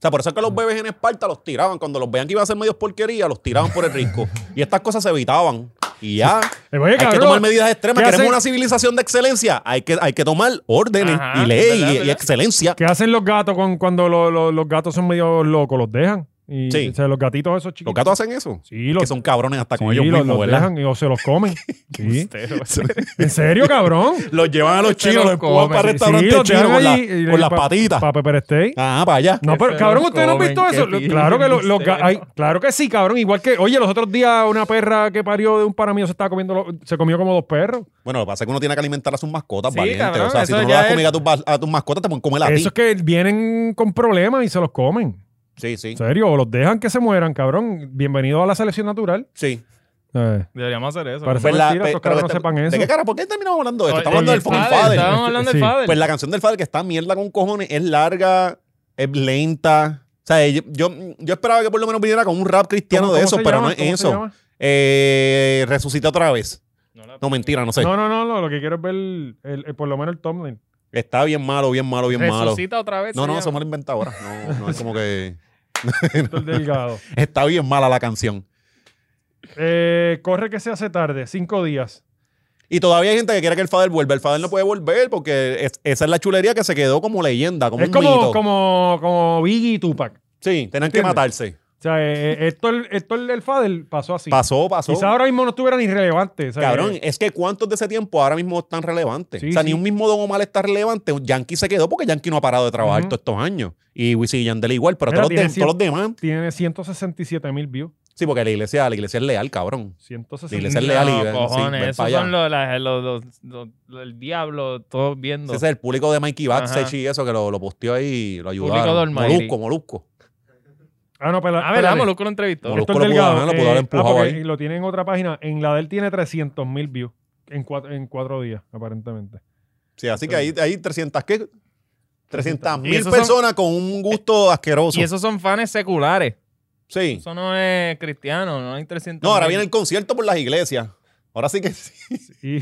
Speaker 3: sea, por eso es que
Speaker 2: Mm.
Speaker 3: los bebés en Esparta los tiraban. Cuando los veían que iban a ser medios porquería, los tiraban por el risco. Y estas cosas se evitaban. Y ya.
Speaker 2: Eh, oye,
Speaker 3: hay que
Speaker 2: cabrón,
Speaker 3: tomar medidas extremas.
Speaker 2: ¿qué
Speaker 3: Queremos
Speaker 2: hacen?
Speaker 3: una civilización de excelencia. Hay que, hay que tomar órdenes
Speaker 4: Ajá,
Speaker 3: y ley
Speaker 4: ¿verdad,
Speaker 3: y- y,
Speaker 4: verdad?
Speaker 3: excelencia.
Speaker 2: ¿Qué hacen los gatos con- cuando lo- lo- los gatos son medio locos? Los dejan. Y,
Speaker 3: Sí.
Speaker 2: o sea, los gatitos esos chicos.
Speaker 3: ¿Los gatos hacen eso?
Speaker 2: Sí, los,
Speaker 3: que son cabrones hasta con
Speaker 2: sí,
Speaker 3: ellos
Speaker 2: los-
Speaker 3: mismos,
Speaker 2: los
Speaker 3: ¿verdad?
Speaker 2: dejan y o se los comen. Sí. ¿En serio, cabrón?
Speaker 3: Los
Speaker 2: Este
Speaker 3: llevan a los
Speaker 4: Se
Speaker 3: chinos,
Speaker 4: los
Speaker 3: los empujan
Speaker 4: comen.
Speaker 3: para restaurantes
Speaker 2: los
Speaker 3: chinos
Speaker 2: dejan
Speaker 3: con, la-
Speaker 2: allí y-
Speaker 3: con las
Speaker 2: pa-
Speaker 3: patitas.
Speaker 2: Para Pepper Steak.
Speaker 3: Ah, para allá.
Speaker 2: No, pero
Speaker 4: se
Speaker 2: cabrón,
Speaker 4: los
Speaker 2: ¿ustedes no han
Speaker 4: comen,
Speaker 2: visto
Speaker 4: qué
Speaker 2: eso? Lo-
Speaker 4: pillo,
Speaker 2: Claro que, lo- los
Speaker 4: en
Speaker 2: ga-
Speaker 4: serio.
Speaker 2: ay, claro que sí, cabrón. Igual que, oye, los otros días una perra que parió de un para mío se estaba comiendo, lo- se comió como dos perros.
Speaker 3: Bueno, lo que pasa es que uno tiene que alimentar a sus mascotas,
Speaker 4: Sí,
Speaker 3: valiente.
Speaker 4: cabrón,
Speaker 3: o sea, si
Speaker 4: eso
Speaker 3: tú no le
Speaker 4: ya
Speaker 3: das
Speaker 4: es-
Speaker 3: comida a tus, va- a tus mascotas, te pueden comer a ti.
Speaker 2: Eso es que vienen con problemas y se los comen.
Speaker 3: Sí, sí,
Speaker 2: En serio, o los dejan que se mueran, cabrón. Bienvenido a la selección natural.
Speaker 3: sí.
Speaker 2: Eh,
Speaker 4: Deberíamos hacer eso.
Speaker 2: Parece-
Speaker 4: Pues,
Speaker 2: Pues la- mentira, estos
Speaker 3: pero
Speaker 2: cabrones
Speaker 3: este-
Speaker 2: no sepan
Speaker 3: ¿De
Speaker 2: eso.
Speaker 3: qué cara? ¿Por qué terminamos hablando de esto?
Speaker 4: oye,
Speaker 3: Estamos hablando del fucking
Speaker 4: padre,
Speaker 3: father.
Speaker 4: Estábamos hablando del
Speaker 2: Sí.
Speaker 4: Fader.
Speaker 3: Pues la canción del father que está mierda con cojones es larga, es lenta. O sea, yo, yo, yo esperaba que por lo menos viniera con un rap cristiano
Speaker 2: ¿cómo-
Speaker 3: de
Speaker 2: cómo
Speaker 3: eso,
Speaker 2: se
Speaker 3: pero
Speaker 2: llama?
Speaker 3: no es
Speaker 2: ¿Cómo se
Speaker 3: eso.
Speaker 2: llama?
Speaker 3: Eh, resucita otra vez.
Speaker 4: No, la-
Speaker 3: No, mentira, no sé.
Speaker 2: No, no, no, no, lo que quiero es ver el, el- por lo menos el thumbnail.
Speaker 3: Está bien malo, bien malo, bien malo.
Speaker 4: Resucita otra vez.
Speaker 3: No,
Speaker 4: se
Speaker 3: no,
Speaker 4: llama.
Speaker 3: se me lo inventa ahora. No, no, es como que
Speaker 2: Héctor Delgado.
Speaker 3: está bien mala la canción.
Speaker 2: Eh, corre que se hace tarde, cinco días.
Speaker 3: Y todavía hay gente que quiere que el Fader vuelva. El Fader no puede volver porque es- esa es la chulería que se quedó como leyenda, como
Speaker 2: es
Speaker 3: un
Speaker 2: como,
Speaker 3: mito.
Speaker 2: como, como Biggie y Tupac.
Speaker 3: Sí, tenían que
Speaker 2: ¿Entiendes?
Speaker 3: matarse.
Speaker 2: O sea, eh, Héctor, Héctor el Fader pasó así.
Speaker 3: Pasó, pasó.
Speaker 2: Quizás ahora mismo no estuviera ni relevante. o sea,
Speaker 3: Cabrón,
Speaker 2: eh,
Speaker 3: es que cuántos de ese tiempo ahora mismo están relevantes.
Speaker 2: Sí,
Speaker 3: o sea, ni
Speaker 2: sí.
Speaker 3: un mismo Don Omar está relevante. Yankee se quedó porque Yankee no ha parado de trabajar
Speaker 2: Ujú.
Speaker 3: todos estos años. Y Wisin y Yandel igual, pero
Speaker 2: Mira,
Speaker 3: todos, los
Speaker 2: tiene
Speaker 3: de- todos los demás.
Speaker 2: Tiene 167 mil views.
Speaker 3: Sí, porque la iglesia, la iglesia es leal, cabrón. La
Speaker 2: 160
Speaker 3: iglesia es leal y
Speaker 4: No,
Speaker 3: ven- sí,
Speaker 4: cojones,
Speaker 3: ven pa'
Speaker 4: esos
Speaker 3: allá.
Speaker 4: son los, las- los- los- los- los- el diablo, todos viendo.
Speaker 3: Ese es el público de Mikey Backstage
Speaker 4: Ajá.
Speaker 3: y eso que lo, lo posteó ahí y lo
Speaker 4: Público
Speaker 3: ayudaron.
Speaker 4: de Almighty.
Speaker 3: Molusco, Molusco.
Speaker 2: Ah, no, pero.
Speaker 4: A ver,
Speaker 2: espérate.
Speaker 4: vamos, lo entrevistó.
Speaker 3: Molusco
Speaker 2: Héctor
Speaker 3: lo pudo
Speaker 2: Delgado.
Speaker 3: ganar, lo pudo
Speaker 2: eh,
Speaker 3: haber
Speaker 2: ah,
Speaker 3: empujado
Speaker 2: porque
Speaker 3: ahí.
Speaker 2: Lo tiene en otra página. En la de él tiene 300 mil views. En cuatro, en cuatro días, aparentemente.
Speaker 3: Sí, así que ahí hay 300, ¿qué? 300
Speaker 4: Y
Speaker 3: mil
Speaker 4: esos son- eh,
Speaker 3: personas con un gusto asqueroso.
Speaker 4: Y esos son fans seculares.
Speaker 3: sí.
Speaker 4: Eso no es cristiano, no hay 300.
Speaker 3: No, ahora viene el concierto por las iglesias. Ahora sí que sí.
Speaker 2: Y,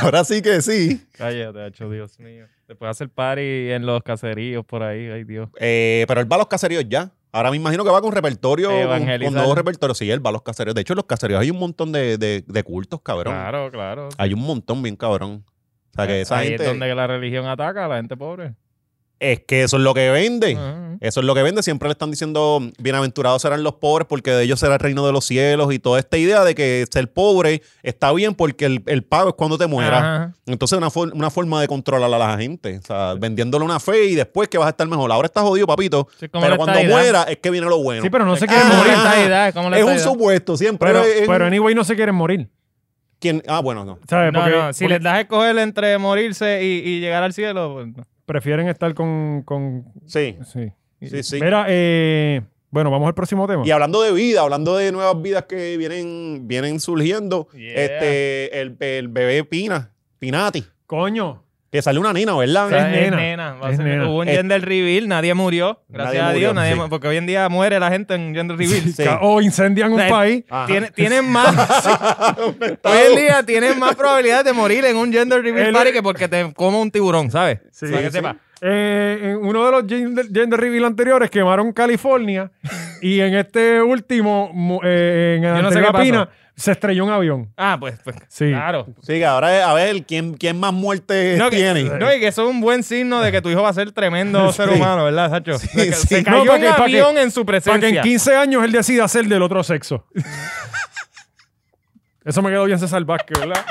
Speaker 3: Ahora sí que sí.
Speaker 4: Cállate, hecho, Dios mío. Después hace el party en los caseríos por ahí, ay Dios.
Speaker 3: Eh, pero él va a los caseríos ya. Ahora me imagino que va con repertorio, con- con,
Speaker 4: Evangelizar.
Speaker 3: nuevo repertorio. Sí, él va a los caseríos. De hecho, en los caseríos hay un montón de, de- de cultos, cabrón.
Speaker 4: Claro, claro.
Speaker 3: Hay un montón bien cabrón. O sea, que esa
Speaker 4: ahí
Speaker 3: gente...
Speaker 4: es
Speaker 3: Es,
Speaker 4: donde la religión ataca a la gente pobre.
Speaker 3: que eso es lo que vende.
Speaker 4: Ajá.
Speaker 3: Eso es lo que vende. Siempre le están diciendo, bienaventurados serán los pobres porque de ellos será el reino de los cielos y toda esta idea de que ser pobre está bien porque el, el pago es cuando te mueras.
Speaker 4: Ajá.
Speaker 3: Entonces, una, for- una forma de controlar a la gente. O sea, vendiéndole una fe y después que vas a estar mejor. Ahora estás jodido, papito.
Speaker 4: Sí, como
Speaker 3: Pero
Speaker 4: la
Speaker 3: cuando
Speaker 4: estadidad.
Speaker 3: muera es que viene lo bueno.
Speaker 2: sí, pero no se
Speaker 4: Es
Speaker 2: quieren
Speaker 4: como la
Speaker 2: morir.
Speaker 3: Ah,
Speaker 4: estadidad, es como la
Speaker 3: es un
Speaker 4: estadidad.
Speaker 3: supuesto, siempre.
Speaker 2: Pero,
Speaker 3: es-
Speaker 2: pero anyway, no se quieren morir.
Speaker 3: ¿quién? Ah, bueno, no.
Speaker 2: ¿Sabes?
Speaker 4: No,
Speaker 2: Porque,
Speaker 4: no, si
Speaker 2: porque
Speaker 4: les das a escoger entre morirse y, y llegar al cielo, pues no.
Speaker 2: prefieren estar con. con
Speaker 3: Sí,
Speaker 2: sí.
Speaker 3: sí, sí.
Speaker 2: Mira, eh, bueno, vamos al próximo tema.
Speaker 3: Y hablando de vida, hablando de nuevas vidas que vienen, vienen surgiendo,
Speaker 4: Yeah.
Speaker 3: este, el, el bebé Pina, Pinati,
Speaker 2: Coño,
Speaker 3: que salió una nina, ¿verdad?
Speaker 4: O sea,
Speaker 2: Es nena.
Speaker 4: va a
Speaker 2: Es
Speaker 4: ser-
Speaker 2: nena.
Speaker 4: Hubo un
Speaker 3: Es-
Speaker 4: gender reveal, nadie murió. Gracias
Speaker 3: Nadie
Speaker 4: a Dios,
Speaker 3: murió,
Speaker 4: nadie
Speaker 3: sí.
Speaker 4: mu- porque hoy en día muere la gente en gender reveal.
Speaker 3: Sí.
Speaker 2: ca- o incendian un
Speaker 4: O sea,
Speaker 2: país.
Speaker 3: Ajá.
Speaker 4: Tiene- tienen más. hoy en día tienen más probabilidades de morir en un gender reveal
Speaker 2: El- e-
Speaker 4: party que porque te coma un tiburón, ¿sabes?
Speaker 2: Sí,
Speaker 4: Para que
Speaker 2: sí.
Speaker 4: sepa.
Speaker 2: Eh, en uno de los gender, gender reveal anteriores quemaron California y en este último, mu- eh, en
Speaker 4: Yo no sé
Speaker 2: Antigua
Speaker 4: qué pasó.
Speaker 2: Pina, se estrelló un avión.
Speaker 4: Ah, pues, pues,
Speaker 2: Sí.
Speaker 4: claro.
Speaker 3: Sí, que ahora es- a ver quién, quién más muerte
Speaker 4: No, que-
Speaker 3: tiene.
Speaker 4: no, y que eso es un buen signo de que tu hijo va a ser tremendo ser humano, ¿verdad, Sacho? De que
Speaker 3: sí.
Speaker 4: Se
Speaker 2: No,
Speaker 4: cayó
Speaker 2: pa'
Speaker 4: un
Speaker 2: que- pa' que-
Speaker 4: avión en su
Speaker 2: Para que
Speaker 4: presencia.
Speaker 2: en 15 años él decida ser del otro sexo. Eso me quedó bien César Vázquez, ¿verdad?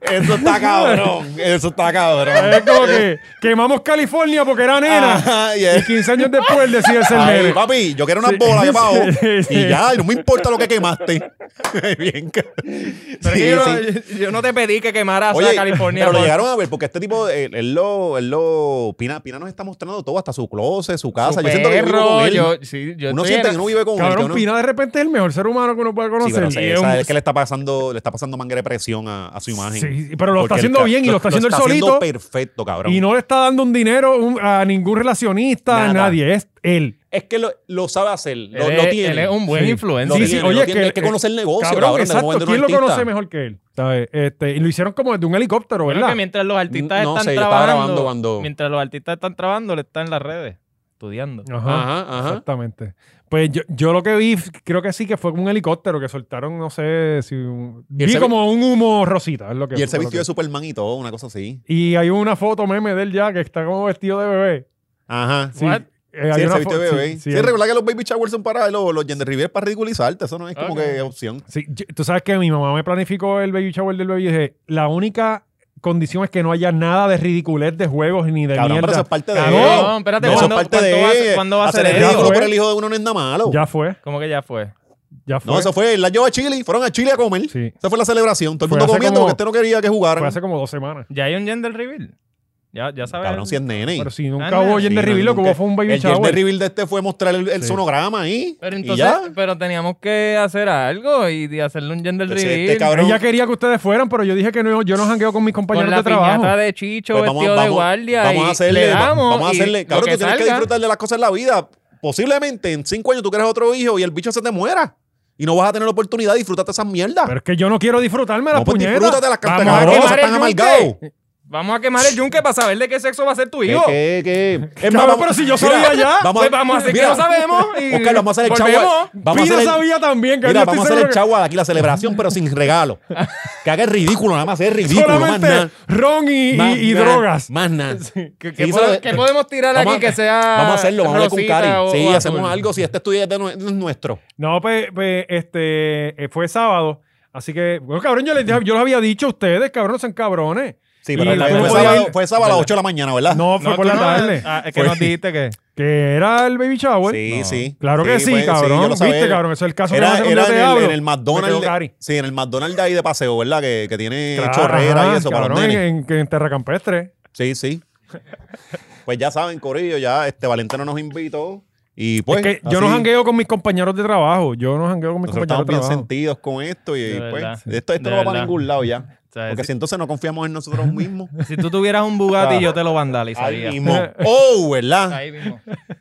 Speaker 3: Eso está cabrón. Eso está cabrón.
Speaker 2: es como que quemamos California porque era nena.
Speaker 3: Ajá, yeah.
Speaker 2: Y 15 años después decide ser
Speaker 3: Ay,
Speaker 2: nene.
Speaker 3: papi, yo quiero unas
Speaker 2: Sí.
Speaker 3: bolas, yo pago.
Speaker 2: Sí, sí.
Speaker 3: Y ya, y no me importa lo que quemaste. Bien, ca-
Speaker 4: Pero
Speaker 3: Sí,
Speaker 4: es que yo,
Speaker 3: sí.
Speaker 4: no- yo no te pedí que quemaras a
Speaker 3: Oye,
Speaker 4: California. pues.
Speaker 3: pero lo
Speaker 4: por-
Speaker 3: llegaron a ver, porque este tipo, él, él lo, él lo, Pina, Pina nos está mostrando todo, hasta su closet, su casa.
Speaker 4: su
Speaker 3: yo siento que yo vivo
Speaker 4: perro,
Speaker 3: con él.
Speaker 4: yo- sí, yo
Speaker 3: uno
Speaker 4: estoy
Speaker 3: siente
Speaker 4: en-
Speaker 3: que no vive con él. que
Speaker 2: Cabrón,
Speaker 3: uno-
Speaker 2: Pina de repente es el mejor ser humano que uno puede
Speaker 3: Sí, pero
Speaker 2: conocer.
Speaker 3: sí,
Speaker 2: Y es
Speaker 3: esa
Speaker 2: un-
Speaker 3: es que le está pasando, le está pasando manguera de presión a, a su imagen.
Speaker 2: Sí, pero lo está
Speaker 3: Porque
Speaker 2: haciendo
Speaker 3: él-
Speaker 2: bien y lo está haciendo él solito.
Speaker 3: perfecto, cabrón.
Speaker 2: y no le está dando un dinero un- a ningún relacionista, a
Speaker 3: Nada.
Speaker 2: nadie. Es él.
Speaker 3: Es que lo, lo sabe hacer, lo,
Speaker 4: Él
Speaker 3: lo
Speaker 4: es-
Speaker 3: tiene.
Speaker 4: Él es un buen
Speaker 2: Sí.
Speaker 4: influencer.
Speaker 3: Lo
Speaker 2: Sí, sí,
Speaker 3: tiene,
Speaker 2: oye,
Speaker 3: lo tiene,
Speaker 2: que-
Speaker 3: es que conoce el negocio,
Speaker 2: Cabrón,
Speaker 3: Oh, cabrón. de
Speaker 2: exacto.
Speaker 3: momento de un
Speaker 2: ¿Quién lo
Speaker 3: artista.
Speaker 2: conoce mejor que él? ¿Sabes? Este, y lo hicieron como de un helicóptero,
Speaker 4: Creo
Speaker 2: ¿verdad?
Speaker 4: que mientras los artistas
Speaker 3: No
Speaker 4: están
Speaker 3: sé, yo estaba
Speaker 4: trabajando,
Speaker 3: grabando cuando-
Speaker 4: mientras los artistas están trabajando, le están en las redes, estudiando.
Speaker 2: Ajá.
Speaker 3: Ajá, ajá.
Speaker 2: Exactamente. Pues yo, yo lo que vi, f- creo que sí, que fue un helicóptero que soltaron, no sé si. un-
Speaker 3: Y él
Speaker 2: vi
Speaker 3: se vi-
Speaker 2: como un humo rosita. Es lo que
Speaker 3: Y él se
Speaker 2: fue lo
Speaker 3: vistió de
Speaker 2: que-
Speaker 3: Superman y todo, una cosa así.
Speaker 2: Y hay una foto meme de él ya que está como vestido de bebé.
Speaker 3: Ajá.
Speaker 2: Sí,
Speaker 4: What?
Speaker 2: eh,
Speaker 3: Sí,
Speaker 2: hay
Speaker 3: él
Speaker 2: una
Speaker 3: se vistió de
Speaker 2: fo-
Speaker 3: bebé.
Speaker 2: sí,
Speaker 3: Sí,
Speaker 2: sí, él-
Speaker 3: recuerda que los baby showers son para los, los gender reveal para ridiculizarte. Eso no es como
Speaker 4: Ok.
Speaker 3: que opción.
Speaker 2: sí, yo- tú sabes que mi mamá me planificó el baby shower del bebé y dije, la única condición es que no haya nada de ridiculez de juegos ni de
Speaker 3: Cabrón, pero eso
Speaker 2: mierda.
Speaker 3: es parte de
Speaker 2: Cabrón,
Speaker 3: él.
Speaker 2: no,
Speaker 4: espérate,
Speaker 3: eso es
Speaker 4: ¿cuándo-
Speaker 3: parte
Speaker 4: cuánto va a
Speaker 3: de
Speaker 4: ser-
Speaker 3: él.
Speaker 4: cuándo va a
Speaker 3: Hacer
Speaker 4: ser
Speaker 3: el
Speaker 2: eso?
Speaker 3: ridículo
Speaker 2: Ya
Speaker 3: por
Speaker 2: fue.
Speaker 3: el hijo de uno no es nada malo.
Speaker 2: Ya fue,
Speaker 4: ¿Cómo que ya fue?
Speaker 2: ya fue.
Speaker 3: No, eso fue, él la llevó a Chile, fueron a Chile a comer.
Speaker 2: Sí.
Speaker 3: Esa fue la celebración. Todo el
Speaker 2: Fue
Speaker 3: mundo
Speaker 2: hace
Speaker 3: comiendo
Speaker 2: como-
Speaker 3: porque usted no quería que
Speaker 2: Fue
Speaker 3: jugaran.
Speaker 2: hace como dos semanas.
Speaker 4: ¿Ya hay un gender reveal? Ya, ya sabes.
Speaker 3: Cabrón, si es nene.
Speaker 2: Pero si nunca
Speaker 4: Ah,
Speaker 2: hubo
Speaker 4: no.
Speaker 2: gender
Speaker 3: Sí,
Speaker 2: reveal, lo que
Speaker 3: nunca-
Speaker 2: hubo fue un baby
Speaker 3: El
Speaker 2: shower.
Speaker 3: gender reveal de este fue mostrar el, el
Speaker 2: Sí.
Speaker 3: sonograma ahí.
Speaker 4: Pero
Speaker 3: y
Speaker 4: entonces,
Speaker 3: ya.
Speaker 4: pero teníamos que hacer algo y de hacerle un gender
Speaker 3: Pues
Speaker 4: reveal.
Speaker 3: este cabrón-
Speaker 2: Ella quería que ustedes fueran, pero yo dije que no, yo no jangueo con mis
Speaker 4: con
Speaker 2: compañeros
Speaker 4: la
Speaker 2: de trabajo.
Speaker 4: piñata de Chicho
Speaker 3: Pues
Speaker 4: vestido de guardia
Speaker 3: vamos
Speaker 4: y
Speaker 3: a hacerle,
Speaker 4: le damos
Speaker 3: vamos a
Speaker 4: y
Speaker 3: hacerle,
Speaker 4: lo
Speaker 3: cabrón,
Speaker 4: que
Speaker 3: tú tienes que
Speaker 4: salga.
Speaker 3: disfrutar de las cosas en la vida. Posiblemente en cinco años tú quieres otro hijo y el bicho se te muera. Y no vas a tener la oportunidad de disfrutarte esas mierdas.
Speaker 2: Pero es que yo no quiero disfrutarme las
Speaker 3: no, pues
Speaker 2: puñetas.
Speaker 3: disfrútate las cartas,
Speaker 4: Vamos a
Speaker 3: cabrón,
Speaker 4: quemar
Speaker 3: se
Speaker 4: el
Speaker 3: están
Speaker 4: yunque.
Speaker 3: amargados.
Speaker 4: Vamos a quemar el yunque para saber de qué sexo va a ser tu hijo.
Speaker 3: ¿Qué, qué, qué? Es
Speaker 2: Cabrón,
Speaker 3: vamos-
Speaker 2: pero si yo
Speaker 3: mira,
Speaker 2: sabía ya,
Speaker 4: Vamos a, pues vamos a hacer
Speaker 3: mira,
Speaker 4: que no sabemos. Y
Speaker 3: Oscar, vamos a hacer el
Speaker 4: volvemos.
Speaker 3: chagua. Vamos a
Speaker 2: Pina
Speaker 3: hacer el-
Speaker 2: sabía también que
Speaker 3: Mira,
Speaker 2: yo estoy
Speaker 3: vamos a hacer el
Speaker 2: seguro
Speaker 3: chagua de aquí, la celebración, pero sin regalo. Que haga el ridículo, nada más, es
Speaker 2: que
Speaker 3: ridículo, no más nada.
Speaker 2: Solamente ron y, y-
Speaker 3: Más
Speaker 2: y
Speaker 3: nada,
Speaker 2: drogas.
Speaker 3: Más nada.
Speaker 4: ¿Qué,
Speaker 3: Sí,
Speaker 4: qué pode-
Speaker 3: eso-
Speaker 4: qué podemos tirar
Speaker 3: Vamos
Speaker 4: aquí
Speaker 3: a-
Speaker 4: que sea
Speaker 3: Vamos a hacerlo, vamos a hablar con
Speaker 4: rosita
Speaker 3: Cari.
Speaker 4: o-
Speaker 3: Sí,
Speaker 4: o azul?
Speaker 3: hacemos algo. Si este estudio es de nu- es nuestro.
Speaker 2: No, pues, pues, este, eh, fue sábado. Así que, bueno, cabrón, yo les, dije- yo les había dicho a ustedes, cabrón, no sean cabrones.
Speaker 3: Sí,
Speaker 2: Y
Speaker 3: pero
Speaker 2: la-
Speaker 3: fue,
Speaker 2: tú
Speaker 3: fue
Speaker 2: no podías
Speaker 3: sábado,
Speaker 2: ir-
Speaker 3: fue sábado a las 8 de la mañana, ¿verdad?
Speaker 2: No, fue
Speaker 4: No,
Speaker 2: por
Speaker 4: tú
Speaker 2: la
Speaker 4: no-
Speaker 2: tarde.
Speaker 4: ah, es que
Speaker 3: Fue-
Speaker 4: nos dijiste que.
Speaker 2: Que era el baby shower.
Speaker 3: Sí, pues, sí.
Speaker 2: Claro que sí,
Speaker 3: fue-
Speaker 2: cabrón.
Speaker 3: yo lo sabía.
Speaker 2: Viste, cabrón, eso es el caso que
Speaker 3: era,
Speaker 2: más de
Speaker 3: era
Speaker 2: donde
Speaker 3: en,
Speaker 2: te
Speaker 3: el,
Speaker 2: hablo.
Speaker 3: en el
Speaker 2: Me quedó
Speaker 3: McDonald's.
Speaker 2: Cari.
Speaker 3: Sí, en el McDonald's de ahí de paseo, ¿verdad? Que, que tiene
Speaker 2: Claro,
Speaker 3: chorrera
Speaker 2: ajá,
Speaker 3: y eso para los
Speaker 2: cabrón,
Speaker 3: nenes.
Speaker 2: en, en, en Terra Campestre.
Speaker 3: Sí, sí. Pues ya saben, Corillo, ya este Valentino nos invitó. Y pues.
Speaker 2: Es que yo no
Speaker 3: así,
Speaker 2: jangueo con mis compañeros de trabajo. Yo no jangueo con mis
Speaker 3: Nosotros
Speaker 2: compañeros
Speaker 3: estamos
Speaker 2: de
Speaker 3: bien
Speaker 2: trabajo.
Speaker 3: sentidos con esto. Y,
Speaker 4: De
Speaker 3: pues,
Speaker 4: verdad.
Speaker 3: esto, esto
Speaker 4: De
Speaker 3: no va para
Speaker 4: verdad.
Speaker 3: ningún lado ya.
Speaker 4: O sea,
Speaker 3: Porque si
Speaker 4: si,
Speaker 3: entonces no confiamos en nosotros mismos.
Speaker 4: si tú tuvieras un Bugatti,
Speaker 3: Claro.
Speaker 4: yo te lo
Speaker 3: Ahí
Speaker 4: vandalizaría.
Speaker 3: mismo. Oh, ¿verdad?
Speaker 4: Ahí mismo.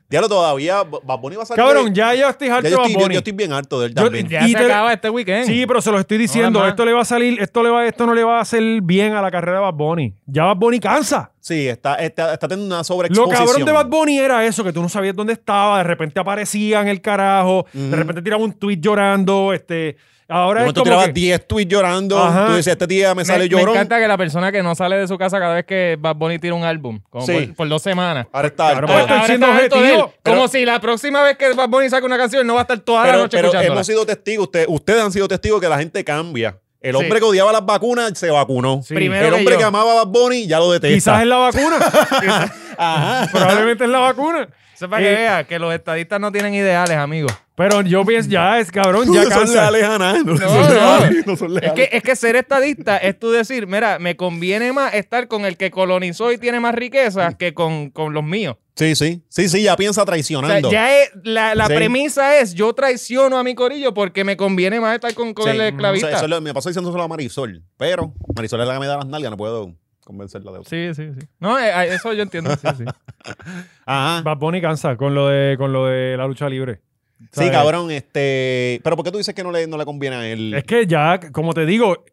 Speaker 3: Diablo, todavía. Bad Bunny va a salir.
Speaker 2: Cabrón, ya yo estoy
Speaker 3: Ya
Speaker 2: harto
Speaker 3: yo,
Speaker 2: de
Speaker 3: estoy, yo,
Speaker 2: Bonnie.
Speaker 3: yo estoy bien harto de él
Speaker 2: Yo-
Speaker 3: también.
Speaker 4: Ya
Speaker 2: Y
Speaker 4: se
Speaker 2: te-
Speaker 4: acaba este weekend.
Speaker 2: Sí, pero se los estoy diciendo.
Speaker 4: más.
Speaker 2: esto le va a salir, esto le va, esto no le va a hacer bien a la carrera de Bad Bunny. Ya Bad Bunny cansa.
Speaker 3: Sí, está, está, está teniendo una
Speaker 2: Lo
Speaker 3: sobreexposición.
Speaker 2: cabrón de Bad Bunny era eso, que tú no sabías dónde estaba, de repente aparecía en el carajo, de
Speaker 3: Ujú.
Speaker 2: repente tiraba un tweet llorando, este, ahora
Speaker 3: Cuando
Speaker 2: es
Speaker 3: tú
Speaker 2: como
Speaker 3: tirabas
Speaker 2: que-
Speaker 3: 10 tweets llorando,
Speaker 2: Ajá.
Speaker 3: tú decías, este día me, sale
Speaker 4: me, me
Speaker 3: llorón.
Speaker 4: encanta que la persona que no sale de su casa cada vez que Bad Bunny tira un álbum, como
Speaker 3: Sí. Ah,
Speaker 4: por, por dos semanas. Ah,
Speaker 3: Ahora está
Speaker 2: Claro,
Speaker 3: harto.
Speaker 2: pues, estoy
Speaker 4: Ahora
Speaker 2: siendo
Speaker 4: está harto de él,
Speaker 2: objetivo,
Speaker 4: como si la próxima vez que Bad Bunny saque una canción él no va a estar toda la
Speaker 3: Pero,
Speaker 4: noche
Speaker 3: pero
Speaker 4: escuchándola.
Speaker 3: hemos sido testigos, usted- ustedes han sido testigos que la gente cambia. El
Speaker 4: Sí.
Speaker 3: hombre que odiaba las vacunas se vacunó.
Speaker 2: Sí.
Speaker 4: Primero
Speaker 3: El
Speaker 4: que
Speaker 3: hombre
Speaker 4: yo.
Speaker 3: que amaba a Bad Bunny ya lo detesta.
Speaker 2: quizás es la vacuna, probablemente es la vacuna.
Speaker 4: Eso es para que
Speaker 2: Eh,
Speaker 4: vea que los estadistas no tienen ideales, amigos.
Speaker 2: Pero yo pienso, ya es cabrón, ya
Speaker 3: no son
Speaker 2: cansa.
Speaker 3: leales a nada. No,
Speaker 4: no.
Speaker 3: son leales. No son
Speaker 4: Es
Speaker 3: leales.
Speaker 4: que, es que ser estadista es tú decir, mira, me conviene más estar con el que colonizó y tiene más
Speaker 3: Mm.
Speaker 4: riquezas que con, con los míos.
Speaker 3: Sí, sí. Sí, sí, ya piensa
Speaker 4: O sea,
Speaker 3: traicionando.
Speaker 4: ya es- la, la
Speaker 3: Sí.
Speaker 4: premisa es, yo traiciono a mi corillo porque me conviene más estar con, con
Speaker 3: Sí. Mm,
Speaker 4: el esclavista.
Speaker 3: O sea, eso es lo- me pasó diciendo solo a Marisol. Pero Marisol es la que me da las nalgas, no puedo convencerla de eso.
Speaker 4: Sí, sí, sí. No, eh, eh, eso yo entiendo. Sí, sí.
Speaker 3: Ajá.
Speaker 2: Bad Bunny cansa con lo de, con lo de la lucha libre.
Speaker 3: Sí,
Speaker 2: ¿Sabes?
Speaker 3: cabrón, este. Pero ¿por qué tú dices que no le, no le conviene a él?
Speaker 2: Es que ya, como te digo,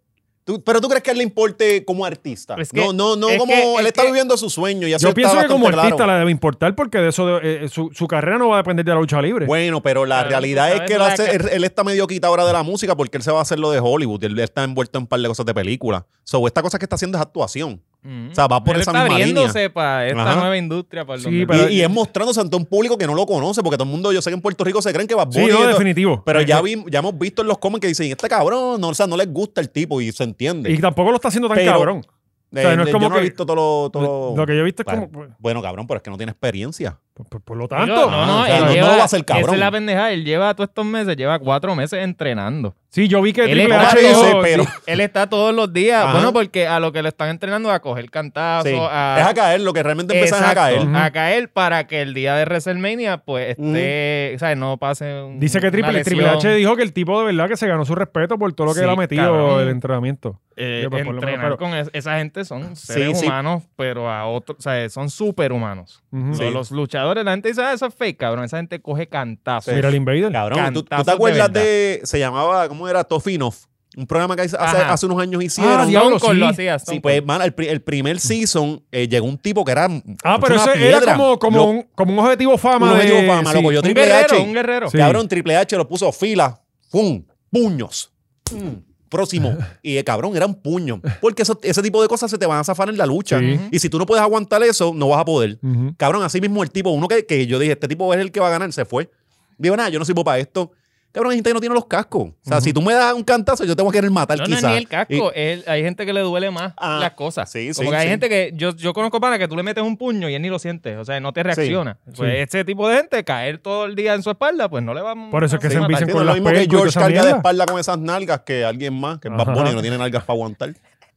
Speaker 3: Tú- pero tú crees que a él le importe como artista.
Speaker 4: Es que-
Speaker 3: no, no, no,
Speaker 4: es
Speaker 3: como
Speaker 4: que-
Speaker 3: él
Speaker 4: es
Speaker 3: está
Speaker 4: que-
Speaker 3: viviendo su sueño y eso
Speaker 2: yo
Speaker 3: está
Speaker 2: pienso que como
Speaker 3: bastante
Speaker 2: artista
Speaker 3: claro.
Speaker 2: la debe importar porque de eso de- eh, su, su carrera no va a depender de la lucha libre.
Speaker 3: Bueno, pero la
Speaker 4: Claro,
Speaker 3: realidad
Speaker 4: tú
Speaker 3: es
Speaker 4: sabes
Speaker 3: que él,
Speaker 4: la
Speaker 3: hace-
Speaker 4: ca-
Speaker 3: él- él está medio quitado ahora de la música porque él se va a hacer lo de Hollywood. Él está envuelto en un par de cosas de película. So, esta cosa que está haciendo es actuación.
Speaker 4: Ujú.
Speaker 3: O sea, va por
Speaker 4: Él
Speaker 3: esa
Speaker 4: está
Speaker 3: misma
Speaker 4: abriéndose
Speaker 3: línea.
Speaker 4: para esta
Speaker 3: Ajá.
Speaker 4: nueva industria. Para
Speaker 2: Sí,
Speaker 4: donde-
Speaker 2: pero-
Speaker 3: y, y es mostrándose ante un público que no lo conoce, porque todo el mundo, yo sé que en Puerto Rico se creen que va
Speaker 2: Sí, no, definitivo.
Speaker 3: Pero ya,
Speaker 2: Ajá.
Speaker 3: vi- ya hemos visto en los comments que dicen, este cabrón, no, o sea, no les gusta el tipo y se entiende.
Speaker 2: Y tampoco lo está haciendo tan
Speaker 3: Pero-
Speaker 2: cabrón.
Speaker 3: Eh,
Speaker 2: sea, no es
Speaker 3: yo
Speaker 2: como
Speaker 3: no he
Speaker 2: que-
Speaker 3: visto todo lo... todo
Speaker 2: Lo,
Speaker 3: lo-
Speaker 2: lo que yo he visto es
Speaker 3: Bueno,
Speaker 2: como. Por,
Speaker 3: Bueno, cabrón, pero es que no tiene experiencia.
Speaker 2: Pues, por- por lo
Speaker 4: Digo,
Speaker 2: tanto.
Speaker 4: no,
Speaker 3: Ah,
Speaker 4: no,
Speaker 3: o sea,
Speaker 4: él
Speaker 3: no- no
Speaker 4: lleva,
Speaker 3: lo va a hacer, cabrón.
Speaker 4: Esa es la pendeja. Él lleva todos estos meses, lleva cuatro meses entrenando.
Speaker 2: Sí, yo vi que
Speaker 4: Él
Speaker 2: Triple
Speaker 4: está,
Speaker 2: H.
Speaker 3: H dice,
Speaker 4: todo-
Speaker 3: pero-
Speaker 4: sí, él está todos los días.
Speaker 3: Ajá.
Speaker 4: Bueno, porque a lo que lo están entrenando a coger cantazos,
Speaker 3: Sí.
Speaker 4: a,
Speaker 3: es a caer, lo que realmente empiezan es a
Speaker 4: Exacto,
Speaker 3: caer.
Speaker 4: A caer para que el día de WrestleMania, pues, esté, o sea, no pase un-
Speaker 2: Dice que
Speaker 4: una
Speaker 2: Triple, Triple
Speaker 4: lesión.
Speaker 2: H dijo que el tipo de verdad que se ganó su respeto por todo lo que
Speaker 4: Sí,
Speaker 2: le ha metido
Speaker 4: cabrón.
Speaker 2: el entrenamiento.
Speaker 4: Eh,
Speaker 2: Yo, pues, por lo
Speaker 4: entrenar
Speaker 2: menos, pero-
Speaker 4: con es- esa gente son seres
Speaker 3: sí.
Speaker 4: humanos, pero a otros, o sea, son superhumanos.
Speaker 2: Ujú.
Speaker 4: humanos
Speaker 3: Sí.
Speaker 4: Los luchadores, la gente dice, ah, eso es fake, cabrón. Esa gente coge cantazos.
Speaker 2: Mira el Invader.
Speaker 3: Cabrón, ¿tú, tú
Speaker 4: Cantazos
Speaker 3: te
Speaker 4: de
Speaker 3: acuerdas de,
Speaker 4: verdad.
Speaker 3: Se llamaba, ¿cómo era? Tofinov. Un programa que hace, hace-
Speaker 4: Ajá.
Speaker 3: hace unos años hicieron.
Speaker 2: Ah,
Speaker 4: Stone
Speaker 2: diablo,
Speaker 4: Cold lo
Speaker 2: sí.
Speaker 4: hacía, Stone
Speaker 3: Sí, pues,
Speaker 4: Cold.
Speaker 3: mano, el, pri- el primer season eh, llegó un tipo que era.
Speaker 2: Ah, pero
Speaker 3: una
Speaker 2: eso era
Speaker 3: piedra.
Speaker 2: como, como,
Speaker 3: Lo-
Speaker 2: un, como un objetivo fama.
Speaker 3: un
Speaker 2: de-
Speaker 3: objetivo fama,
Speaker 2: sí.
Speaker 3: loco. Yo
Speaker 4: un
Speaker 3: Triple
Speaker 4: guerrero,
Speaker 3: H.
Speaker 4: un guerrero.
Speaker 2: Sí.
Speaker 3: Cabrón, Triple H lo puso fila. ¡Fum! Puños. Mm, Próximo. Y el cabrón, eran puños. Porque eso- ese tipo de cosas se te van a zafar en la lucha.
Speaker 2: Sí.
Speaker 3: Y si tú no puedes aguantar eso, no vas a poder.
Speaker 2: Ujú.
Speaker 3: Cabrón, así mismo el tipo, uno que, que yo dije, este tipo es el que va a ganar, se fue. Digo, nada, yo no sirvo para esto. Cabrón, hay gente que no tiene los cascos. O sea, si tú me das un cantazo, yo te voy a querer matar,
Speaker 4: No, no
Speaker 3: quizás.
Speaker 4: es ni el casco. es- hay gente que le duele más
Speaker 3: Ah,
Speaker 4: las cosas.
Speaker 3: sí,
Speaker 4: Como
Speaker 3: sí,
Speaker 4: que hay
Speaker 3: sí.
Speaker 4: gente que yo, yo conozco para que tú le metes un puño y él ni lo siente. O sea, no te reacciona. Pues
Speaker 2: sí.
Speaker 4: ese tipo de gente, caer todo el día en su espalda, pues no le va a
Speaker 2: Por eso es que
Speaker 4: a
Speaker 2: se
Speaker 4: matar.
Speaker 2: envicen
Speaker 3: Sí,
Speaker 2: con
Speaker 3: no es lo
Speaker 2: las
Speaker 3: mismo que
Speaker 2: pencas y toda
Speaker 3: George
Speaker 2: esa
Speaker 3: carga de
Speaker 2: mierda.
Speaker 3: espalda con esas nalgas que alguien más, que es Bad
Speaker 2: Ajá.
Speaker 3: Bunny, que no tiene nalgas para aguantar.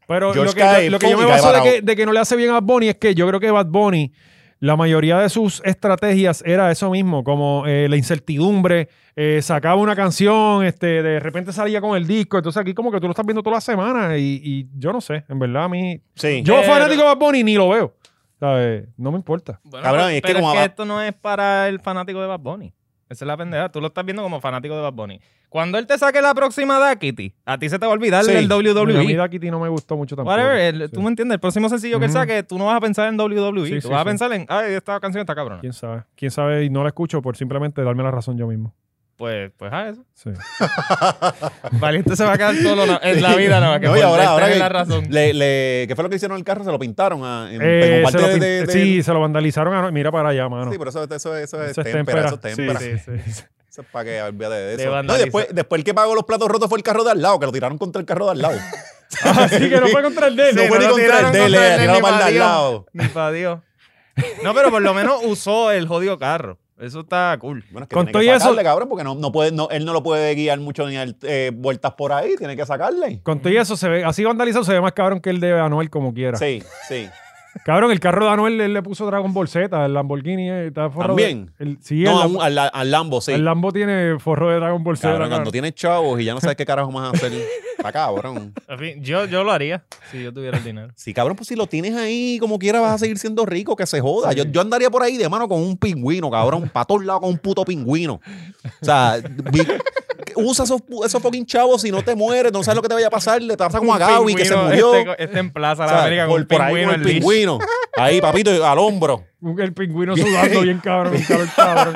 Speaker 2: Pero
Speaker 3: George
Speaker 2: lo que, yo-
Speaker 3: cae,
Speaker 2: lo que yo
Speaker 3: pum,
Speaker 2: me
Speaker 3: y cae
Speaker 2: baso de que,
Speaker 3: varao.
Speaker 2: de que no le hace bien a Bad Bunny es que yo creo que Bad Bunny, la mayoría de sus estrategias era eso mismo, como eh, la incertidumbre, eh, sacaba una canción, este, de repente salía con el disco, entonces aquí como que tú lo estás viendo toda la semana y, y yo no sé, en verdad a mí...
Speaker 3: Sí.
Speaker 2: Yo
Speaker 4: Pero-
Speaker 2: fanático de Bad Bunny ni lo veo, ¿sabes? No me importa.
Speaker 4: Bueno,
Speaker 3: Cabrón,
Speaker 4: pero-
Speaker 3: es que
Speaker 4: pero
Speaker 3: como
Speaker 4: es que
Speaker 3: va-
Speaker 4: esto no es para el fanático de Bad Bunny. Esa es la pendeja. Tú lo estás viendo como fanático de Bad Bunny. Cuando él te saque la próxima Kitty, a ti se te va a olvidar
Speaker 3: Sí.
Speaker 4: el E.
Speaker 2: Mira, A mí
Speaker 4: WWE.
Speaker 2: Daquiti no me gustó mucho tampoco.
Speaker 4: Whatever, el-
Speaker 2: Sí.
Speaker 4: tú me entiendes. El próximo sencillo que él
Speaker 2: Ujú.
Speaker 4: saque, tú no vas a pensar en WWE.
Speaker 2: Sí, sí,
Speaker 4: tú vas a
Speaker 2: sí.
Speaker 4: pensar en, ay, esta canción está cabrona.
Speaker 2: ¿Quién sabe? ¿Quién sabe? Y no la escucho por simplemente darme la razón yo mismo.
Speaker 4: Pues, pues a eso.
Speaker 2: Sí.
Speaker 4: Valiente se va a quedar solo no- en la vida, nada más que
Speaker 3: No, y
Speaker 4: por
Speaker 3: ahora,
Speaker 4: tener
Speaker 3: ahora que
Speaker 4: la razón.
Speaker 3: Le, le- ¿Qué fue lo que hicieron al carro? Se lo pintaron a, en,
Speaker 2: Eh,
Speaker 3: como
Speaker 2: se
Speaker 3: parte
Speaker 2: lo
Speaker 3: de,
Speaker 2: pin-
Speaker 3: de-
Speaker 2: sí, se lo vandalizaron. A... Mira para allá, mano.
Speaker 3: sí, pero eso, eso, eso, es
Speaker 2: Eso es
Speaker 3: témpera, eso es
Speaker 2: témpera.
Speaker 3: témpera.
Speaker 2: Sí, sí, sí.
Speaker 3: Eso es para que olvídate de eso.
Speaker 4: Le
Speaker 3: No, y
Speaker 4: vandaliza.
Speaker 3: después, después el que pagó los platos rotos fue el carro de al lado, que lo tiraron contra el carro de al lado.
Speaker 2: Así que no fue contra el
Speaker 4: Sí,
Speaker 2: dedo.
Speaker 3: no fue ni
Speaker 4: lo
Speaker 3: contra el
Speaker 4: tiraron
Speaker 3: de él,
Speaker 4: contra
Speaker 3: le
Speaker 4: él,
Speaker 3: tiraron para
Speaker 4: ni
Speaker 3: el
Speaker 4: pa'
Speaker 3: de al
Speaker 4: Dios,
Speaker 3: lado.
Speaker 4: Ni pa' Dios. No, pero por lo menos usó el jodido carro. Eso está cool.
Speaker 3: Bueno, es que
Speaker 2: Con
Speaker 3: tiene
Speaker 2: todo
Speaker 3: que
Speaker 2: y eso-
Speaker 3: sacarle, cabrón, porque no, no puede, no, él no lo puede guiar mucho ni dar eh, vueltas por ahí, tiene que sacarle.
Speaker 2: Con todo y eso, se ve, así vandalizado se ve más cabrón que el de Anuel como quiera.
Speaker 3: Sí, sí.
Speaker 2: Cabrón, el carro de Anuel él le puso Dragon Ball Z, el Lamborghini. eh, Está forrado de-
Speaker 3: ¿También?
Speaker 2: el, sí, el,
Speaker 3: No, a
Speaker 2: Lam-
Speaker 3: un- al, al Lambo, sí.
Speaker 2: el Lambo tiene forro de Dragon Ball Z.
Speaker 3: Cabrón,
Speaker 2: cabrón.
Speaker 3: cuando tienes chavos y ya no sabes qué carajo más hacer. Está cabrón.
Speaker 4: En fin, yo, yo lo haría si yo tuviera el dinero.
Speaker 3: Sí, cabrón, pues si lo tienes ahí como quiera vas a seguir siendo rico, que se joda. Yo, yo andaría por ahí de mano con un pingüino, cabrón, para todos lados con un puto pingüino. O sea, vi- usa esos, pu- esos fucking chavos si no te mueres, no sabes lo que te vaya a pasar, le pasa como a Gaby que se
Speaker 4: Pingüino,
Speaker 3: murió.
Speaker 4: Este, este en Plaza
Speaker 3: O
Speaker 4: de
Speaker 3: sea,
Speaker 4: América con
Speaker 3: por,
Speaker 4: un
Speaker 3: por ahí
Speaker 4: pingüino
Speaker 3: con el
Speaker 4: en leash.
Speaker 3: pingüino. Ahí, papito, al hombro.
Speaker 2: Un- El pingüino sudando bien cabrón, bien cabrón, cabrón.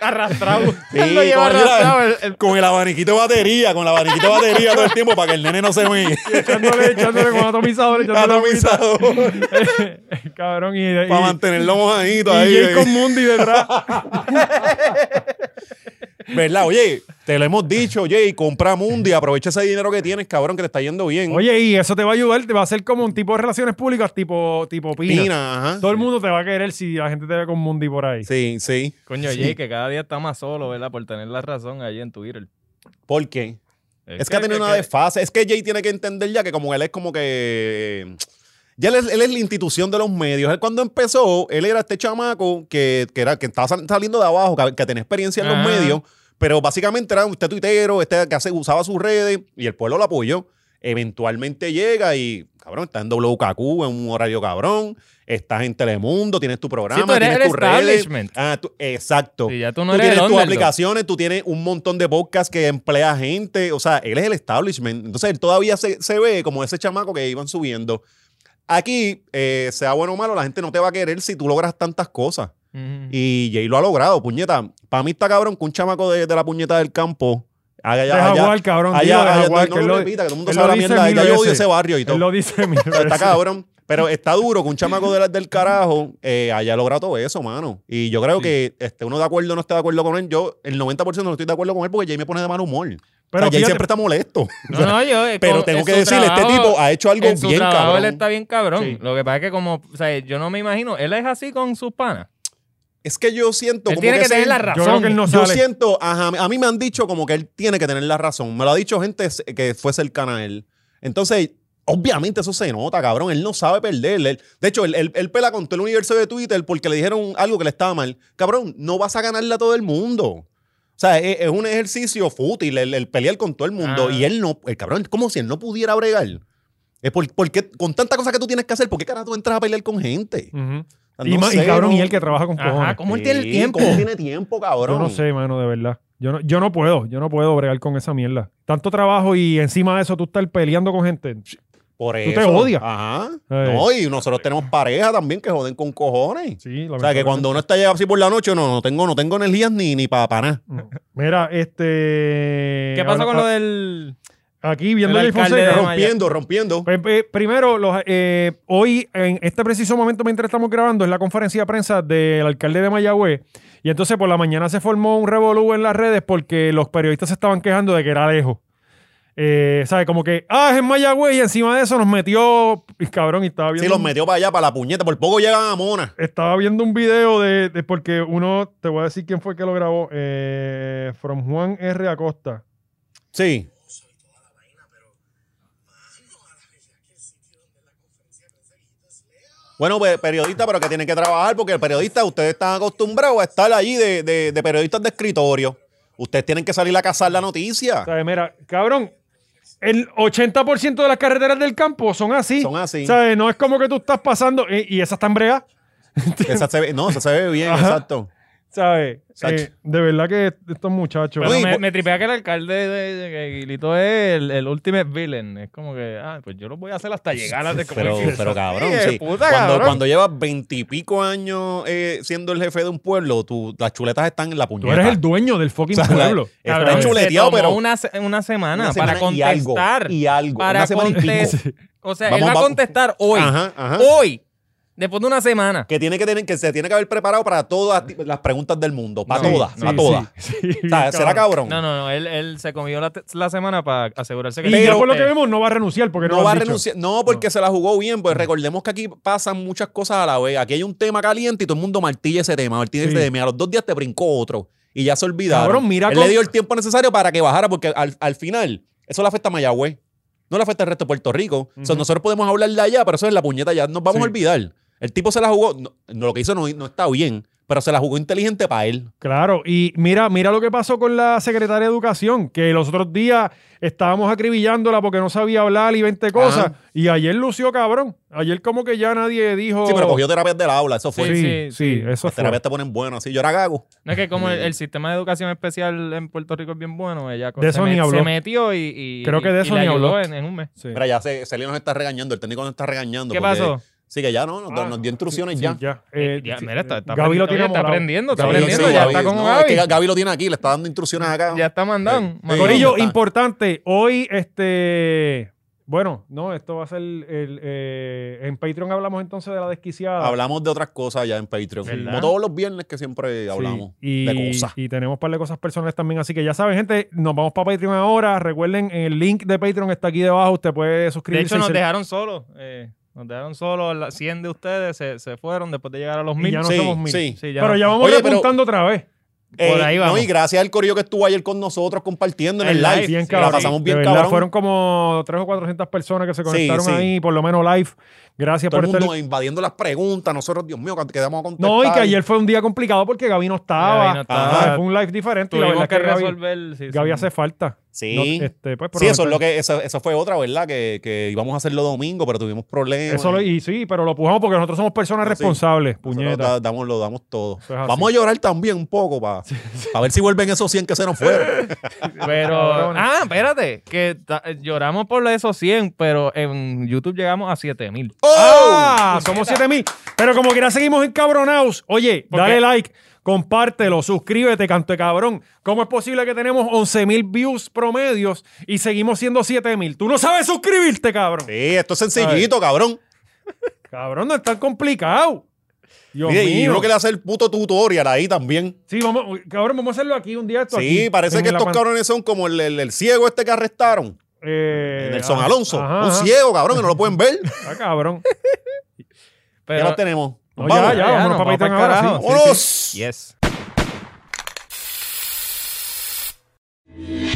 Speaker 4: Arrastrado.
Speaker 3: Sí,
Speaker 4: Él lo lleva
Speaker 3: con,
Speaker 4: arrastrado.
Speaker 3: el, con el abaniquito de batería, con el abaniquito de batería todo el tiempo para que el nene no se me
Speaker 2: echándole, echándole con atomizador, echándole
Speaker 3: atomizado
Speaker 2: atomizador. cabrón, y, y,
Speaker 3: para mantenerlo mojadito ahí. eh.
Speaker 2: y Jacob Mundi detrás.
Speaker 3: ¿Verdad? Oye, te lo hemos dicho, oye, y compra Mundi, aprovecha ese dinero que tienes, cabrón, que te está yendo bien.
Speaker 2: Oye, y eso te va a ayudar, te va a hacer como un tipo de relaciones públicas, tipo, tipo Pina.
Speaker 3: Pina, ajá.
Speaker 2: Todo el mundo te va a querer si la gente te ve con Mundi por ahí.
Speaker 3: Sí, sí.
Speaker 4: Coño, Jay, que cada día está más solo, ¿verdad? Por tener la razón ahí en Twitter.
Speaker 3: ¿Por qué? Es, que ha tenido una desfase. Es que Jay tiene que entender ya que como él es como que... Ya él es, él es la institución de los medios. Él cuando empezó, él era este chamaco que, que era, que estaba sal- saliendo de abajo, que, que tenía experiencia en los
Speaker 4: Ajá.
Speaker 3: medios, pero básicamente era usted tuitero, este que hace, usaba sus redes y el pueblo lo apoyó. Eventualmente llega y, cabrón, está en WKQ, en un horario cabrón, estás en Telemundo, tienes tu programa,
Speaker 4: Sí, tú eres
Speaker 3: tienes
Speaker 4: el
Speaker 3: tus redes.
Speaker 4: establishment.
Speaker 3: Ah, tú- exacto.
Speaker 4: Sí, ya tú
Speaker 3: tú
Speaker 4: no eres
Speaker 3: tienes
Speaker 4: el
Speaker 3: tus
Speaker 4: underdog.
Speaker 3: aplicaciones, tú tienes un montón de podcasts que emplea gente. O sea, él es el establishment. Entonces, él todavía se, se ve como ese chamaco que iban subiendo. Aquí, eh, sea bueno o malo, la gente no te va a querer si tú logras tantas cosas.
Speaker 4: Ujú.
Speaker 3: Y Jay lo ha logrado, puñeta. Para mí está cabrón que un chamaco de, de la puñeta del campo Allá,
Speaker 2: De Jaguar, cabrón,
Speaker 3: Allá,
Speaker 2: dilo de
Speaker 3: allá,
Speaker 2: Jaguar,
Speaker 3: no,
Speaker 2: que
Speaker 3: no
Speaker 2: él
Speaker 3: lo
Speaker 2: lo-
Speaker 3: repita, que todo el mundo
Speaker 2: él
Speaker 3: sabe
Speaker 2: lo
Speaker 3: la
Speaker 2: dice
Speaker 3: mierda.
Speaker 2: mil
Speaker 3: Ya yo odio
Speaker 2: veces.
Speaker 3: ese barrio y todo.
Speaker 2: Él lo dice mil
Speaker 3: Está, está
Speaker 2: veces.
Speaker 3: cabrón. Pero está duro que un chamaco de la- del carajo eh, haya logrado todo eso, mano. Y yo creo que este, uno de acuerdo no está de acuerdo con él. Yo, el 90% no estoy de acuerdo con él porque Jay me pone de mal humor. Pero
Speaker 2: Pero
Speaker 3: Jay
Speaker 2: fíjate-
Speaker 3: siempre está molesto.
Speaker 4: No, no, yo, eh,
Speaker 3: Pero
Speaker 4: con-
Speaker 3: tengo
Speaker 4: en
Speaker 3: que
Speaker 4: su
Speaker 3: decirle, este
Speaker 4: trabajo-
Speaker 3: tipo ha hecho algo
Speaker 4: en su
Speaker 3: bien
Speaker 4: trabajo
Speaker 3: cabrón.
Speaker 4: Él está bien cabrón.
Speaker 2: Sí.
Speaker 4: Lo que pasa es que como, o sea, yo no me imagino, él es así con sus panas.
Speaker 3: Es que yo siento
Speaker 4: Él
Speaker 3: como
Speaker 4: tiene que
Speaker 3: ese-
Speaker 4: tener la
Speaker 2: Yo creo
Speaker 4: razón.
Speaker 2: que él no
Speaker 3: Yo
Speaker 2: sale.
Speaker 3: siento, ajá, a mí me han dicho como que él tiene que tener la razón. Me lo ha dicho gente c- que fue cercana a él. Entonces, obviamente eso se nota, cabrón. Él no sabe perder. Él- de hecho, él, él- él pela con todo el universo de Twitter porque le dijeron algo que le estaba mal. Cabrón, no vas a ganarle a todo el mundo. O sea, e, es, es un ejercicio fútil el, el pelear con todo el mundo.
Speaker 4: Ah.
Speaker 3: Y él no, el cabrón, es como si él no pudiera bregar. Es por, porque con tanta cosa que tú tienes que hacer, ¿por qué carajo tú entras a pelear con gente?
Speaker 2: Ujú.
Speaker 3: O sea,
Speaker 2: y,
Speaker 3: Ah, no
Speaker 2: ma- y
Speaker 3: sé,
Speaker 2: cabrón,
Speaker 3: no-
Speaker 2: y él que trabaja con cojones.
Speaker 4: Ajá, ¿cómo él tiene el
Speaker 3: Sí,
Speaker 4: tiempo?
Speaker 3: ¿Cómo tiene tiempo, cabrón?
Speaker 2: Yo no sé, mano, de verdad. Yo no, yo no puedo, yo no puedo bregar con esa mierda. Tanto trabajo y encima de eso tú estar peleando con gente.
Speaker 3: Por
Speaker 2: te
Speaker 3: eso.
Speaker 2: odias.
Speaker 3: Ajá.
Speaker 2: Eh.
Speaker 3: No, y nosotros tenemos pareja también que joden con cojones.
Speaker 2: Sí,
Speaker 3: O sea, que cuando uno está llegando así por la noche, no, no tengo, no tengo energías ni, ni para nada.
Speaker 2: Mira, este...
Speaker 4: ¿Qué pasó con
Speaker 2: habla-
Speaker 4: lo del...?
Speaker 2: Aquí viendo
Speaker 4: el
Speaker 2: el
Speaker 4: alcalde
Speaker 2: Fonseca.
Speaker 4: de Maya?
Speaker 3: Rompiendo, rompiendo.
Speaker 2: Pues, eh, primero, los, eh, hoy, en este preciso momento, mientras estamos grabando, es la conferencia de prensa del alcalde de Mayagüez. Y entonces por la mañana se formó un revolú en las redes porque los periodistas se estaban quejando de que era lejos. Eh, ¿Sabes? Como que, ah, es en Mayagüez y encima de eso nos metió, y cabrón, y estaba viendo,
Speaker 3: Sí, los
Speaker 2: un-
Speaker 3: metió para allá, para la puñeta. Por poco llegan a Mona.
Speaker 2: estaba viendo un video de, de- porque uno, te voy a decir quién fue que lo grabó, eh, From Juan R. Acosta.
Speaker 3: Sí. Bueno, pues, periodista, pero que tienen que trabajar porque el periodista, ustedes están acostumbrados a estar allí de, de- de periodistas de escritorio. Ustedes tienen que salir a cazar la noticia.
Speaker 2: ¿Sabes? Mira, cabrón, el 80% de las carreteras del campo son así.
Speaker 3: Son así.
Speaker 2: ¿Sabes? No es como que tú estás pasando eh, y esa están bregas,
Speaker 3: Esa se ve- no, esa se ve bien, exacto.
Speaker 2: ¿sabes?
Speaker 3: Sacho.
Speaker 2: Eh, de verdad que estos muchachos.
Speaker 4: Pero
Speaker 3: Uy,
Speaker 4: me,
Speaker 3: bo-
Speaker 4: me tripea que el alcalde de, de- que Guilito es el, el ultimate villain. Es como que, ah, pues yo lo voy a hacer hasta llegar a...
Speaker 3: Pero, pero cabrón,
Speaker 4: Sí,
Speaker 3: sí.
Speaker 4: puta,
Speaker 3: cuando,
Speaker 4: cabrón.
Speaker 3: cuando llevas veintipico años eh, siendo el jefe de un pueblo, tú- las chuletas están en la
Speaker 2: tú
Speaker 3: puñeta.
Speaker 2: eres el dueño del fucking
Speaker 3: O sea, la-
Speaker 2: pueblo.
Speaker 3: está
Speaker 2: ¿sabes?
Speaker 3: chulo. chuleteado,
Speaker 4: se tomó
Speaker 3: pero-
Speaker 4: Una, se- una semana
Speaker 3: Una
Speaker 4: para
Speaker 3: semana y algo,
Speaker 4: contestar.
Speaker 3: y algo,
Speaker 4: Para
Speaker 3: una semana y pico.
Speaker 4: contestar. O sea,
Speaker 3: Vamos,
Speaker 4: él va a
Speaker 3: vamos.
Speaker 4: contestar hoy.
Speaker 3: Ajá, ajá.
Speaker 4: Hoy. Después de una semana.
Speaker 3: Que, tiene que, tener, que se tiene que haber preparado para todas ti- las preguntas del mundo. Para
Speaker 4: No,
Speaker 3: todas,
Speaker 4: sí,
Speaker 3: para
Speaker 2: sí,
Speaker 3: todas.
Speaker 2: sí,
Speaker 3: O sea, será cabrón.
Speaker 4: No, no, no. Él, él se comió la, te- la semana para asegurarse que...
Speaker 2: Y ya por lo que vemos no va a renunciar porque no,
Speaker 3: eh, No
Speaker 2: lo
Speaker 3: va a
Speaker 2: han dicho. Mm.
Speaker 3: renunciar. No, porque se la jugó bien. Pues recordemos que aquí pasan muchas cosas a la vez. Aquí hay un tema caliente y todo el mundo martilla ese tema. Martilla
Speaker 2: Sí.
Speaker 3: ese tema. Y A los dos días te brincó otro. Y ya se olvidaron.
Speaker 2: Cabrón, mira
Speaker 3: Él
Speaker 2: cómo-
Speaker 3: le dio el tiempo necesario para que bajara, porque al, al final, eso le afecta a Mayagüez. No le afecta al resto de Puerto Rico. O sea, nosotros podemos hablar de allá, pero eso es la puñeta ya. Nos vamos
Speaker 2: Sí.
Speaker 3: a olvidar. El tipo se la jugó. No, no, lo que hizo no, no está bien, pero se la jugó inteligente para él.
Speaker 2: Claro, y mira, mira lo que pasó con la secretaria de Educación, que los otros días estábamos acribillándola porque no sabía hablar y 20 cosas,
Speaker 3: Ajá.
Speaker 2: y ayer lució cabrón. Ayer como que ya nadie dijo...
Speaker 3: Sí, pero cogió terapias del aula. Eso fue.
Speaker 2: Oh. Sí, sí,
Speaker 4: Sí, sí.
Speaker 2: eso
Speaker 3: Las
Speaker 2: fue.
Speaker 3: terapias te ponen bueno. Así yo era gago.
Speaker 4: No es que como el, el sistema de educación especial en Puerto Rico es bien bueno, ella
Speaker 2: De eso
Speaker 4: se,
Speaker 2: ni habló.
Speaker 4: se metió y, y-
Speaker 2: Creo que de
Speaker 4: y
Speaker 2: eso
Speaker 4: le
Speaker 2: ni
Speaker 4: ayudó
Speaker 2: habló.
Speaker 4: En, en un mes.
Speaker 2: Sí.
Speaker 3: Mira, ya se, Celio nos está regañando, el técnico nos está regañando.
Speaker 4: ¿Qué
Speaker 3: porque-
Speaker 4: pasó?
Speaker 3: Sí, que ya no, nos,
Speaker 2: Ah,
Speaker 3: nos dio instrucciones
Speaker 2: Sí,
Speaker 3: ya.
Speaker 2: Eh,
Speaker 4: Ya,
Speaker 2: sí,
Speaker 4: mira, está, está
Speaker 2: Gaby lo
Speaker 4: aprendiendo,
Speaker 2: tiene
Speaker 4: está
Speaker 2: amolado.
Speaker 4: aprendiendo, está
Speaker 2: Gaby,
Speaker 4: aprendiendo,
Speaker 2: sí,
Speaker 4: ya
Speaker 2: Gaby.
Speaker 4: está con
Speaker 3: no,
Speaker 4: Gaby.
Speaker 3: es que Gaby lo tiene aquí, le está dando instrucciones acá.
Speaker 4: Ya está mandado.
Speaker 2: Eh,
Speaker 3: Sí.
Speaker 4: mandado.
Speaker 2: Corillo,
Speaker 3: está.
Speaker 2: importante, hoy este... Bueno, no, esto va a ser... el, eh, en Patreon hablamos entonces de la desquiciada.
Speaker 3: Hablamos de otras cosas ya en Patreon.
Speaker 4: ¿Verdad?
Speaker 3: Como todos los viernes que siempre hablamos
Speaker 2: Sí, y,
Speaker 3: de cosas.
Speaker 2: Y tenemos un par de cosas personales también. Así que ya saben, gente, nos vamos para Patreon ahora. Recuerden, el link de Patreon está aquí debajo. Usted puede
Speaker 4: De
Speaker 2: suscribirse.
Speaker 4: hecho,
Speaker 2: y
Speaker 4: nos
Speaker 2: ser-
Speaker 4: dejaron solos. eh, nos dejaron solos. la- 100 de ustedes se, se fueron después de llegar a los
Speaker 2: Y
Speaker 4: mil.
Speaker 2: ya no
Speaker 3: Sí,
Speaker 2: somos mil.
Speaker 3: sí.
Speaker 4: Sí, ya
Speaker 2: Pero
Speaker 4: no.
Speaker 2: ya vamos
Speaker 3: Oye, pero-
Speaker 2: repuntando otra vez.
Speaker 4: por ahí vamos.
Speaker 3: Eh, No, y gracias al corillo que estuvo ayer con nosotros compartiendo en
Speaker 4: El
Speaker 3: el live.
Speaker 4: live,
Speaker 2: Bien
Speaker 4: sí,
Speaker 2: cabrón.
Speaker 3: La pasamos bien,
Speaker 2: De verdad,
Speaker 3: cabrón.
Speaker 2: Fueron como 3 o 400 personas que se conectaron
Speaker 3: sí.
Speaker 2: ahí, por lo menos live. Gracias
Speaker 3: Todo el
Speaker 2: por estar.
Speaker 3: mundo invadiendo las preguntas. Nosotros, Dios mío, cuando quedamos a contestar.
Speaker 2: No, y que ayer fue un día complicado porque Gaby no estaba.
Speaker 4: Gaby no estaba.
Speaker 2: Ajá. Ah, Fue un live diferente. Y la verdad
Speaker 4: Tuvimos que,
Speaker 2: es que Gaby,
Speaker 4: resolver. sí, sí.
Speaker 2: Gaby hace falta.
Speaker 3: Sí.
Speaker 2: No, este, pues, por
Speaker 3: Sí,
Speaker 2: lo
Speaker 3: eso, es
Speaker 2: menos-
Speaker 3: lo que, eso, eso fue otra, ¿verdad? Que, que íbamos a hacerlo domingo, pero tuvimos problemas.
Speaker 2: Eso lo- y sí, pero lo pujamos porque nosotros somos personas
Speaker 3: No, Ah, sí.
Speaker 2: responsables,
Speaker 3: Nosotros
Speaker 2: puñeta.
Speaker 3: da- damos, lo damos todo.
Speaker 2: Eso es así.
Speaker 3: Vamos a llorar también un poco para ver si vuelven esos 100 que se nos fueron.
Speaker 4: Pero,
Speaker 2: Cabrones.
Speaker 4: ah, espérate, que ta- eh, lloramos por esos 100, pero en YouTube llegamos a 7000.
Speaker 3: ¡Oh!
Speaker 2: Ah, somos 7000. Pero como quiera seguimos encabronados. Oye,
Speaker 4: ¿Por
Speaker 2: dale
Speaker 4: qué?
Speaker 2: like, compártelo, suscríbete, canto de cabrón. ¿Cómo es posible que tenemos 11 mil views promedios y seguimos siendo 7 mil? Tú no sabes suscribirte, cabrón.
Speaker 3: Sí, esto es sencillito, cabrón.
Speaker 2: Cabrón, no es tan complicado. Dios
Speaker 3: Mire, y
Speaker 2: mío.
Speaker 3: uno que le hace el puto tutorial ahí también.
Speaker 2: Sí, vamos, uy, cabrón, vamos a hacerlo aquí un día. Esto
Speaker 3: Sí,
Speaker 2: aquí,
Speaker 3: parece
Speaker 2: en
Speaker 3: que
Speaker 2: la
Speaker 3: estos
Speaker 2: pan-
Speaker 3: cabrones son como el, el- el ciego este que arrestaron.
Speaker 2: Eh,
Speaker 3: Nelson
Speaker 2: ah,
Speaker 3: Alonso.
Speaker 2: ajá,
Speaker 3: un
Speaker 2: ajá.
Speaker 3: ciego, cabrón, que no lo pueden ver.
Speaker 2: Ah, cabrón.
Speaker 3: ya
Speaker 4: Pero,
Speaker 3: lo tenemos.
Speaker 2: No, ya,
Speaker 3: Vamos.
Speaker 2: ya,
Speaker 4: ya,
Speaker 2: vámonos
Speaker 4: nos
Speaker 2: pa'
Speaker 4: vamos
Speaker 2: Patreon
Speaker 4: pa'l
Speaker 2: ahora,
Speaker 4: carajo.
Speaker 2: sí.
Speaker 3: ¡Vámonos!
Speaker 4: yes.